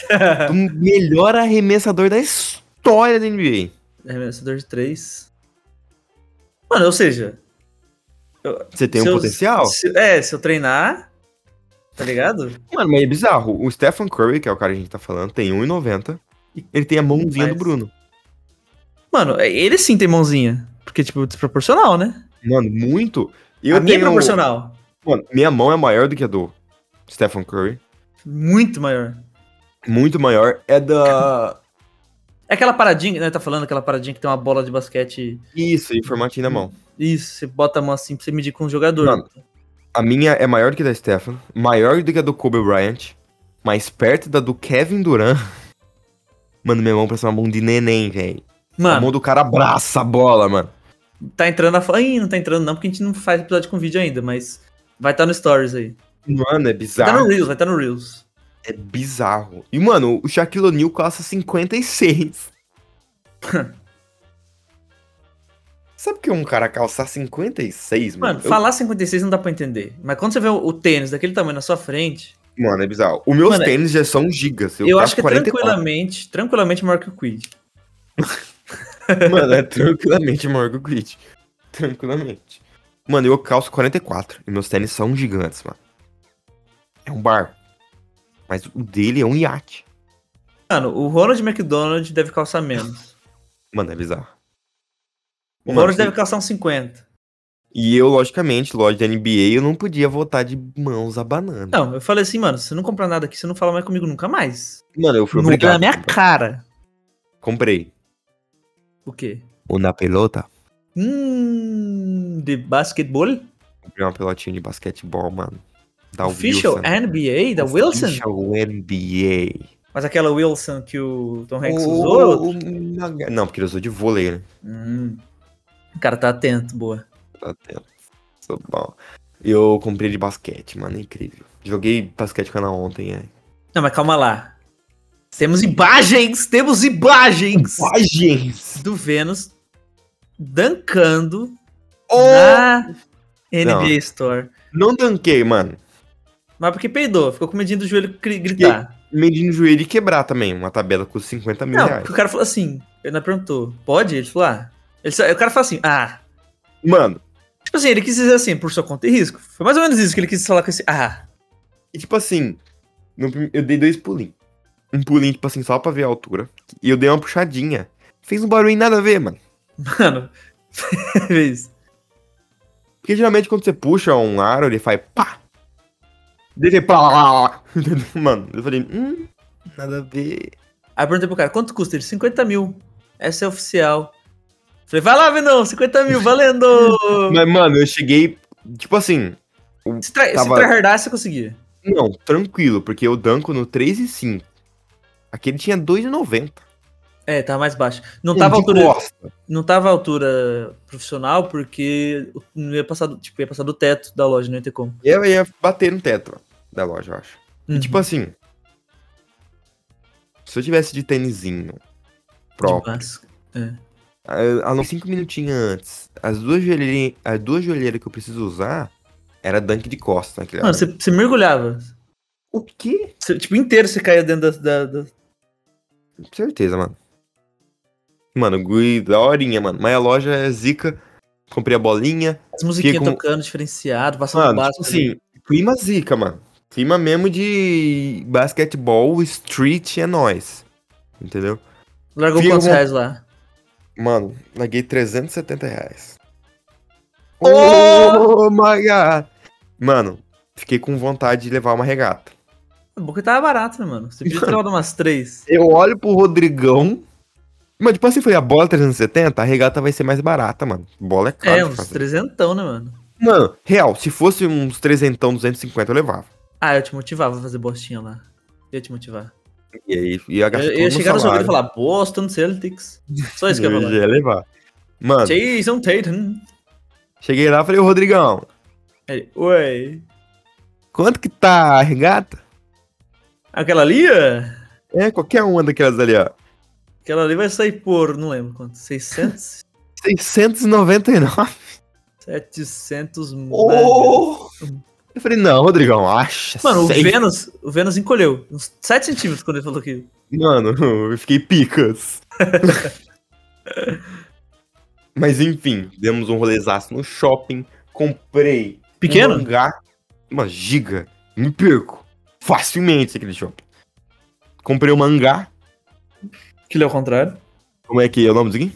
Speaker 2: do melhor arremessador da história da NBA.
Speaker 1: Arremessador de 3. Mano, ou seja,
Speaker 2: Você tem
Speaker 1: Se
Speaker 2: um
Speaker 1: eu-
Speaker 2: potencial?
Speaker 1: se- é, se eu treinar, tá ligado?
Speaker 2: Mano, mas é bizarro. O Stephen Curry, que é o cara que a gente tá falando, tem 1,90. Ele tem a mãozinha
Speaker 1: Mas-
Speaker 2: do Bruno.
Speaker 1: Mano, é- ele sim tem mãozinha. Porque, tipo, desproporcional, né?
Speaker 2: Mano, muito. Eu
Speaker 1: a minha é
Speaker 2: tenho... um
Speaker 1: proporcional.
Speaker 2: Mano, minha mão é maior do que a do Stephen Curry.
Speaker 1: Muito maior.
Speaker 2: Muito maior. É da...
Speaker 1: É aquela paradinha, né? Tá falando aquela paradinha que tem uma bola de basquete.
Speaker 2: Isso, e formatinho na mão.
Speaker 1: Isso, você bota a mão assim pra você medir com o jogador.
Speaker 2: Mano. A minha é maior do que a da Stephen. Maior do que a do Kobe Bryant. Mais perto da do Kevin Durant. Mano, minha mão parece uma mão de neném, velho. A
Speaker 1: Mano,
Speaker 2: mão do cara abraça a bola, mano.
Speaker 1: tá entrando a foto. Ih, não tá entrando não, porque a gente não faz episódio com vídeo ainda, mas vai tá no Stories aí.
Speaker 2: Mano,
Speaker 1: Vai tá
Speaker 2: é
Speaker 1: no
Speaker 2: bizarro.
Speaker 1: Reels, vai tá no Reels.
Speaker 2: É bizarro. E, mano, o Shaquille O'Neal calça 56. Sabe o que é um cara calçar 56, mano?
Speaker 1: Mano,
Speaker 2: Eu-
Speaker 1: falar 56 não dá pra entender. Mas quando você vê o, o tênis daquele tamanho na sua frente,
Speaker 2: Mano, é bizarro. Os meus
Speaker 1: Mano, é-
Speaker 2: tênis já são gigas.
Speaker 1: eu, acho
Speaker 2: calço
Speaker 1: que é
Speaker 2: 44.
Speaker 1: tranquilamente, tranquilamente maior que o Quid.
Speaker 2: Mano, é tranquilamente maior que o Grit. Tranquilamente. Mano, eu calço 44. E meus tênis são gigantes, mano. É um bar. Mas o dele é um iate.
Speaker 1: Mano, o Ronald McDonald deve calçar menos.
Speaker 2: Mano, é bizarro.
Speaker 1: O
Speaker 2: Mano,
Speaker 1: Ronald
Speaker 2: que-
Speaker 1: deve calçar uns 50.
Speaker 2: E eu, logicamente, loja de NBA, eu não podia votar de mãos abanando.
Speaker 1: Não, eu falei assim, mano, se você não comprar nada aqui, você não fala mais comigo nunca mais.
Speaker 2: Mano, eu fui
Speaker 1: Não deu
Speaker 2: obrigado.
Speaker 1: na minha
Speaker 2: a comprar.
Speaker 1: cara.
Speaker 2: Comprei
Speaker 1: O quê?
Speaker 2: uma pelota.
Speaker 1: Hum. De basquetebol?
Speaker 2: Comprei uma pelotinha de basquetebol, mano. Da
Speaker 1: Official
Speaker 2: Wilson.
Speaker 1: NBA da Wilson?
Speaker 2: Tá Official NBA.
Speaker 1: Mas aquela Wilson que o Tom Hanks usou? é outra?
Speaker 2: O- o- Não, porque ele usou de vôlei, né?
Speaker 1: Hum. O cara tá atento, boa.
Speaker 2: Tá atento. Sou bom. Eu comprei de basquete, mano. é Incrível. Joguei basquete com ela ontem, é.
Speaker 1: Não, mas calma lá. Temos imagens! Temos imagens!
Speaker 2: Imagens!
Speaker 1: do Vênus dancando
Speaker 2: Oh!
Speaker 1: na NBA
Speaker 2: Não.
Speaker 1: Store.
Speaker 2: Não tanquei, mano.
Speaker 1: Mas porque peidou, ficou com medinho do joelho cri- gritar.
Speaker 2: Medindo o joelho e quebrar também. Uma tabela com 50 mil
Speaker 1: Não,
Speaker 2: reais.
Speaker 1: porque o cara falou assim, ele ainda perguntou, pode? Ele falou, ah. Ele só- o cara falou assim, ah.
Speaker 2: Mano,
Speaker 1: Tipo assim, ele quis dizer assim, por sua conta e risco. Foi mais ou menos isso que ele quis falar com esse, ah.
Speaker 2: E tipo assim, no prim- eu dei dois pulinhos. Um pulinho, tipo assim, só pra ver a altura. E eu dei uma puxadinha. Fez um barulho nada a ver, mano.
Speaker 1: Mano, fez.
Speaker 2: Porque geralmente quando você puxa um aro, ele faz pá. Dele pá. lá, lá, lá. Entendeu? mano, eu falei, hum, nada a ver.
Speaker 1: Aí eu perguntei pro cara, quanto custa? Ele, 50 mil. Essa é oficial. Falei, vai lá, Venão, 50 mil, valendo!
Speaker 2: Mas, mano, eu cheguei, tipo assim,
Speaker 1: se tra- se
Speaker 2: Tava-
Speaker 1: tryhardar, você conseguia.
Speaker 2: não, tranquilo, porque eu danco no 3 e 5. Aquele tinha 2,90.
Speaker 1: É, tava mais baixo. Não
Speaker 2: Um
Speaker 1: tava
Speaker 2: de
Speaker 1: autorizado.
Speaker 2: costa.
Speaker 1: não tava à altura profissional porque não ia passar do, tipo, ia passar do teto da loja, não ia ter como.
Speaker 2: E eu ia bater no teto da loja, eu acho.
Speaker 1: Uhum.
Speaker 2: E,
Speaker 1: Hum,
Speaker 2: tipo assim. Se eu tivesse de tênisinho próprio,
Speaker 1: Mas-
Speaker 2: a, a não- cinco minutinhos antes, as duas, joelheirinhas, as duas joelheiras que eu preciso usar era dunk de costa naquele
Speaker 1: Mano,
Speaker 2: ano.
Speaker 1: você, você mergulhava.
Speaker 2: O quê?
Speaker 1: Você, tipo, inteiro você caía dentro da. da- da-
Speaker 2: Com certeza, mano. Mano, Gui, da horinha, mano. Mas a loja é zica. Comprei a bolinha.
Speaker 1: as musiquinhas
Speaker 2: Fica um-
Speaker 1: tocando, diferenciado, passando
Speaker 2: Mano,
Speaker 1: básico.
Speaker 2: tipo assim, clima zica, mano. Clima mesmo de basquetebol, street é nóis. Entendeu?
Speaker 1: Largou
Speaker 2: fica
Speaker 1: quantos
Speaker 2: com-
Speaker 1: reais lá?
Speaker 2: Mano, paguei 370 reais.
Speaker 1: Oh!
Speaker 2: oh my god! Mano, fiquei com vontade de levar uma regata.
Speaker 1: A boca tava barata, né, mano? Você podia ter levado umas três.
Speaker 2: Eu olho pro Rodrigão. Mas tipo assim, falei, a bola 370, a regata vai ser mais barata, mano. Bola é cara.
Speaker 1: É, uns trezentão, né, mano?
Speaker 2: Mano, real, se fosse uns trezentão, 250, eu levava.
Speaker 1: Ah, eu te motivava a fazer bostinha lá. Eu ia te motivar.
Speaker 2: E aí ia
Speaker 1: Eu,
Speaker 2: gastar
Speaker 1: eu ia chegar no seu ouvido e falar, Boston Celtics. Só isso que eu ia falar.
Speaker 2: ia levar. Mano,
Speaker 1: Jason Tatum.
Speaker 2: cheguei lá e falei, ô Rodrigão,
Speaker 1: Ele, Oi.
Speaker 2: quanto que tá a regata?
Speaker 1: Aquela ali, ó,
Speaker 2: É, qualquer uma daquelas ali, ó.
Speaker 1: aquela ali vai sair por, não lembro quanto, 600?
Speaker 2: 699.
Speaker 1: 700
Speaker 4: Oh!
Speaker 2: né? Eu falei, não, Rodrigão, acha.
Speaker 1: Mano, o
Speaker 2: seis-
Speaker 1: Vênus, o Vênus encolheu uns 7 centímetros quando ele falou que
Speaker 2: Mano, eu fiquei picas. Mas enfim, demos um rolezaço no shopping. Comprei. Um
Speaker 1: pequeno.
Speaker 2: mangá, uma giga. Me perco. Facilmente aquele shopping. Comprei um mangá.
Speaker 1: Que ele é o contrário.
Speaker 2: Como é que é o nome disso aqui?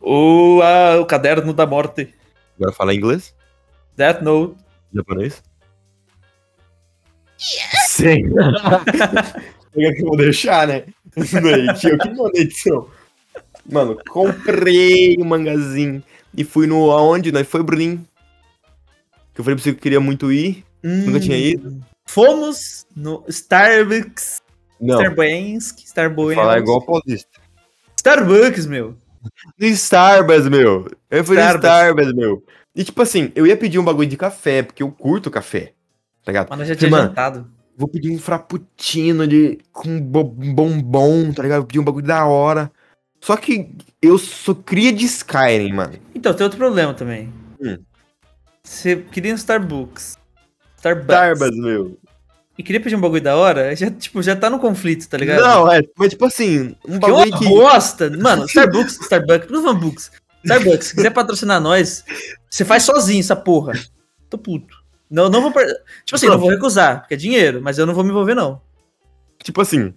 Speaker 1: O, ah, o caderno da morte.
Speaker 2: Agora fala em inglês.
Speaker 1: Death Note.
Speaker 2: Japonês? Sim. Pega que eu vou deixar, né? Isso daí, tio, que conexão. Mano, comprei o mangazinho e fui no aonde? Nós foi Bruninho. Que eu falei pra você que eu queria muito ir. Nunca tinha
Speaker 1: ido. Hum. Fomos no Starbucks,
Speaker 2: Não,
Speaker 1: Starbucks, Starbucks.
Speaker 2: falar igual paulista.
Speaker 1: Starbucks, meu.
Speaker 2: No Starbucks, meu. Eu fui no
Speaker 1: Starbucks.
Speaker 2: Starbucks, meu. E tipo assim, eu ia pedir um bagulho de café, porque eu curto café. Tá ligado?
Speaker 1: Mas nós já tinha
Speaker 2: Mano,
Speaker 1: jantado.
Speaker 2: Vou pedir um frappuccino de com bo- um bombom, tá ligado? Vou pedir um bagulho da hora. Só que eu sou cria de Skyrim, mano.
Speaker 1: Então, tem outro problema também.
Speaker 2: Hum.
Speaker 1: Você queria um Starbucks. Starbucks.
Speaker 2: Tarbas, meu.
Speaker 1: E queria pedir um bagulho da hora, já, tipo, já tá no conflito, tá ligado?
Speaker 2: Não, é, mas tipo assim, um
Speaker 1: Que
Speaker 2: bagulho
Speaker 1: uma
Speaker 2: que.
Speaker 1: bosta! Mano, Starbucks, Starbucks, não Starbucks. Starbucks, se quiser patrocinar nós, você faz sozinho essa porra. Tô puto. Não, não vou. per- Tipo assim, não vou recusar, porque é dinheiro, mas eu não vou me envolver, não.
Speaker 2: Tipo assim,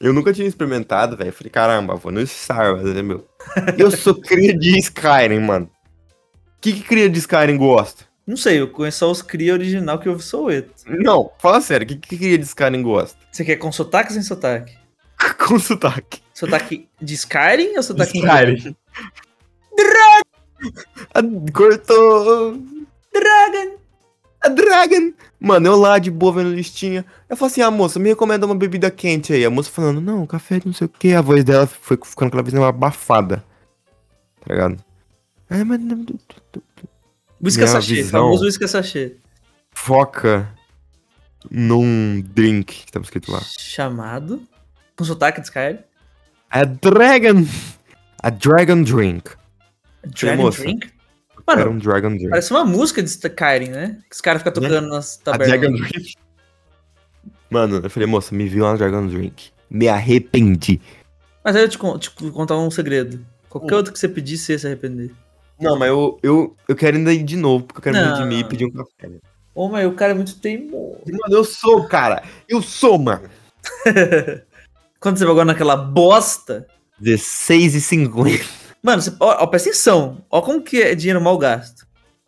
Speaker 2: eu nunca tinha experimentado, velho. Falei, caramba, vou no Starbucks, né, meu? Eu sou cria de Skyrim, mano. O que, que cria de Skyrim gosta?
Speaker 1: Não sei, eu conheço só os cria original que eu sou o
Speaker 2: Não, fala sério, o que, que cria de Skyrim gosta?
Speaker 1: Você quer com sotaque ou sem sotaque?
Speaker 2: Com sotaque.
Speaker 1: Sotaque de Skyrim ou sotaque
Speaker 2: Skyrim. Dragon! Cortou!
Speaker 1: Dragon!
Speaker 2: A Dragon! Mano, eu lá de boa vendo listinha. Eu falei assim, ah, moça, me recomenda uma bebida quente aí. A moça falando, não, café de não sei o que. A voz dela foi ficando cada vez mais abafada. Tá ligado? Ai, mas não-
Speaker 1: Whisky
Speaker 2: Minha
Speaker 1: sachê,
Speaker 2: visão.
Speaker 1: famoso whisky sachê.
Speaker 2: foca num drink que tava escrito lá.
Speaker 1: Chamado. Com sotaque de Skyrim.
Speaker 2: A É Dragon! A Dragon Drink.
Speaker 1: Dragon
Speaker 2: Tipo moça.
Speaker 1: Drink. Mano,
Speaker 2: Era um Dragon Drink.
Speaker 1: Parece uma música de Skyrim, né? Que os caras ficam tocando nas
Speaker 2: A
Speaker 1: tabernas.
Speaker 2: Dragon Drink. Mano, eu falei, moça, me viu uma Dragon Drink. Me arrependi.
Speaker 1: Mas aí eu te, con- te contar um segredo.
Speaker 2: Hum.
Speaker 1: Qualquer outro que você pedir, você ia se arrepender.
Speaker 2: Não, mas eu, eu, eu quero ainda ir de novo, porque eu quero
Speaker 1: Não.
Speaker 2: me redimir e pedir um café. né?
Speaker 1: Ô, mas o cara é muito teimoso.
Speaker 2: Mano, eu sou, cara. Eu sou, mano.
Speaker 1: Quando você vai agora naquela bosta...
Speaker 2: 16 e 50.
Speaker 1: Mano, você, ó, ó, presta atenção. Ó como que é dinheiro mal gasto.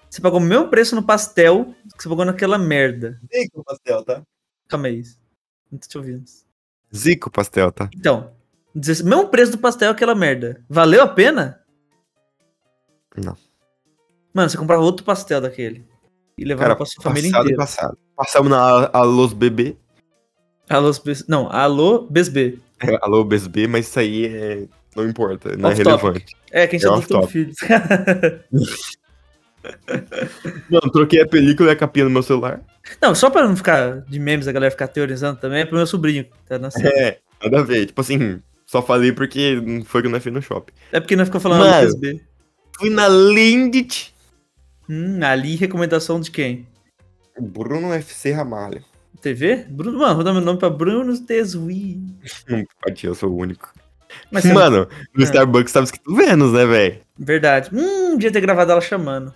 Speaker 1: Você pagou o mesmo preço no pastel que você pagou naquela merda.
Speaker 2: Zico pastel, tá?
Speaker 1: Calma aí. Não tô te ouvindo.
Speaker 2: Zico pastel, tá?
Speaker 1: Então, dezesse- mesmo preço do pastel é aquela merda. Valeu a pena?
Speaker 2: Não.
Speaker 1: Mano, você comprava outro pastel daquele. E levava
Speaker 2: Cara,
Speaker 1: pra sua família
Speaker 2: Passado e
Speaker 1: inteira.
Speaker 2: passado. Passamos na Alôs Bebê.
Speaker 1: Alô, Bes- não, alô, Besbê.
Speaker 2: É, Alô BSB, mas isso aí é... não importa, não é
Speaker 1: Off topic.
Speaker 2: relevante.
Speaker 1: É, quem
Speaker 2: É
Speaker 1: já
Speaker 2: off
Speaker 1: tem
Speaker 2: top.
Speaker 1: filho.
Speaker 2: Mano, troquei a película e a capinha no meu celular.
Speaker 1: não, só pra não ficar de memes, a galera ficar teorizando também, é pro meu sobrinho. que Tá nascendo.
Speaker 2: É, nada a ver. Tipo assim, só falei porque não foi que eu não fiz no shopping.
Speaker 1: É porque não ficou falando
Speaker 2: Mano.
Speaker 1: alô, Besbê.
Speaker 2: Fui na Lindt.
Speaker 1: Hum, ali, recomendação de quem?
Speaker 2: Bruno FC Ramalho.
Speaker 1: TV? Bruno, mano, vou dar meu nome pra Bruno Tesui.
Speaker 2: Não pode, eu sou o único.
Speaker 1: Mas, você-
Speaker 2: Mano, no
Speaker 1: Ah.
Speaker 2: Starbucks tava escrito Vênus, né, velho?
Speaker 1: verdade. Hum, devia ter gravado ela chamando.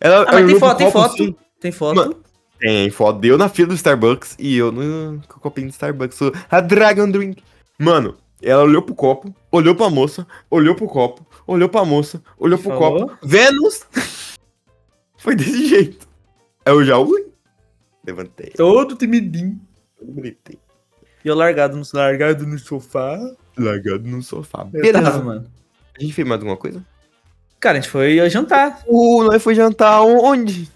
Speaker 2: Ela,
Speaker 1: Ah, mas
Speaker 2: eu
Speaker 1: tem
Speaker 2: no
Speaker 1: foto, tem
Speaker 2: copo,
Speaker 1: foto.
Speaker 2: assim,
Speaker 1: Tem foto.
Speaker 2: Mano. Tem foto. Deu na fila do Starbucks e eu no com o copinho do Starbucks. o- A Dragon Drink. Mano, Ela olhou pro copo, olhou pra moça, olhou pro copo, olhou pra moça, olhou pro
Speaker 1: Falou?
Speaker 2: copo. Vênus! Foi desse jeito. Aí eu já. Ui! Levantei.
Speaker 1: Todo temidinho.
Speaker 2: Gritei.
Speaker 1: E eu largado no, largado no sofá.
Speaker 2: Largado no sofá.
Speaker 1: Eu tava,
Speaker 2: Beleza.
Speaker 1: mano.
Speaker 2: A gente fez mais alguma coisa?
Speaker 1: Cara, a gente foi jantar.
Speaker 2: Uh, nós foi jantar onde?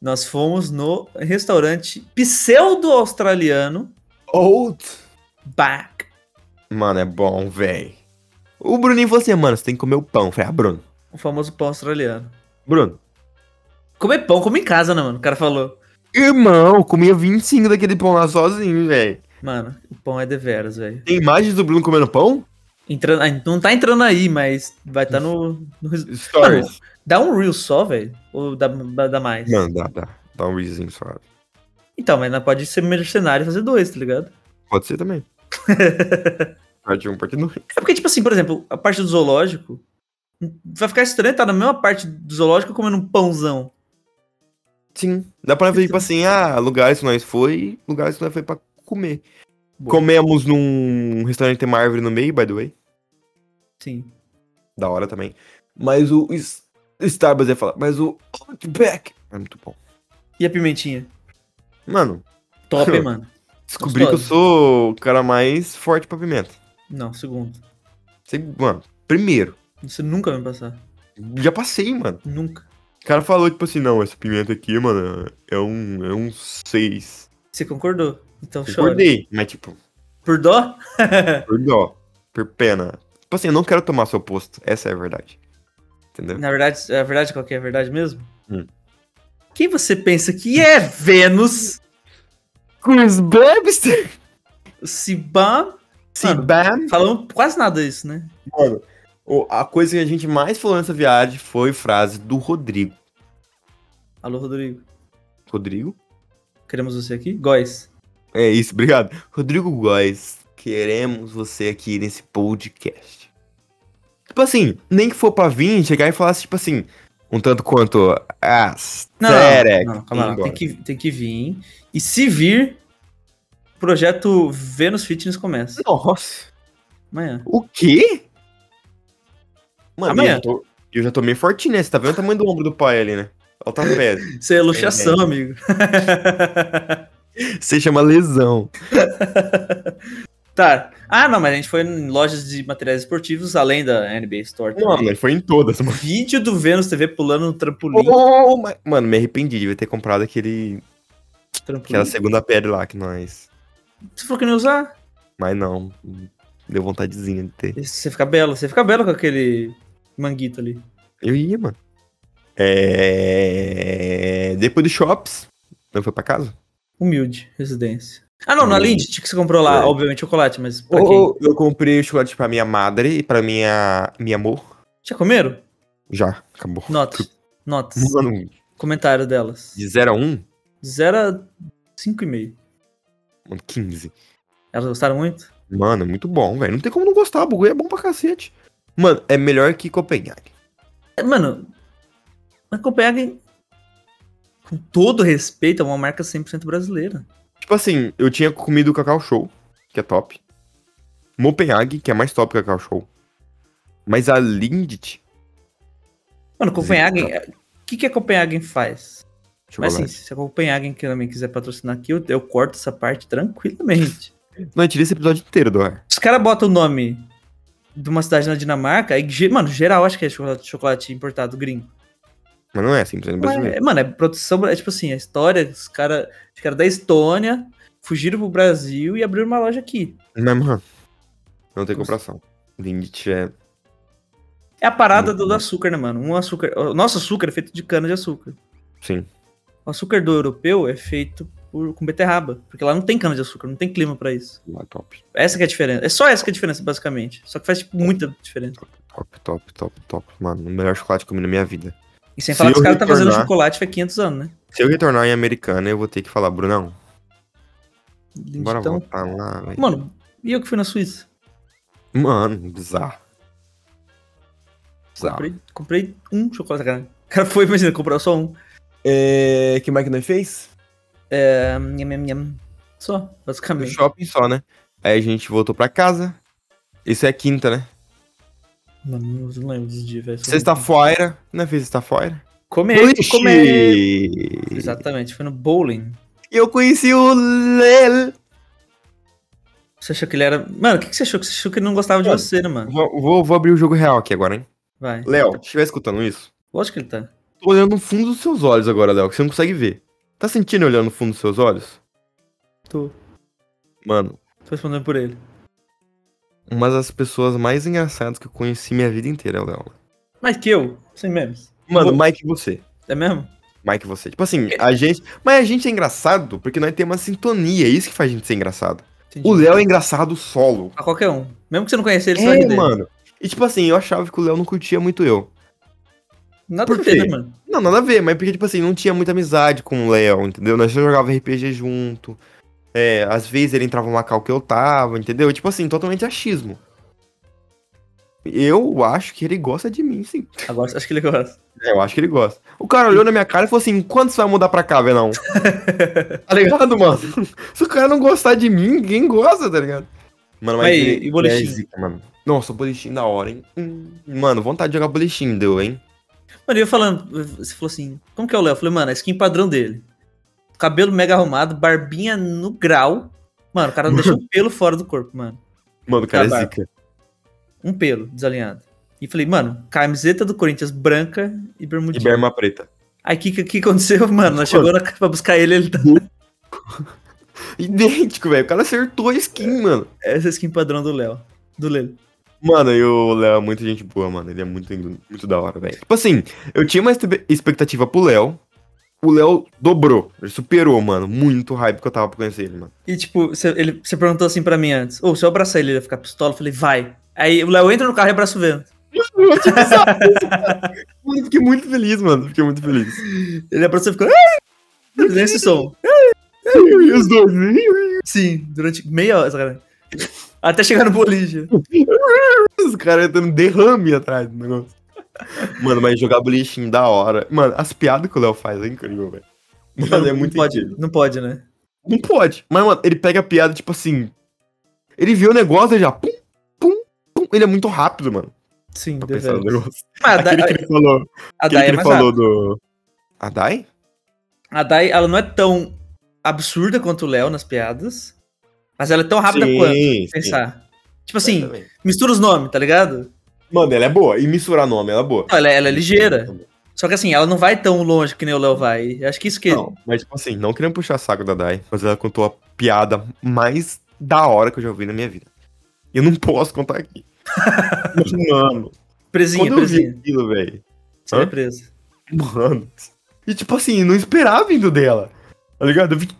Speaker 1: Nós fomos no restaurante pseudo-australiano
Speaker 2: Old.
Speaker 1: Back.
Speaker 2: Mano, é bom, véi. O Bruninho falou assim, mano, você tem que comer o pão. Eu falei, ah, Bruno.
Speaker 1: O famoso pão australiano.
Speaker 2: Bruno.
Speaker 1: Comer pão, come em casa, né, mano? O cara falou.
Speaker 2: Irmão, eu comia 25 daquele pão lá sozinho, velho.
Speaker 1: Mano, o pão é deveras, velho.
Speaker 2: Tem imagens do Bruno comendo pão?
Speaker 1: Entrando, ah, não tá entrando aí, mas vai tá no. no res-
Speaker 2: Stories.
Speaker 1: dá um reel só, velho? Ou dá, dá dá mais?
Speaker 2: Não, dá, dá. Dá um reason só.
Speaker 1: Então, mas não pode ser mercenário e fazer dois, tá ligado?
Speaker 2: Pode ser também. parte 1, parte 2.
Speaker 1: É porque, tipo assim, por exemplo, a parte do zoológico. Vai ficar estranho tá na mesma parte do zoológico comendo um pãozão.
Speaker 2: Sim. Dá pra ver, tipo assim, ah, lugares que nós foi, lugares que nós foi pra comer. Comemos num restaurante que tem uma árvore no meio, by the way.
Speaker 1: Sim.
Speaker 2: Da hora também. Mas o S- Starbucks ia falar, mas o Outback é muito bom.
Speaker 1: E a pimentinha?
Speaker 2: Mano,
Speaker 1: Top, hein, mano.
Speaker 2: descobri que eu
Speaker 1: Gostosa.
Speaker 2: sou o cara mais forte pra pimenta.
Speaker 1: Não, segundo.
Speaker 2: Sei- Mano, primeiro,
Speaker 1: Isso nunca vai me passar.
Speaker 2: já passei, mano.
Speaker 1: Nunca.
Speaker 2: O cara falou, tipo assim, não, essa pimenta aqui, mano, é um, é um 6.
Speaker 1: Você concordou. Então chora.
Speaker 2: Concordei, mas tipo,
Speaker 1: Por dó?
Speaker 2: Por dó. Por pena. Tipo assim, eu não quero tomar seu posto. Essa é a verdade. Entendeu?
Speaker 1: Na verdade, a verdade qual que é a verdade mesmo?
Speaker 2: Hum.
Speaker 1: Quem você pensa que é Vênus?
Speaker 2: Chris Webster!
Speaker 1: Siban?
Speaker 2: Sibam!
Speaker 1: Falamos quase nada isso, né?
Speaker 2: Mano, o- a coisa que a gente mais falou nessa viagem foi frase do Rodrigo.
Speaker 1: Alô, Rodrigo.
Speaker 2: Rodrigo?
Speaker 1: Queremos você aqui? Góis.
Speaker 2: É isso, obrigado. Rodrigo Góes, queremos você aqui nesse podcast. Tipo assim, nem que for pra vir, chegar e falar assim, tipo assim, um tanto quanto. Ah, é
Speaker 1: Não,
Speaker 2: Serec,
Speaker 1: não, não, calma lá.
Speaker 2: vambora.
Speaker 1: Tem que, tem que vir. E se vir, o projeto Vênus Fitness começa.
Speaker 2: Nossa!
Speaker 1: Amanhã.
Speaker 2: O quê? Mano,
Speaker 1: Amanhã.
Speaker 2: Eu, já tô, eu já tô meio fortinho, né? Você tá vendo o tamanho do ombro do pai ali, né? Ela tá pés.
Speaker 1: Isso é luxação, amigo.
Speaker 2: Você chama lesão.
Speaker 1: Tá. Ah, não, mas a gente foi em lojas de materiais esportivos, além da NBA Store.
Speaker 2: Mano,
Speaker 1: também.
Speaker 2: ele foi em todas, mano.
Speaker 1: Vídeo do Vênus TV pulando no trampolim.
Speaker 2: Oh, ma- mano, me arrependi de ter comprado aquele,
Speaker 1: trampolim.
Speaker 2: aquela segunda pele lá que nós.
Speaker 1: Você falou que não ia usar?
Speaker 2: Mas não. Deu vontadezinha de ter.
Speaker 1: Você fica belo, você fica belo com aquele manguito ali.
Speaker 2: Eu ia, mano. É. Depois do Shops. Não foi pra casa?
Speaker 1: Humilde, residência. Ah, não, na Lindt, que você comprou lá,
Speaker 2: É.
Speaker 1: obviamente, chocolate, mas pra quem?
Speaker 2: Ou eu comprei o chocolate pra minha madre e pra minha. Minha amor.
Speaker 1: Já comeram?
Speaker 2: Já, acabou.
Speaker 1: Notas. Notas.
Speaker 2: Mano,
Speaker 1: Comentário delas.
Speaker 2: de 0 a 1, um,
Speaker 1: 0 a 5,5.
Speaker 2: mano, 15.
Speaker 1: Elas gostaram muito?
Speaker 2: Mano, é muito bom, velho. Não tem como não gostar. O bagulho é bom pra cacete. Mano, é melhor que Copenhague.
Speaker 1: É, Mano, mas Copenhagen, com todo respeito, é uma marca 100% brasileira.
Speaker 2: Tipo assim, eu tinha comido o Cacau Show, que é top. Mopenhague, que é mais top que o Cacau Show. Mas a Lindt.
Speaker 1: Mano, Copenhagen, é- o que, que a Copenhagen faz? Mas assim,
Speaker 2: Chocolate.
Speaker 1: se a Copenhagen que também quiser patrocinar aqui, eu, eu corto essa parte tranquilamente.
Speaker 2: Não, eu tirei esse episódio inteiro do ar.
Speaker 1: Os caras botam o nome de uma cidade na Dinamarca, aí, ge- mano, geral acho que é chocolate, chocolate importado gringo.
Speaker 2: Mas não é assim, precisa brasileiro.
Speaker 1: É, mano, é produção, é tipo assim, a história, os caras cara da Estônia fugiram pro Brasil e abriram uma loja aqui.
Speaker 2: Mas, mano, não tem comparação. Lindt é.
Speaker 1: É a parada
Speaker 2: Muito
Speaker 1: do, do
Speaker 2: bom.
Speaker 1: açúcar, né, mano? Um açúcar. O nosso açúcar é feito de cana de açúcar.
Speaker 2: Sim.
Speaker 1: O açúcar do europeu é feito por- com beterraba. Porque lá não tem cana de açúcar, não tem clima pra isso.
Speaker 2: lá, Ah, Top,
Speaker 1: Essa que é a diferença. É só essa que é a diferença, basicamente. Só que faz, tipo, muita diferença.
Speaker 2: top, top, top, top. Mano, o melhor chocolate que eu comi na minha vida.
Speaker 1: E sem
Speaker 2: Se
Speaker 1: falar que
Speaker 2: eu
Speaker 1: os caras estão fazendo
Speaker 2: retornar-
Speaker 1: chocolate faz 500 anos, né?
Speaker 2: Se eu retornar em americana, eu vou ter que falar, Brunão, bora
Speaker 1: então,
Speaker 2: voltar lá, velho.
Speaker 1: mano, e eu que fui na Suíça?
Speaker 2: Mano, bizarro. Bizarro. Tá.
Speaker 1: Comprei, comprei um chocolate, cara. O cara foi, imagina, comprar só um.
Speaker 2: É, que mais que nós fez?
Speaker 1: Ah, Nham, nham, nham. Só,
Speaker 2: No
Speaker 1: basicamente.
Speaker 2: shopping só, né? Aí a gente voltou pra casa. Isso é quinta, né?
Speaker 1: Não, não lembro dos dias, velho.
Speaker 2: Sexta-feira. Não é sexta-feira?
Speaker 1: Comer,
Speaker 2: Ixi!
Speaker 1: comer. Exatamente, foi no bowling.
Speaker 2: Eu conheci o Lel.
Speaker 1: Você achou que ele era. Mano, o que, que você achou? Você achou que ele não gostava de
Speaker 2: Mano.
Speaker 1: você, né, mano?
Speaker 2: Vou, vou- vou abrir o jogo real aqui agora, hein?
Speaker 1: Vai.
Speaker 2: Léo, se estiver escutando isso,
Speaker 1: Lógico que ele tá.
Speaker 2: tô olhando no fundo dos seus olhos agora, Léo, que você não consegue ver. Tá sentindo eu olhando no fundo dos seus olhos?
Speaker 1: Tô.
Speaker 2: Mano,
Speaker 1: Tô respondendo por ele.
Speaker 2: uma das pessoas mais engraçadas que eu conheci minha vida inteira, é o Léo.
Speaker 1: Mas que eu, sem memes.
Speaker 2: Mano,
Speaker 1: Vou-
Speaker 2: Mike e você.
Speaker 1: É mesmo?
Speaker 2: Mike e você. Tipo assim, a gente. Mas a gente é engraçado porque nós temos uma sintonia. É isso que faz a gente ser engraçado.
Speaker 1: Entendi.
Speaker 2: O Léo é engraçado solo.
Speaker 1: A qualquer um. Mesmo que você não conheça ele, você vai rir
Speaker 2: É,
Speaker 1: dele.
Speaker 2: mano. E tipo assim, eu achava que o Léo não curtia muito eu.
Speaker 1: Nada
Speaker 2: Por
Speaker 1: a ver,
Speaker 2: quê?
Speaker 1: né, mano?
Speaker 2: Não, nada a ver, mas porque, tipo assim, não tinha muita amizade com o Léo, entendeu? Nós só jogava RPG junto. É, às vezes ele entrava no local que eu tava, entendeu? Tipo assim, totalmente achismo. Eu acho que ele gosta de mim, sim.
Speaker 1: Agora acho que ele gosta.
Speaker 2: É, eu acho que ele gosta. O cara olhou na minha cara e falou assim: quando você vai mudar pra cá, Venão? tá ligado, mano? Se o cara não gostar de mim, ninguém gosta, tá ligado? Mano,
Speaker 1: Mas e-
Speaker 2: ele-
Speaker 1: e boletim?
Speaker 2: ele é zica, mano. Nossa, boletim da hora, hein? Hum, Mano, vontade de jogar boletim deu, hein?
Speaker 1: Mano, e eu falando, você falou assim, como que é o Léo? Eu falei, mano, a skin padrão dele. Cabelo mega arrumado, barbinha no grau. Mano, o cara não deixou um pelo fora do corpo, mano.
Speaker 2: Mano, o cara é
Speaker 1: Acabar.
Speaker 2: zica.
Speaker 1: Um pelo, desalinhado. E falei, mano, camiseta do Corinthians branca e
Speaker 2: E
Speaker 1: bermudinha.
Speaker 2: berma preta.
Speaker 1: Aí o que, que, que aconteceu, mano? Nós chegou na, pra buscar ele, ele tá...
Speaker 2: Idêntico, velho. O cara acertou a skin, mano.
Speaker 1: Essa é a skin padrão do Léo. Do Lelo.
Speaker 2: Mano, e o Léo é muito gente boa, mano. Ele é muito, muito da hora, velho. Tipo assim, eu tinha uma expe- expectativa pro Léo. O Léo dobrou. Ele superou, mano. Muito hype que eu tava pra conhecer ele, mano.
Speaker 1: E tipo, você ele- você perguntou assim pra mim antes, ou se eu abraçar ele, ele vai ficar pistola? Eu falei, vai. Aí o Léo entra no carro e abraça o vento.
Speaker 2: Eu tive essa- Mano, fiquei muito feliz, mano. Fiquei muito feliz.
Speaker 1: Ele é abraçou e ficou... "Ah!" Nesse som.
Speaker 2: E os dois.
Speaker 1: Sim, durante meia hora, cara. Até chegar no boliche.
Speaker 2: Os caras dando derrame atrás do negócio. Mano, mas jogar bolichinho da hora. Mano, as piadas que o Léo faz é incrível, velho. Mano, é muito
Speaker 1: não pode,
Speaker 2: incrível.
Speaker 1: não pode, né?
Speaker 2: Não pode. Mas, mano, ele pega a piada, tipo assim. Ele viu o negócio ele já. Pum, pum, pum. Ele é muito rápido, mano.
Speaker 1: Sim,
Speaker 2: Pra
Speaker 1: deve.
Speaker 2: pensar no negócio.
Speaker 1: Mas a, Dai,
Speaker 2: Tá Aquele que ele falou.
Speaker 1: a
Speaker 2: Aquele
Speaker 1: Dai
Speaker 2: que
Speaker 1: é
Speaker 2: ele
Speaker 1: mais
Speaker 2: falou
Speaker 1: rápida.
Speaker 2: do. A Dai?
Speaker 1: A Dai, ela não é tão absurda quanto o Léo nas piadas, mas ela é tão rápida quanto,
Speaker 2: sim.
Speaker 1: pensar. Tipo assim,
Speaker 2: Exatamente.
Speaker 1: mistura os nomes, tá ligado?
Speaker 2: Mano, ela é boa. E misturar nome, ela é boa.
Speaker 1: Não, Ela, ela é ligeira. Só que assim, ela não vai tão longe que nem o Léo vai. Eu Acho que isso que...
Speaker 2: Não, mas tipo assim, não querendo puxar saco da Dai, mas ela contou a piada mais da hora que eu já ouvi na minha vida. E eu não posso contar aqui. Mas, mano,
Speaker 1: Presinha,
Speaker 2: quando eu vi
Speaker 1: presinha.
Speaker 2: aquilo, velho.
Speaker 1: Você é
Speaker 2: Hã?
Speaker 1: presa.
Speaker 2: Mano. E tipo assim, não esperava vindo dela. Tá ligado? Eu fiquei,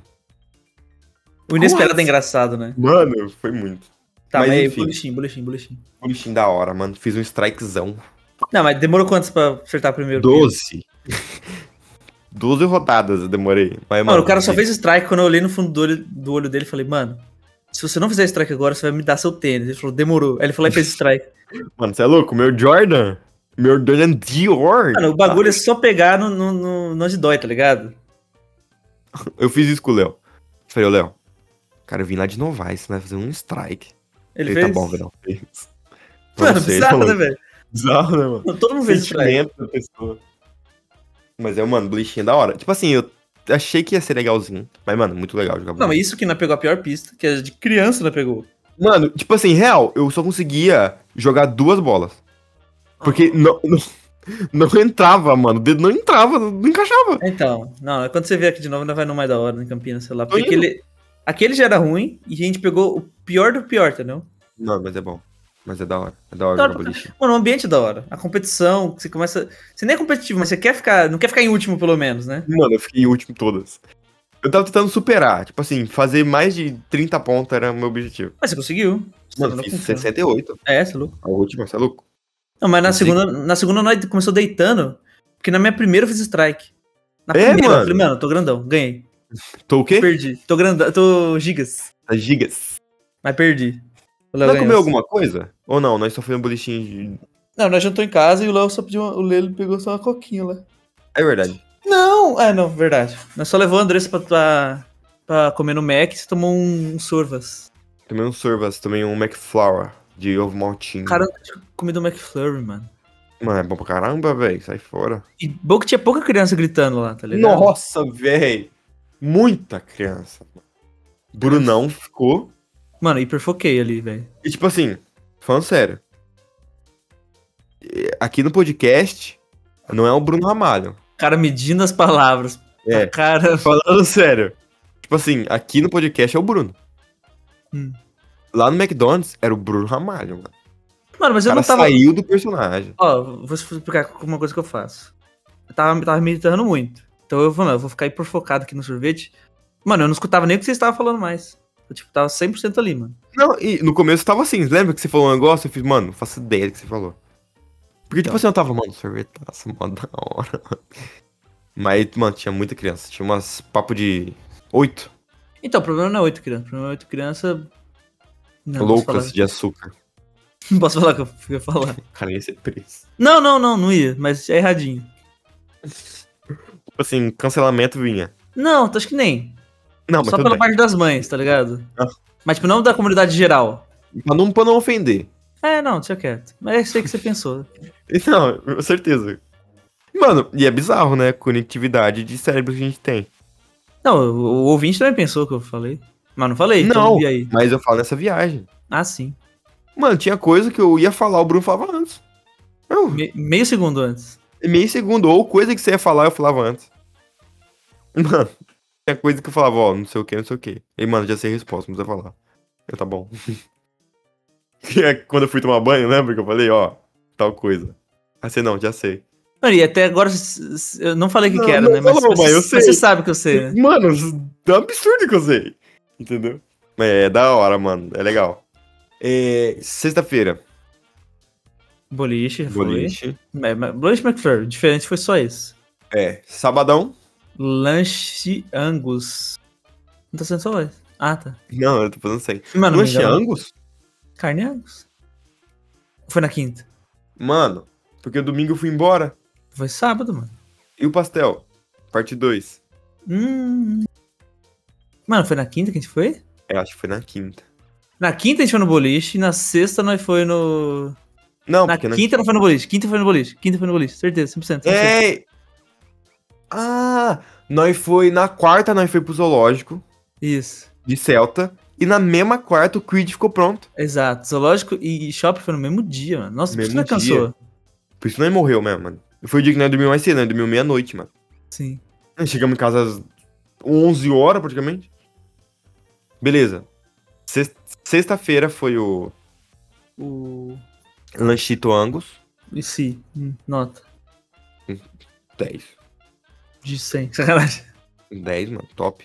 Speaker 1: O inesperado
Speaker 2: assim?
Speaker 1: é engraçado, né?
Speaker 2: Mano, foi muito.
Speaker 1: Tá,
Speaker 2: Mas
Speaker 1: mas, aí,
Speaker 2: enfim.
Speaker 1: boletim, boletim, boletim.
Speaker 2: Bonitinho um da hora, mano. Fiz um strikezão.
Speaker 1: Não, mas demorou quantos pra acertar primeiro?
Speaker 2: Doze. Doze rodadas eu demorei. Mas, é
Speaker 1: Mano, o cara só fez strike quando eu olhei no fundo do olho, do olho dele e falei, mano, se você não fizer strike agora, você vai me dar seu tênis. Ele falou, demorou. Aí ele falou e fez strike.
Speaker 2: Mano, você é louco? Meu Jordan? Meu Jordan Dior.
Speaker 1: Mano, o bagulho é só pegar no, no, no, no onde dói, tá ligado?
Speaker 2: Ah, Eu fiz isso com o Léo. Falei, ô Léo, cara, eu vim lá de Novaes, você vai fazer um strike.
Speaker 1: Ele fez.
Speaker 2: Tá bom, Verão. fez.
Speaker 1: Mano,
Speaker 2: Não sei,
Speaker 1: bizarro,
Speaker 2: falou.
Speaker 1: né, velho?
Speaker 2: Bizarro, né, mano?
Speaker 1: Mano, Todo mundo fez strike.
Speaker 2: Sentimento da pessoa. Mas é, mano, blichinho é da hora. Tipo assim, eu achei que ia ser legalzinho. Mas, mano, muito legal jogar
Speaker 1: Não,
Speaker 2: bola.
Speaker 1: mas isso que não pegou a pior pista, que é de criança não pegou.
Speaker 2: Mano, tipo assim, real, eu só conseguia jogar duas bolas.
Speaker 1: Ah.
Speaker 2: Porque não, não, não entrava, mano. O dedo não entrava, não, não encaixava.
Speaker 1: Então, não, quando você vier aqui de novo, ainda vai no mais da hora, em Campinas, sei lá. Porque
Speaker 2: Tô indo.
Speaker 1: aquele, aquele já era ruim e a gente pegou o pior do pior, entendeu?
Speaker 2: Não, mas é bom. Mas é da hora. É da hora
Speaker 1: Da hora
Speaker 2: jogar
Speaker 1: pra
Speaker 2: boliche.
Speaker 1: Mano, o ambiente é da hora. A competição, você começa. Você nem é competitivo, mas você quer ficar. Não quer ficar em último, pelo menos, né?
Speaker 2: Mano, eu fiquei em último em todas. Eu tava tentando superar. Tipo assim, fazer mais de 30 pontos era meu objetivo.
Speaker 1: Mas você conseguiu. Você
Speaker 2: Mano,
Speaker 1: não
Speaker 2: fiz
Speaker 1: conseguiu.
Speaker 2: 68.
Speaker 1: É, você é louco.
Speaker 2: A última, você é louco?
Speaker 1: Não, mas na
Speaker 2: Consegui.
Speaker 1: segunda, na segunda nós começou deitando, porque na minha primeira eu fiz strike. Na
Speaker 2: É,
Speaker 1: primeira,
Speaker 2: mano.
Speaker 1: eu falei, mano, tô grandão, ganhei.
Speaker 2: Tô o quê?
Speaker 1: Perdi. Tô grandão, tô gigas.
Speaker 2: As gigas.
Speaker 1: Mas perdi. O Léo
Speaker 2: Não
Speaker 1: ganhou.
Speaker 2: comeu alguma coisa? Ou não? Nós só fomos um bolichinho de...
Speaker 1: Não, nós jantou em casa e o Léo só pediu. uma- O Lelo pegou só uma coquinha lá.
Speaker 2: É verdade.
Speaker 1: Não! É, não, verdade. Nós só levou a Andressa pra, pra, pra comer no Mac e você tomou um, um sorvas.
Speaker 2: Tomei um sorvas, tomei um McFlower. de ovo maltinho.
Speaker 1: Cara, eu nunca tinha comido McFlurry, mano.
Speaker 2: Mano, é bom pra caramba, velho. Sai fora.
Speaker 1: E bom que tinha pouca criança gritando lá, tá ligado?
Speaker 2: Nossa, velho. Muita criança. mano. Brunão ficou.
Speaker 1: Mano, hiperfoquei ali, velho.
Speaker 2: E tipo assim, falando sério. eh, Aqui no podcast, não é o Bruno Ramalho.
Speaker 1: Cara medindo as palavras.
Speaker 2: É.
Speaker 1: Cara,
Speaker 2: Falando sério. Tipo assim, aqui no podcast é o Bruno.
Speaker 1: Hum.
Speaker 2: Lá no McDonald's era o Bruno Ramalho. Mano.
Speaker 1: mano, mas
Speaker 2: O
Speaker 1: eu
Speaker 2: cara
Speaker 1: não tava.
Speaker 2: saiu do personagem.
Speaker 1: Ó, vou explicar como uma coisa que eu faço. Eu tava, tava me irritando muito. Então eu falei, eu vou ficar hiperfocado aqui no sorvete. Mano, eu não escutava nem o que vocês estavam falando mais. Eu, tipo, tava 100% ali, mano.
Speaker 2: Não, e no começo tava assim. Lembra que você falou um negócio? Eu fiz, mano, não faço ideia do que você falou. Porque, tipo
Speaker 1: Então.
Speaker 2: assim, eu tava, mano, sorvetaço, mó da hora. Mas, mano, tinha muita criança. Tinha umas papo de oito
Speaker 1: Então, o problema não é oito crianças. O problema é oito crianças. Não, não posso
Speaker 2: loucas
Speaker 1: falar.
Speaker 2: de açúcar.
Speaker 1: Não posso falar o que eu fui falar.
Speaker 2: Cara, ia ser preso.
Speaker 1: Não, não, não, não ia, mas é erradinho.
Speaker 2: Tipo assim, cancelamento vinha.
Speaker 1: Não, acho que nem.
Speaker 2: Não, mas
Speaker 1: Só
Speaker 2: tudo
Speaker 1: pela
Speaker 2: bem.
Speaker 1: parte das mães, tá ligado?
Speaker 2: Ah.
Speaker 1: Mas, tipo, não da comunidade geral.
Speaker 2: Pra não, pra não ofender.
Speaker 1: É, não, deixa quieto. Mas eu sei o que você pensou.
Speaker 2: Não, com certeza. Mano, e é bizarro, né? a Conectividade de cérebro que a gente tem.
Speaker 1: Não, o, o ouvinte também pensou o que eu falei. Mas não falei,
Speaker 2: não,
Speaker 1: então e aí?
Speaker 2: mas eu falo nessa viagem.
Speaker 1: Ah, sim.
Speaker 2: Mano, tinha coisa que eu ia falar, o Bruno falava antes. Eu,
Speaker 1: Me- meio segundo antes.
Speaker 2: meio segundo, ou coisa que você ia falar, eu falava antes. Mano, tinha coisa que eu falava, ó, não sei o que, não sei o que. E, mano, já sei a resposta, não precisa falar. Eu, tá bom. E aí, Quando eu fui tomar banho, lembra que eu falei, ó, tal coisa. Aí você, não, já sei.
Speaker 1: Mano, e até agora s- s- eu não falei o que,
Speaker 2: Não,
Speaker 1: que era,
Speaker 2: não
Speaker 1: né? Mas,
Speaker 2: falou, mas eu sei.
Speaker 1: você sabe que eu sei, né?
Speaker 2: Mano, é um absurdo que eu sei. Entendeu? Mas é da hora, mano. É legal. É, Sexta-feira.
Speaker 1: Boliche, já falei.
Speaker 2: Boliche.
Speaker 1: Mas- mas- Boliche McFlurry, diferente foi só esse.
Speaker 2: É. Sabadão.
Speaker 1: Lanche Angus. Não tá sendo só esse. Ah, tá.
Speaker 2: Não, eu tô fazendo sem.
Speaker 1: Mano, me
Speaker 2: Lanche
Speaker 1: engano.
Speaker 2: Angus?
Speaker 1: Carne Angus. Foi na quinta.
Speaker 2: Mano, porque domingo eu fui embora.
Speaker 1: Foi sábado, mano.
Speaker 2: E o pastel? Parte 2.
Speaker 1: Hum. Mano, foi na quinta que a gente foi?
Speaker 2: É, acho que foi na quinta.
Speaker 1: Na quinta a gente foi no boliche, na sexta nós foi no.
Speaker 2: Não,
Speaker 1: Na
Speaker 2: porque na
Speaker 1: quinta não foi no boliche, quinta foi no boliche, quinta foi no boliche, certeza, 100%. 100%.
Speaker 2: É! Ah! Nós foi na quarta, nós foi pro zoológico
Speaker 1: Isso,
Speaker 2: de Celta. E na mesma quarta o Creed ficou pronto.
Speaker 1: exato. Zoológico e shopping foi no mesmo dia, mano. Nossa, por isso
Speaker 2: Mesmo
Speaker 1: que cansou.
Speaker 2: Por isso nós morreu mesmo, mano. Foi o dia que nós dormimos mais cedo, nós dormimos meia-noite, mano.
Speaker 1: Sim.
Speaker 2: Nós Chegamos em casa às 11 horas, praticamente. Beleza. Sex- Sexta-feira foi o
Speaker 1: O.
Speaker 2: Lanchito Angus.
Speaker 1: E se? Hum, nota.
Speaker 2: 10.
Speaker 1: De 100. Sacanagem.
Speaker 2: 10, mano. Top.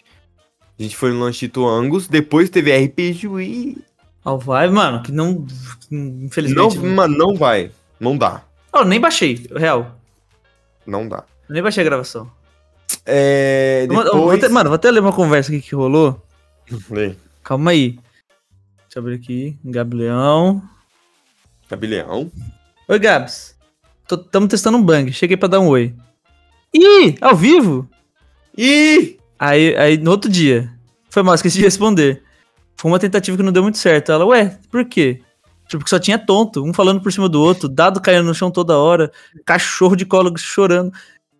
Speaker 2: A gente foi no Lanchito Angus. Depois teve RPG.
Speaker 1: Ao vibe, mano, que não.
Speaker 2: Não,
Speaker 1: Infelizmente. né? Não,
Speaker 2: mano, não vai. Não dá.
Speaker 1: eu nem baixei, real.
Speaker 2: Não dá.
Speaker 1: Eu nem baixei a gravação.
Speaker 2: É.
Speaker 1: Eu vou- eu vou
Speaker 2: Depois...
Speaker 1: até- mano, vou até ler uma conversa aqui que rolou.
Speaker 2: Lê.
Speaker 1: Calma aí. Deixa eu abrir aqui. Gabi Leão.
Speaker 2: Gabilhão.
Speaker 1: Oi, Gabs. Tô- Tamo testando um bang. Cheguei pra dar um oi. Ih, ao vivo?
Speaker 2: Ih!
Speaker 1: Aí, aí no outro dia. Foi mal, esqueci de responder. Foi uma tentativa que não deu muito certo. Ela, ué, por quê? Tipo, que só tinha tonto, um falando por cima do outro, dado caindo no chão toda hora, cachorro de colo chorando.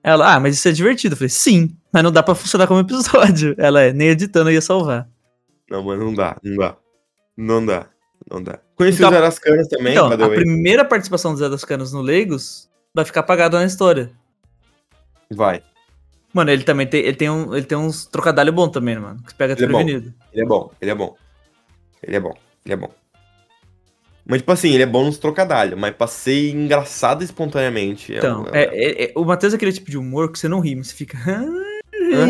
Speaker 1: Ela, ah, mas isso é divertido. Eu falei, sim, mas não dá pra funcionar como episódio. Ela é, nem editando eu ia salvar.
Speaker 2: Não, mano, não dá. Não dá. Não dá. Não dá. Conheci
Speaker 1: Então-
Speaker 2: os Arascanas também,
Speaker 1: Então,
Speaker 2: by the
Speaker 1: a
Speaker 2: way.
Speaker 1: primeira participação do Zé das Canas no Leigos vai ficar apagada na história.
Speaker 2: Vai.
Speaker 1: Mano, ele também tem, ele tem, um, ele tem uns trocadalho bom também, mano. Que pega
Speaker 2: Ele é bom.
Speaker 1: desprevenido.
Speaker 2: Ele é bom, ele é bom. Ele é bom, ele é bom. Mas, tipo assim, ele é bom nos trocadalhos, mas pra ser engraçado espontaneamente.
Speaker 1: então,
Speaker 2: um-
Speaker 1: é, é- é- o Matheus é aquele tipo de humor que você não ri, mas você fica.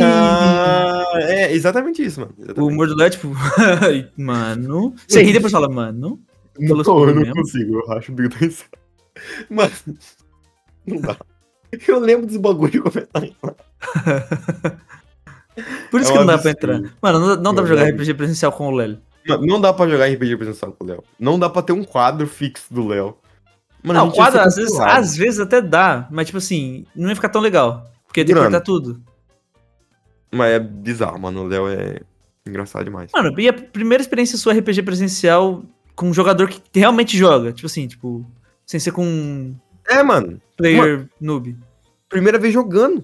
Speaker 2: Ah, é exatamente isso, mano.
Speaker 1: o
Speaker 2: Exatamente.
Speaker 1: humor do Léo é tipo. "Ai, mano. Você ri depois fala, mano.
Speaker 2: Não,
Speaker 1: Falou
Speaker 2: eu não
Speaker 1: mesmo.
Speaker 2: consigo, eu acho o tá bico da risada. Mas. Não dá. Eu lembro desse bagulho como é que tá.
Speaker 1: Por isso
Speaker 2: É um
Speaker 1: que não dá pra
Speaker 2: absurdo. É.
Speaker 1: entrar. Mano, não, não dá pra
Speaker 2: Eu
Speaker 1: jogar
Speaker 2: lembro.
Speaker 1: RPG presencial com o Lélio.
Speaker 2: Mano, Não dá pra jogar RPG presencial com o Léo. Não dá pra ter um quadro fixo do Léo. Mano,
Speaker 1: Não,
Speaker 2: a gente ia ser
Speaker 1: quadro, às vezes,
Speaker 2: cancelado.
Speaker 1: às vezes até dá, mas tipo assim, não ia ficar tão legal. Porque tem que
Speaker 2: Grana.
Speaker 1: cortar tudo.
Speaker 2: Mas é bizarro, mano. O Léo é engraçado demais.
Speaker 1: Mano, e a primeira experiência sua RPG presencial com um jogador que realmente joga. Tipo assim, tipo. Sem ser com um
Speaker 2: É, mano.
Speaker 1: player noob.
Speaker 2: Primeira vez jogando.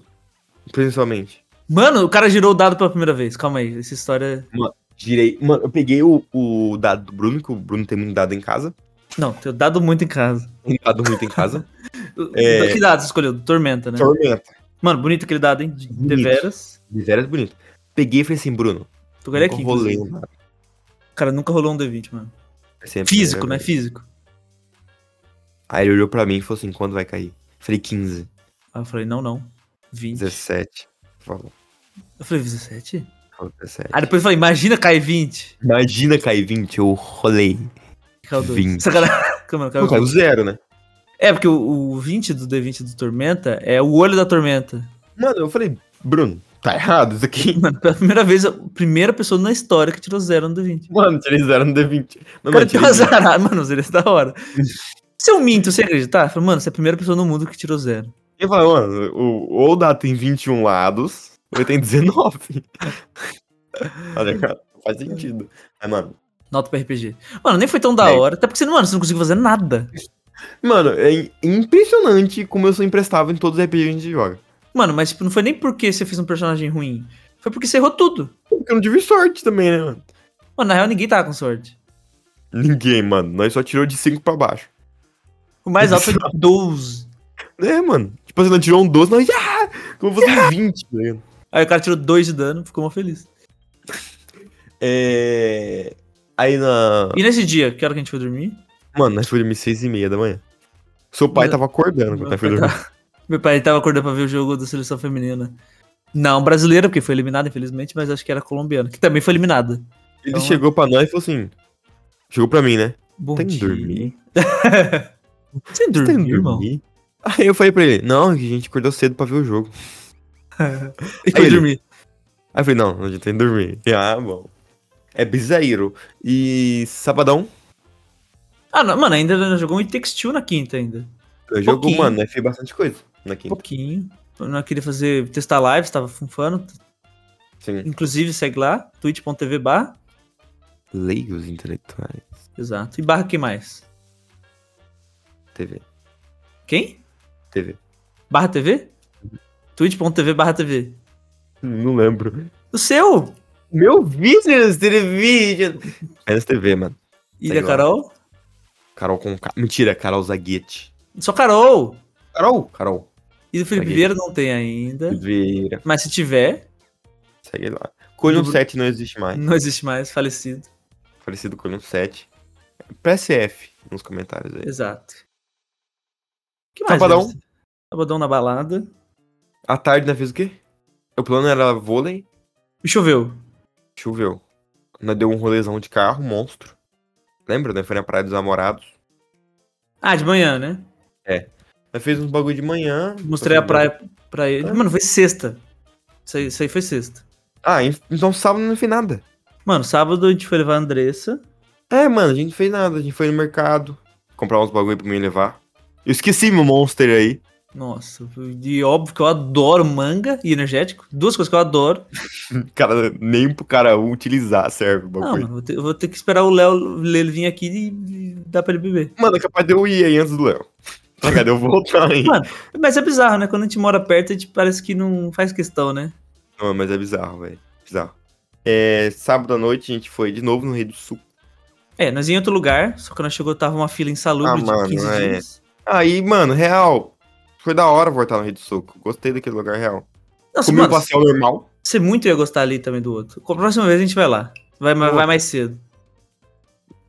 Speaker 2: Principalmente.
Speaker 1: Mano, o cara girou o dado pela primeira vez. Calma aí, essa história. é-
Speaker 2: Girei. Mano, eu peguei o, o dado do Bruno, que o Bruno tem muito dado em casa.
Speaker 1: Não, tem dado muito em casa.
Speaker 2: Tem dado muito em casa.
Speaker 1: É... Que dado você escolheu? Tormenta, né?
Speaker 2: Tormenta.
Speaker 1: Mano, bonito aquele dado, hein? De
Speaker 2: Bonito.
Speaker 1: deveras.
Speaker 2: De veras bonito. Peguei e falei assim, Bruno.
Speaker 1: Tu ganha
Speaker 2: nunca
Speaker 1: aqui.
Speaker 2: rolei
Speaker 1: inclusive.
Speaker 2: um dado.
Speaker 1: Cara, nunca rolou um D20, mano.
Speaker 2: É sempre
Speaker 1: Físico,
Speaker 2: primeira
Speaker 1: né?
Speaker 2: vez.
Speaker 1: Físico.
Speaker 2: Aí ele olhou pra mim e falou assim: quando vai cair? Falei 15,
Speaker 1: Aí eu falei, não, não. 20.
Speaker 2: 17. Falou,
Speaker 1: Eu falei, 17?
Speaker 2: falou 17.
Speaker 1: Aí depois eu falei, imagina cair 20.
Speaker 2: Imagina cair 20, eu rolei.
Speaker 1: Caiu 2.
Speaker 2: 20.
Speaker 1: Sacanagem. Calma, caiu
Speaker 2: Não, caiu zero, né?
Speaker 1: É, porque o, o 20 do D20 do Tormenta é o olho da Tormenta.
Speaker 2: Mano, eu falei, Bruno, tá errado isso aqui.
Speaker 1: Mano, pela primeira vez, a primeira pessoa na história que tirou zero no D20.
Speaker 2: Mano, tirei zero no D20. Não,
Speaker 1: O
Speaker 2: mano,
Speaker 1: cara
Speaker 2: tirei
Speaker 1: deu azarado. Mano, seria da hora. Se eu minto, você acreditar? Eu falo, Mano, você é a primeira pessoa no mundo que tirou zero.
Speaker 2: Eu falei, mano, o, ou o dado tem 21 lados, ou ele tem 19. Olha, cara, não faz sentido. Mas, mano,
Speaker 1: Nota pra RPG. Mano, nem foi tão da
Speaker 2: É.
Speaker 1: hora. Até porque você, não- mano, você não conseguiu fazer nada.
Speaker 2: mano, é im- impressionante como eu sou imprestável em todos os RPGs que a gente joga.
Speaker 1: Mano, mas tipo, não foi nem porque você fez um personagem ruim. Foi porque você errou tudo.
Speaker 2: Porque eu não tive sorte também, né, mano?
Speaker 1: Mano, na real, ninguém tava com sorte.
Speaker 2: Ninguém, mano. Nós só tirou de 5 pra baixo.
Speaker 1: O mais alto foi tipo, 12.
Speaker 2: É, mano. Tipo, você não tirou um 12, nós. Ah! Como se fosse um 20, tá ligado?
Speaker 1: Aí o cara tirou 2 de dano, ficou mal feliz.
Speaker 2: É. Aí na.
Speaker 1: E nesse dia, que hora que a gente foi dormir?
Speaker 2: Mano, nós fomos dormir 6 e meia da manhã. Seu pai
Speaker 1: Meu-
Speaker 2: tava acordando quando nós foi dormir.
Speaker 1: tava- meu pai tava acordando pra ver o jogo da seleção feminina. Não, brasileira, porque foi eliminada, infelizmente, mas acho que era colombiana, que também foi eliminada.
Speaker 2: Ele
Speaker 1: Então,
Speaker 2: chegou pra nós e falou assim. Chegou pra mim, né?
Speaker 1: Bom
Speaker 2: Tem
Speaker 1: dia.
Speaker 2: dormir?
Speaker 1: Sem
Speaker 2: Você
Speaker 1: dormir,
Speaker 2: tá indo
Speaker 1: irmão.
Speaker 2: dormir? Aí eu falei pra ele, não, que a gente acordou cedo pra ver o jogo.
Speaker 1: E foi
Speaker 2: Ele.
Speaker 1: dormir.
Speaker 2: Aí eu falei, não, a gente tem que dormir. E, ah, bom. É Bizairo. E sabadão,
Speaker 1: Ah, não, mano, ainda não jogou um It Takes Two na quinta ainda. Um
Speaker 2: eu jogo,
Speaker 1: Pouquinho.
Speaker 2: mano, eu fiz bastante coisa na
Speaker 1: Um
Speaker 2: quinta.
Speaker 1: pouquinho. Eu não queria fazer, testar lives, tava funfando.
Speaker 2: Sim.
Speaker 1: Inclusive, segue lá, twitch.tv barra.
Speaker 2: Leigos intelectuais.
Speaker 1: Exato. E barra quem mais?
Speaker 2: TV.
Speaker 1: Quem?
Speaker 2: TV.
Speaker 1: Barra TV? twitch.tv barra TV.
Speaker 2: Não lembro.
Speaker 1: O seu!
Speaker 2: Meu business television. Apenas TV, mano.
Speaker 1: Ilha
Speaker 2: lá.
Speaker 1: Carol?
Speaker 2: Carol com K. Mentira, Carol Zaguete.
Speaker 1: Só Carol!
Speaker 2: Carol? Carol.
Speaker 1: E do Felipe
Speaker 2: Aqui.
Speaker 1: Vieira não tem ainda.
Speaker 2: Vieira.
Speaker 1: Mas se tiver,
Speaker 2: Segue lá. Colhum
Speaker 1: Do-
Speaker 2: 7 não existe mais.
Speaker 1: não existe mais, falecido.
Speaker 2: Falecido Colhum 7. PSF nos comentários aí.
Speaker 1: Exato. Que
Speaker 2: Sabadão.
Speaker 1: Anderson? Sabadão na balada.
Speaker 2: À tarde nós fez o quê? O plano era vôlei,
Speaker 1: E choveu.
Speaker 2: choveu. Nós deu um rolezão de carro, monstro. Lembra, né? Foi na Praia dos Namorados.
Speaker 1: Ah, de manhã, né?
Speaker 2: Nós fez uns bagulho de manhã.
Speaker 1: Mostrei a praia pra ele. Mano, foi sexta. Isso aí, isso aí foi sexta.
Speaker 2: Ah, en- então sábado não fez nada.
Speaker 1: Mano, sábado a gente foi levar a Andressa.
Speaker 2: É, mano, a gente não fez nada. A gente foi no mercado. Comprar uns bagulho pra mim levar. Eu esqueci meu monster aí.
Speaker 1: Nossa, e óbvio que eu adoro manga e energético. Duas coisas que eu adoro.
Speaker 2: Cara, nem pro cara utilizar serve o
Speaker 1: Não,
Speaker 2: bagulho.
Speaker 1: Ah, mano, eu vou ter, eu vou ter que esperar o Léo ele vir aqui e, e dar pra ele beber.
Speaker 2: Mano, é capaz de eu ir aí antes do Léo. Tá ligado? Eu voltar aí.
Speaker 1: Mano. Mas é bizarro, né? Quando a gente mora perto, a gente parece que não faz questão, né?
Speaker 2: Não, mas é bizarro, velho. Bizarro. É, sábado à noite a gente foi de novo no Rei do Sul.
Speaker 1: É, nós ia em outro lugar, só que nós chegou, tava uma fila insalubre
Speaker 2: Ah,
Speaker 1: de
Speaker 2: mano,
Speaker 1: 15
Speaker 2: é.
Speaker 1: dias.
Speaker 2: Aí, mano, real. Foi da hora voltar no Rei do Sul. Gostei daquele lugar real.
Speaker 1: Nossa,
Speaker 2: Comi um
Speaker 1: mano,
Speaker 2: pastel normal.
Speaker 1: você muito ia gostar ali também do outro. Com a próxima vez a gente vai lá. Vai, ma- vai mais cedo.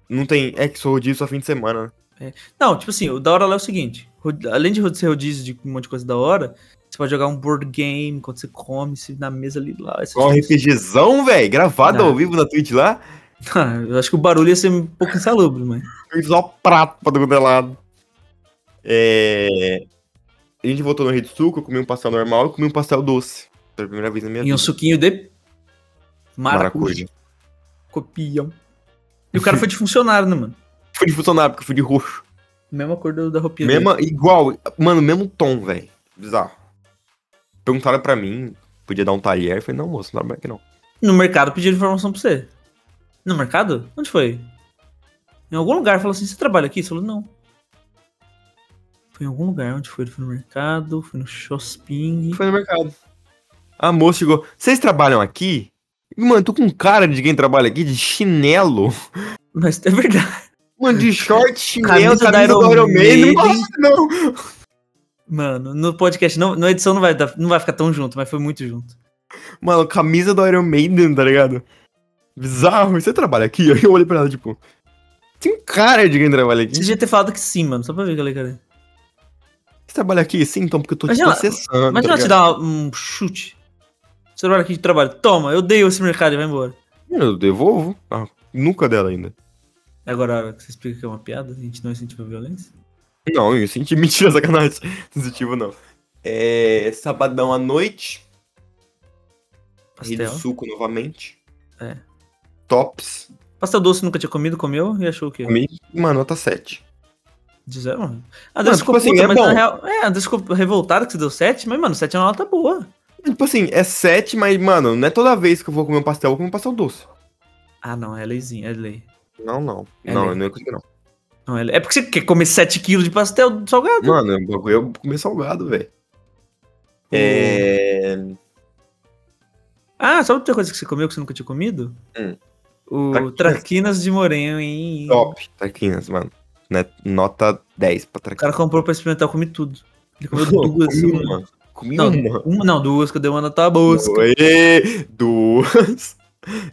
Speaker 2: Não tem é ex-rodízio só fim de semana. né?
Speaker 1: Não, tipo assim, o da hora lá é o seguinte. rod- Além de ser rodízio de um monte de coisa da hora, você pode jogar um board game enquanto você come, se na mesa ali lá. esse
Speaker 2: Ó,
Speaker 1: tipo de-
Speaker 2: RPGzão, um velho. Gravado
Speaker 1: Não.
Speaker 2: ao vivo na Twitch lá.
Speaker 1: Ah, eu acho que o barulho ia ser um pouco insalubre, mas...
Speaker 2: Eu fiz só prato pra todo mundo lado. É. A gente voltou no Rei do Sul, que eu comi um pastel normal e comi um pastel doce. Pela primeira vez na minha
Speaker 1: E um
Speaker 2: vida.
Speaker 1: suquinho de maracuja. Copião. E o cara foi de funcionário, né, mano?
Speaker 2: Fui de funcionário, porque eu fui de roxo.
Speaker 1: Mesma cor do- da roupinha dele.
Speaker 2: Mesma, igual, mano, mesmo tom, velho. Bizarro. Perguntaram pra mim, podia dar um talher. Eu falei, não, moço, não dá pra que não.
Speaker 1: No mercado pediram informação pra você. No mercado? Onde foi? Em algum lugar, falou assim: você trabalha aqui? Você falou, não. Foi em algum lugar, onde foi? Ele foi no mercado, foi no shopping.
Speaker 2: Foi no mercado. A moça chegou. Vocês trabalham aqui? Mano, tô com cara de quem trabalha aqui, de chinelo.
Speaker 1: Mas é verdade.
Speaker 2: Mano, de short, chinelo,
Speaker 1: Camisa da
Speaker 2: camisa,
Speaker 1: Iron
Speaker 2: do Iron Maiden.
Speaker 1: Maiden.
Speaker 2: Nossa, não.
Speaker 1: Mano, no podcast, não, na edição não vai, dar- não vai ficar tão junto, mas foi muito junto.
Speaker 2: Mano, camisa do Iron Maiden, tá ligado? Bizarro. E Você trabalha aqui? Aí eu olhei pra ela, tipo... Tem cara de quem trabalha aqui?
Speaker 1: Você devia ter falado que é sim, mano, só pra ver aquela cara.
Speaker 2: Você trabalha aqui? Sim, então, porque eu tô te
Speaker 1: Imagina-
Speaker 2: processando.
Speaker 1: Imagina
Speaker 2: tá
Speaker 1: ela te
Speaker 2: ligado?
Speaker 1: dar uma- um chute. Você trabalha aqui de trabalho. Toma, eu odeio esse mercado e vai embora.
Speaker 2: Eu devolvo. Ah, nunca dela ainda.
Speaker 1: Agora, a hora que você explica que é uma piada, a gente não incentiva a violência.
Speaker 2: Não, eu senti mentira, sacanagem. Positivo, não. É... Sabadão à noite. Rio
Speaker 1: Pastel.
Speaker 2: do Suco novamente.
Speaker 1: É.
Speaker 2: Tops.
Speaker 1: Pastel doce nunca tinha comido, comeu e achou o quê?
Speaker 2: Comi, mano, nota 7.
Speaker 1: De zero, mano. A Deus
Speaker 2: tipo
Speaker 1: ficou
Speaker 2: assim,
Speaker 1: puta,
Speaker 2: é
Speaker 1: mas
Speaker 2: bom.
Speaker 1: na real. É, a Deus ficou revoltada que você deu 7, mas, mano, 7 é uma nota boa.
Speaker 2: Tipo assim, é 7, mas, mano, não é toda vez que eu vou comer um pastel, eu vou comer um pastel doce.
Speaker 1: Ah, não, é leizinha, é lei.
Speaker 2: Não, não.
Speaker 1: É
Speaker 2: não,
Speaker 1: mesmo.
Speaker 2: eu não ia conseguir, não.
Speaker 1: Não, é, lei. é porque você quer comer 7kg de pastel salgado.
Speaker 2: Mano, eu bagulho eu vou comer salgado, velho. É.
Speaker 1: Ah, sabe outra coisa que você comeu que você nunca tinha comido?
Speaker 2: Hum.
Speaker 1: O
Speaker 2: Traquinas.
Speaker 1: traquinas, de Morenho em.
Speaker 2: Top. Traquinas, mano. Né, Nota 10 pra
Speaker 1: O cara
Speaker 2: traquinas.
Speaker 1: comprou pra experimentar, eu comi tudo. Ele comeu duas.
Speaker 2: Comi
Speaker 1: mano.
Speaker 2: uma. Comi
Speaker 1: Não,
Speaker 2: uma.
Speaker 1: uma, não, duas que eu dei uma nota boa.
Speaker 2: Oi, duas.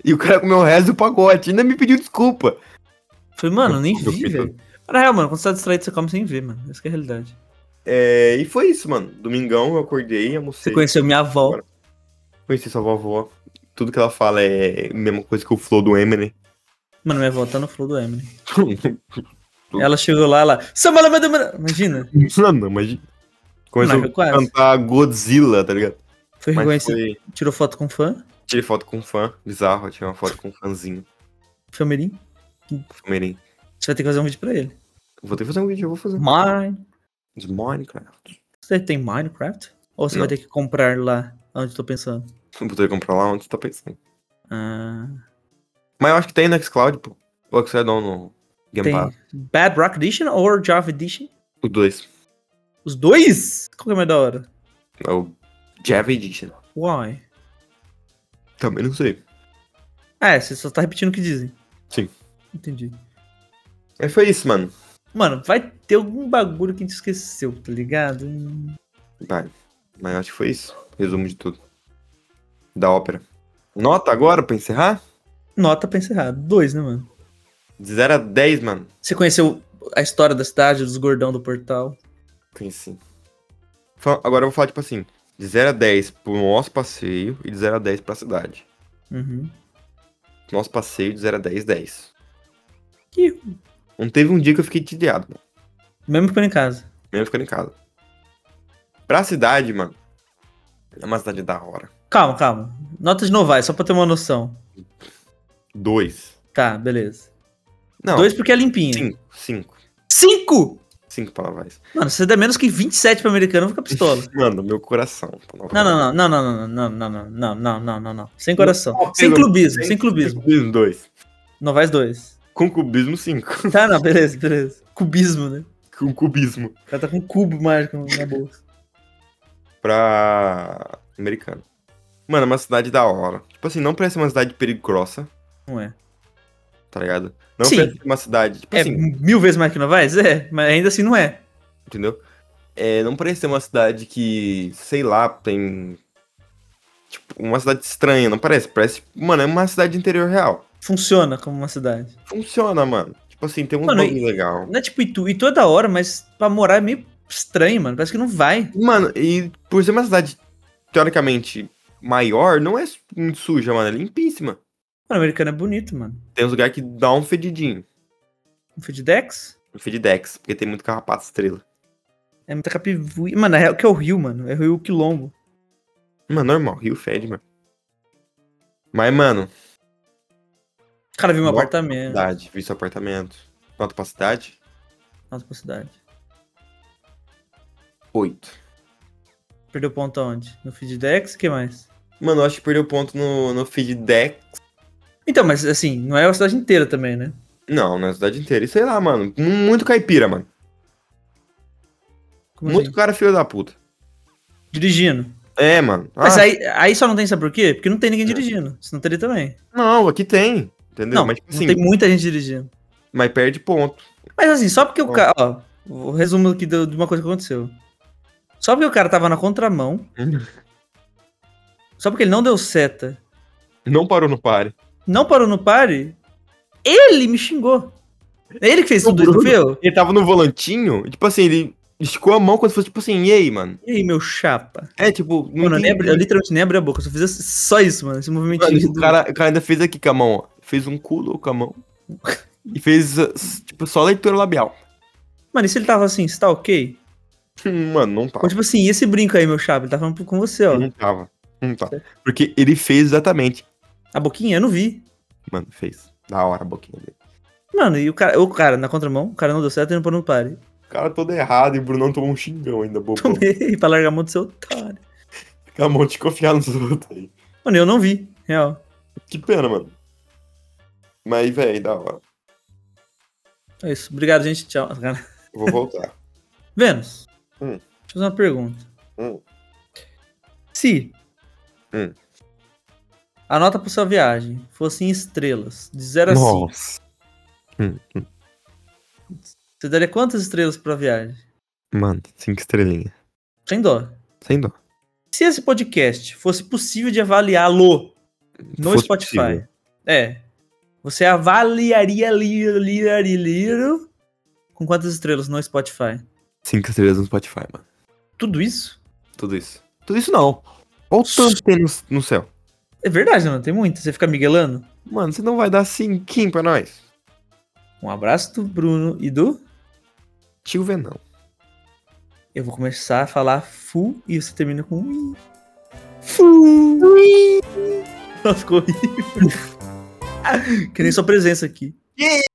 Speaker 2: E o cara comeu o resto do pacote. Ainda me pediu desculpa.
Speaker 1: Falei, mano, eu nem
Speaker 2: Eu
Speaker 1: vi,
Speaker 2: fiz
Speaker 1: velho. Na real, mano, quando você tá distraído, você come sem ver, mano. Essa que é a realidade.
Speaker 2: É, e foi isso, mano. Domingão eu acordei,
Speaker 1: Você
Speaker 2: almocei.
Speaker 1: conheceu minha avó.
Speaker 2: Agora. Conheci sua vovó. Tudo que ela fala é a mesma coisa que o flow do Eminem.
Speaker 1: Mano, minha avó tá no flow do Eminem. Ela chegou lá, ela. Samala Madamana! Imagina,
Speaker 2: Não, não, mas. Começou
Speaker 1: Mas
Speaker 2: a
Speaker 1: foi quase.
Speaker 2: cantar Godzilla, tá ligado?
Speaker 1: foi
Speaker 2: Mas
Speaker 1: reconhecido.
Speaker 2: foi...
Speaker 1: Tirou foto com fã,
Speaker 2: Tirei foto com um fã. Bizarro, eu tirei uma foto com um fãzinho.
Speaker 1: filmeirinho.
Speaker 2: Primeirinho.
Speaker 1: Você vai ter que fazer um vídeo pra ele.
Speaker 2: Vou ter que fazer um vídeo, eu vou fazer.
Speaker 1: Mine.
Speaker 2: De Minecraft.
Speaker 1: Você tem Minecraft? Ou você
Speaker 2: Não.
Speaker 1: vai ter que comprar lá onde eu tô pensando?
Speaker 2: Vou ter que comprar lá onde você tá pensando.
Speaker 1: Ah,
Speaker 2: Mas eu acho que tem no Xcloud, pô. Ou Xcloud não, no Game
Speaker 1: tem
Speaker 2: Pass.
Speaker 1: Bad Rock Edition ou Java Edition?
Speaker 2: O 2.
Speaker 1: Os dois? Qual que é mais da hora?
Speaker 2: É o Java Edition.
Speaker 1: Why?
Speaker 2: Também não sei.
Speaker 1: Ah, é, você só tá repetindo o que dizem.
Speaker 2: Sim.
Speaker 1: Entendi.
Speaker 2: Mas É, foi isso, mano.
Speaker 1: Mano, vai ter algum bagulho que a gente esqueceu, tá ligado? Hum,
Speaker 2: Vai. Mas eu acho que foi isso. Resumo de tudo. Da ópera. Nota agora pra encerrar?
Speaker 1: Nota pra encerrar. Dois, né, mano?
Speaker 2: De 0 a 10, mano.
Speaker 1: Você conheceu a história da cidade, dos gordão do portal.
Speaker 2: Conheci. Fa- Agora eu vou falar, tipo assim, de 0 a 10 pro nosso passeio e de 0 a 10 pra cidade.
Speaker 1: Uhum.
Speaker 2: Nosso passeio de 0 a 10, 10.
Speaker 1: Ih.
Speaker 2: Não teve um dia que eu fiquei tediado, mano.
Speaker 1: Mesmo ficando em casa.
Speaker 2: Mesmo ficando em casa. Pra cidade, mano. É uma cidade da hora.
Speaker 1: Calma, calma. Nota de Novais, só pra ter uma noção.
Speaker 2: Dois.
Speaker 1: Tá, beleza.
Speaker 2: Não,
Speaker 1: Dois porque é limpinha.
Speaker 2: cinco. Cinco.
Speaker 1: Cinco!
Speaker 2: Cinco palavras.
Speaker 1: Mano, se você der menos que 27 pra americano, eu vou ficar pistola.
Speaker 2: Mano, meu coração. palavras.
Speaker 1: Não, não, não, não, não, não, não, não, não, não, não, não, não. Sem coração.
Speaker 2: Não,
Speaker 1: sem
Speaker 2: pelo-
Speaker 1: clubismo, sem clubismo.
Speaker 2: Concubismo 2.
Speaker 1: Novais dois.
Speaker 2: Concubismo 5.
Speaker 1: Tá, não, beleza, beleza. Cubismo, né?
Speaker 2: Concubismo.
Speaker 1: O cara tá com um cubo mágico na bolsa.
Speaker 2: Pra. americano. Mano, é uma cidade da hora. Tipo assim, não parece uma cidade perigosa,
Speaker 1: Não é.
Speaker 2: tá ligado? Não
Speaker 1: Sim.
Speaker 2: parece uma cidade. Tipo
Speaker 1: É
Speaker 2: assim,
Speaker 1: mil vezes mais que Novais? É, mas ainda assim não é.
Speaker 2: entendeu? É, não parece ser uma cidade que, sei lá, tem. Tipo, uma cidade estranha, não parece? Parece. Mano, é uma cidade interior real.
Speaker 1: Funciona como uma cidade.
Speaker 2: Funciona, mano. Tipo assim, tem um
Speaker 1: Mano,
Speaker 2: bagulho legal.
Speaker 1: Não é tipo Itu. Itu é da hora, mas pra morar é meio estranho, mano. Parece que não vai.
Speaker 2: Mano, e por ser uma cidade teoricamente maior, não é muito suja, mano. É limpíssima.
Speaker 1: Mano, americano é bonito, mano.
Speaker 2: Tem uns lugares que dá um fedidinho.
Speaker 1: Um Fedex
Speaker 2: Um fedidex, porque tem muito carrapato estrela.
Speaker 1: é muita capivu. Mano, na real, que é o Rio, mano. É o Rio Quilombo.
Speaker 2: Mano, normal, Rio fede, mano. Mas, mano,
Speaker 1: O cara viu meu
Speaker 2: Nota
Speaker 1: apartamento.
Speaker 2: cidade, vi seu apartamento. Nota pra cidade?
Speaker 1: Nossa, pra cidade.
Speaker 2: Oito.
Speaker 1: Perdeu ponto aonde? No Fedex? O que mais?
Speaker 2: Mano, eu acho que perdeu ponto no, no feedback.
Speaker 1: Então, mas assim, não é a cidade inteira também, né?
Speaker 2: Não, na cidade inteira. E sei lá, mano. Muito caipira, mano.
Speaker 1: Como
Speaker 2: muito
Speaker 1: assim?
Speaker 2: cara filho da puta.
Speaker 1: Dirigindo.
Speaker 2: É, mano.
Speaker 1: Mas
Speaker 2: Ah, É.
Speaker 1: aí, aí só não tem, sabe por quê? Porque não tem ninguém dirigindo. Senão teria também.
Speaker 2: Não, aqui tem. Entendeu?
Speaker 1: Não,
Speaker 2: mas, tipo
Speaker 1: não
Speaker 2: assim,
Speaker 1: tem muita gente dirigindo.
Speaker 2: mas perde ponto.
Speaker 1: Mas assim, só porque o
Speaker 2: Bom.
Speaker 1: cara. Ó, o resumo aqui do- de uma coisa que aconteceu. Só porque o cara tava na contramão.
Speaker 2: Hum.
Speaker 1: só porque ele não deu seta.
Speaker 2: Não parou no pare.
Speaker 1: Não parou no pare. Ele me xingou. É Ele que fez
Speaker 2: O
Speaker 1: tudo isso, não
Speaker 2: Bruno.
Speaker 1: fui eu?
Speaker 2: Ele tava no volantinho, e, tipo assim, ele esticou a mão quando fosse, tipo assim, e aí, mano?
Speaker 1: E aí, meu chapa?
Speaker 2: É, tipo, não
Speaker 1: Mano, eu, nem
Speaker 2: tem-
Speaker 1: abri- eu literalmente nem abri a boca, eu só fiz esse- só isso, mano. Esse movimento.
Speaker 2: Mano, o, cara, o cara ainda fez aqui com a mão, ó. Fez um culo com a mão. E fez, uh, s- tipo, só leitura labial.
Speaker 1: Mano, e se ele tava assim, você tá ok?
Speaker 2: Hum, Mano, não
Speaker 1: Ou
Speaker 2: tava.
Speaker 1: tipo assim, e esse brinco aí, meu chapa? Ele tá falando com você, ó.
Speaker 2: Não tava. Não tava. Porque ele fez exatamente.
Speaker 1: A boquinha, eu não vi.
Speaker 2: Mano, fez. Da hora a boquinha dele.
Speaker 1: Mano, e o cara, o cara na contramão, o cara não deu certo, ele não parou no pare.
Speaker 2: O cara todo errado e o Brunão tomou um xingão ainda, bobo.
Speaker 1: Tomei pra largar a mão do seu otário.
Speaker 2: Com a mão de confiar nos outros aí.
Speaker 1: Mano, eu não vi, real.
Speaker 2: Que pena, mano. Mas, velho, da hora.
Speaker 1: É isso. Obrigado, gente. Tchau. Cara.
Speaker 2: Eu Vou voltar.
Speaker 1: Vênus.
Speaker 2: Hum.
Speaker 1: Deixa eu fazer uma pergunta.
Speaker 2: Hum.
Speaker 1: Se
Speaker 2: Hum.
Speaker 1: a nota pra sua viagem fosse em estrelas, de 0 a 5,
Speaker 2: Nossa.
Speaker 1: você daria quantas estrelas pra viagem?
Speaker 2: Mano, cinco estrelinhas.
Speaker 1: Sem dó.
Speaker 2: Sem dó.
Speaker 1: Se esse podcast fosse possível de avaliá-lo no
Speaker 2: Fosse
Speaker 1: Spotify,
Speaker 2: possível.
Speaker 1: é, você avaliaria li, li, li, li- com quantas estrelas no Spotify?
Speaker 2: Cinco estrelas no Spotify, mano.
Speaker 1: Tudo isso?
Speaker 2: Tudo isso. Tudo isso não. Olha o tanto que tem no, no céu.
Speaker 1: É verdade, não tem muito. Você fica miguelando?
Speaker 2: Mano, você não vai dar cinquinho pra nós?
Speaker 1: Um abraço do Bruno e do...
Speaker 2: Tio Venão.
Speaker 1: Eu vou começar a falar fu e você termina com um ui. Fu! Nossa, ficou horrível. que nem sua presença aqui.
Speaker 2: Yeah!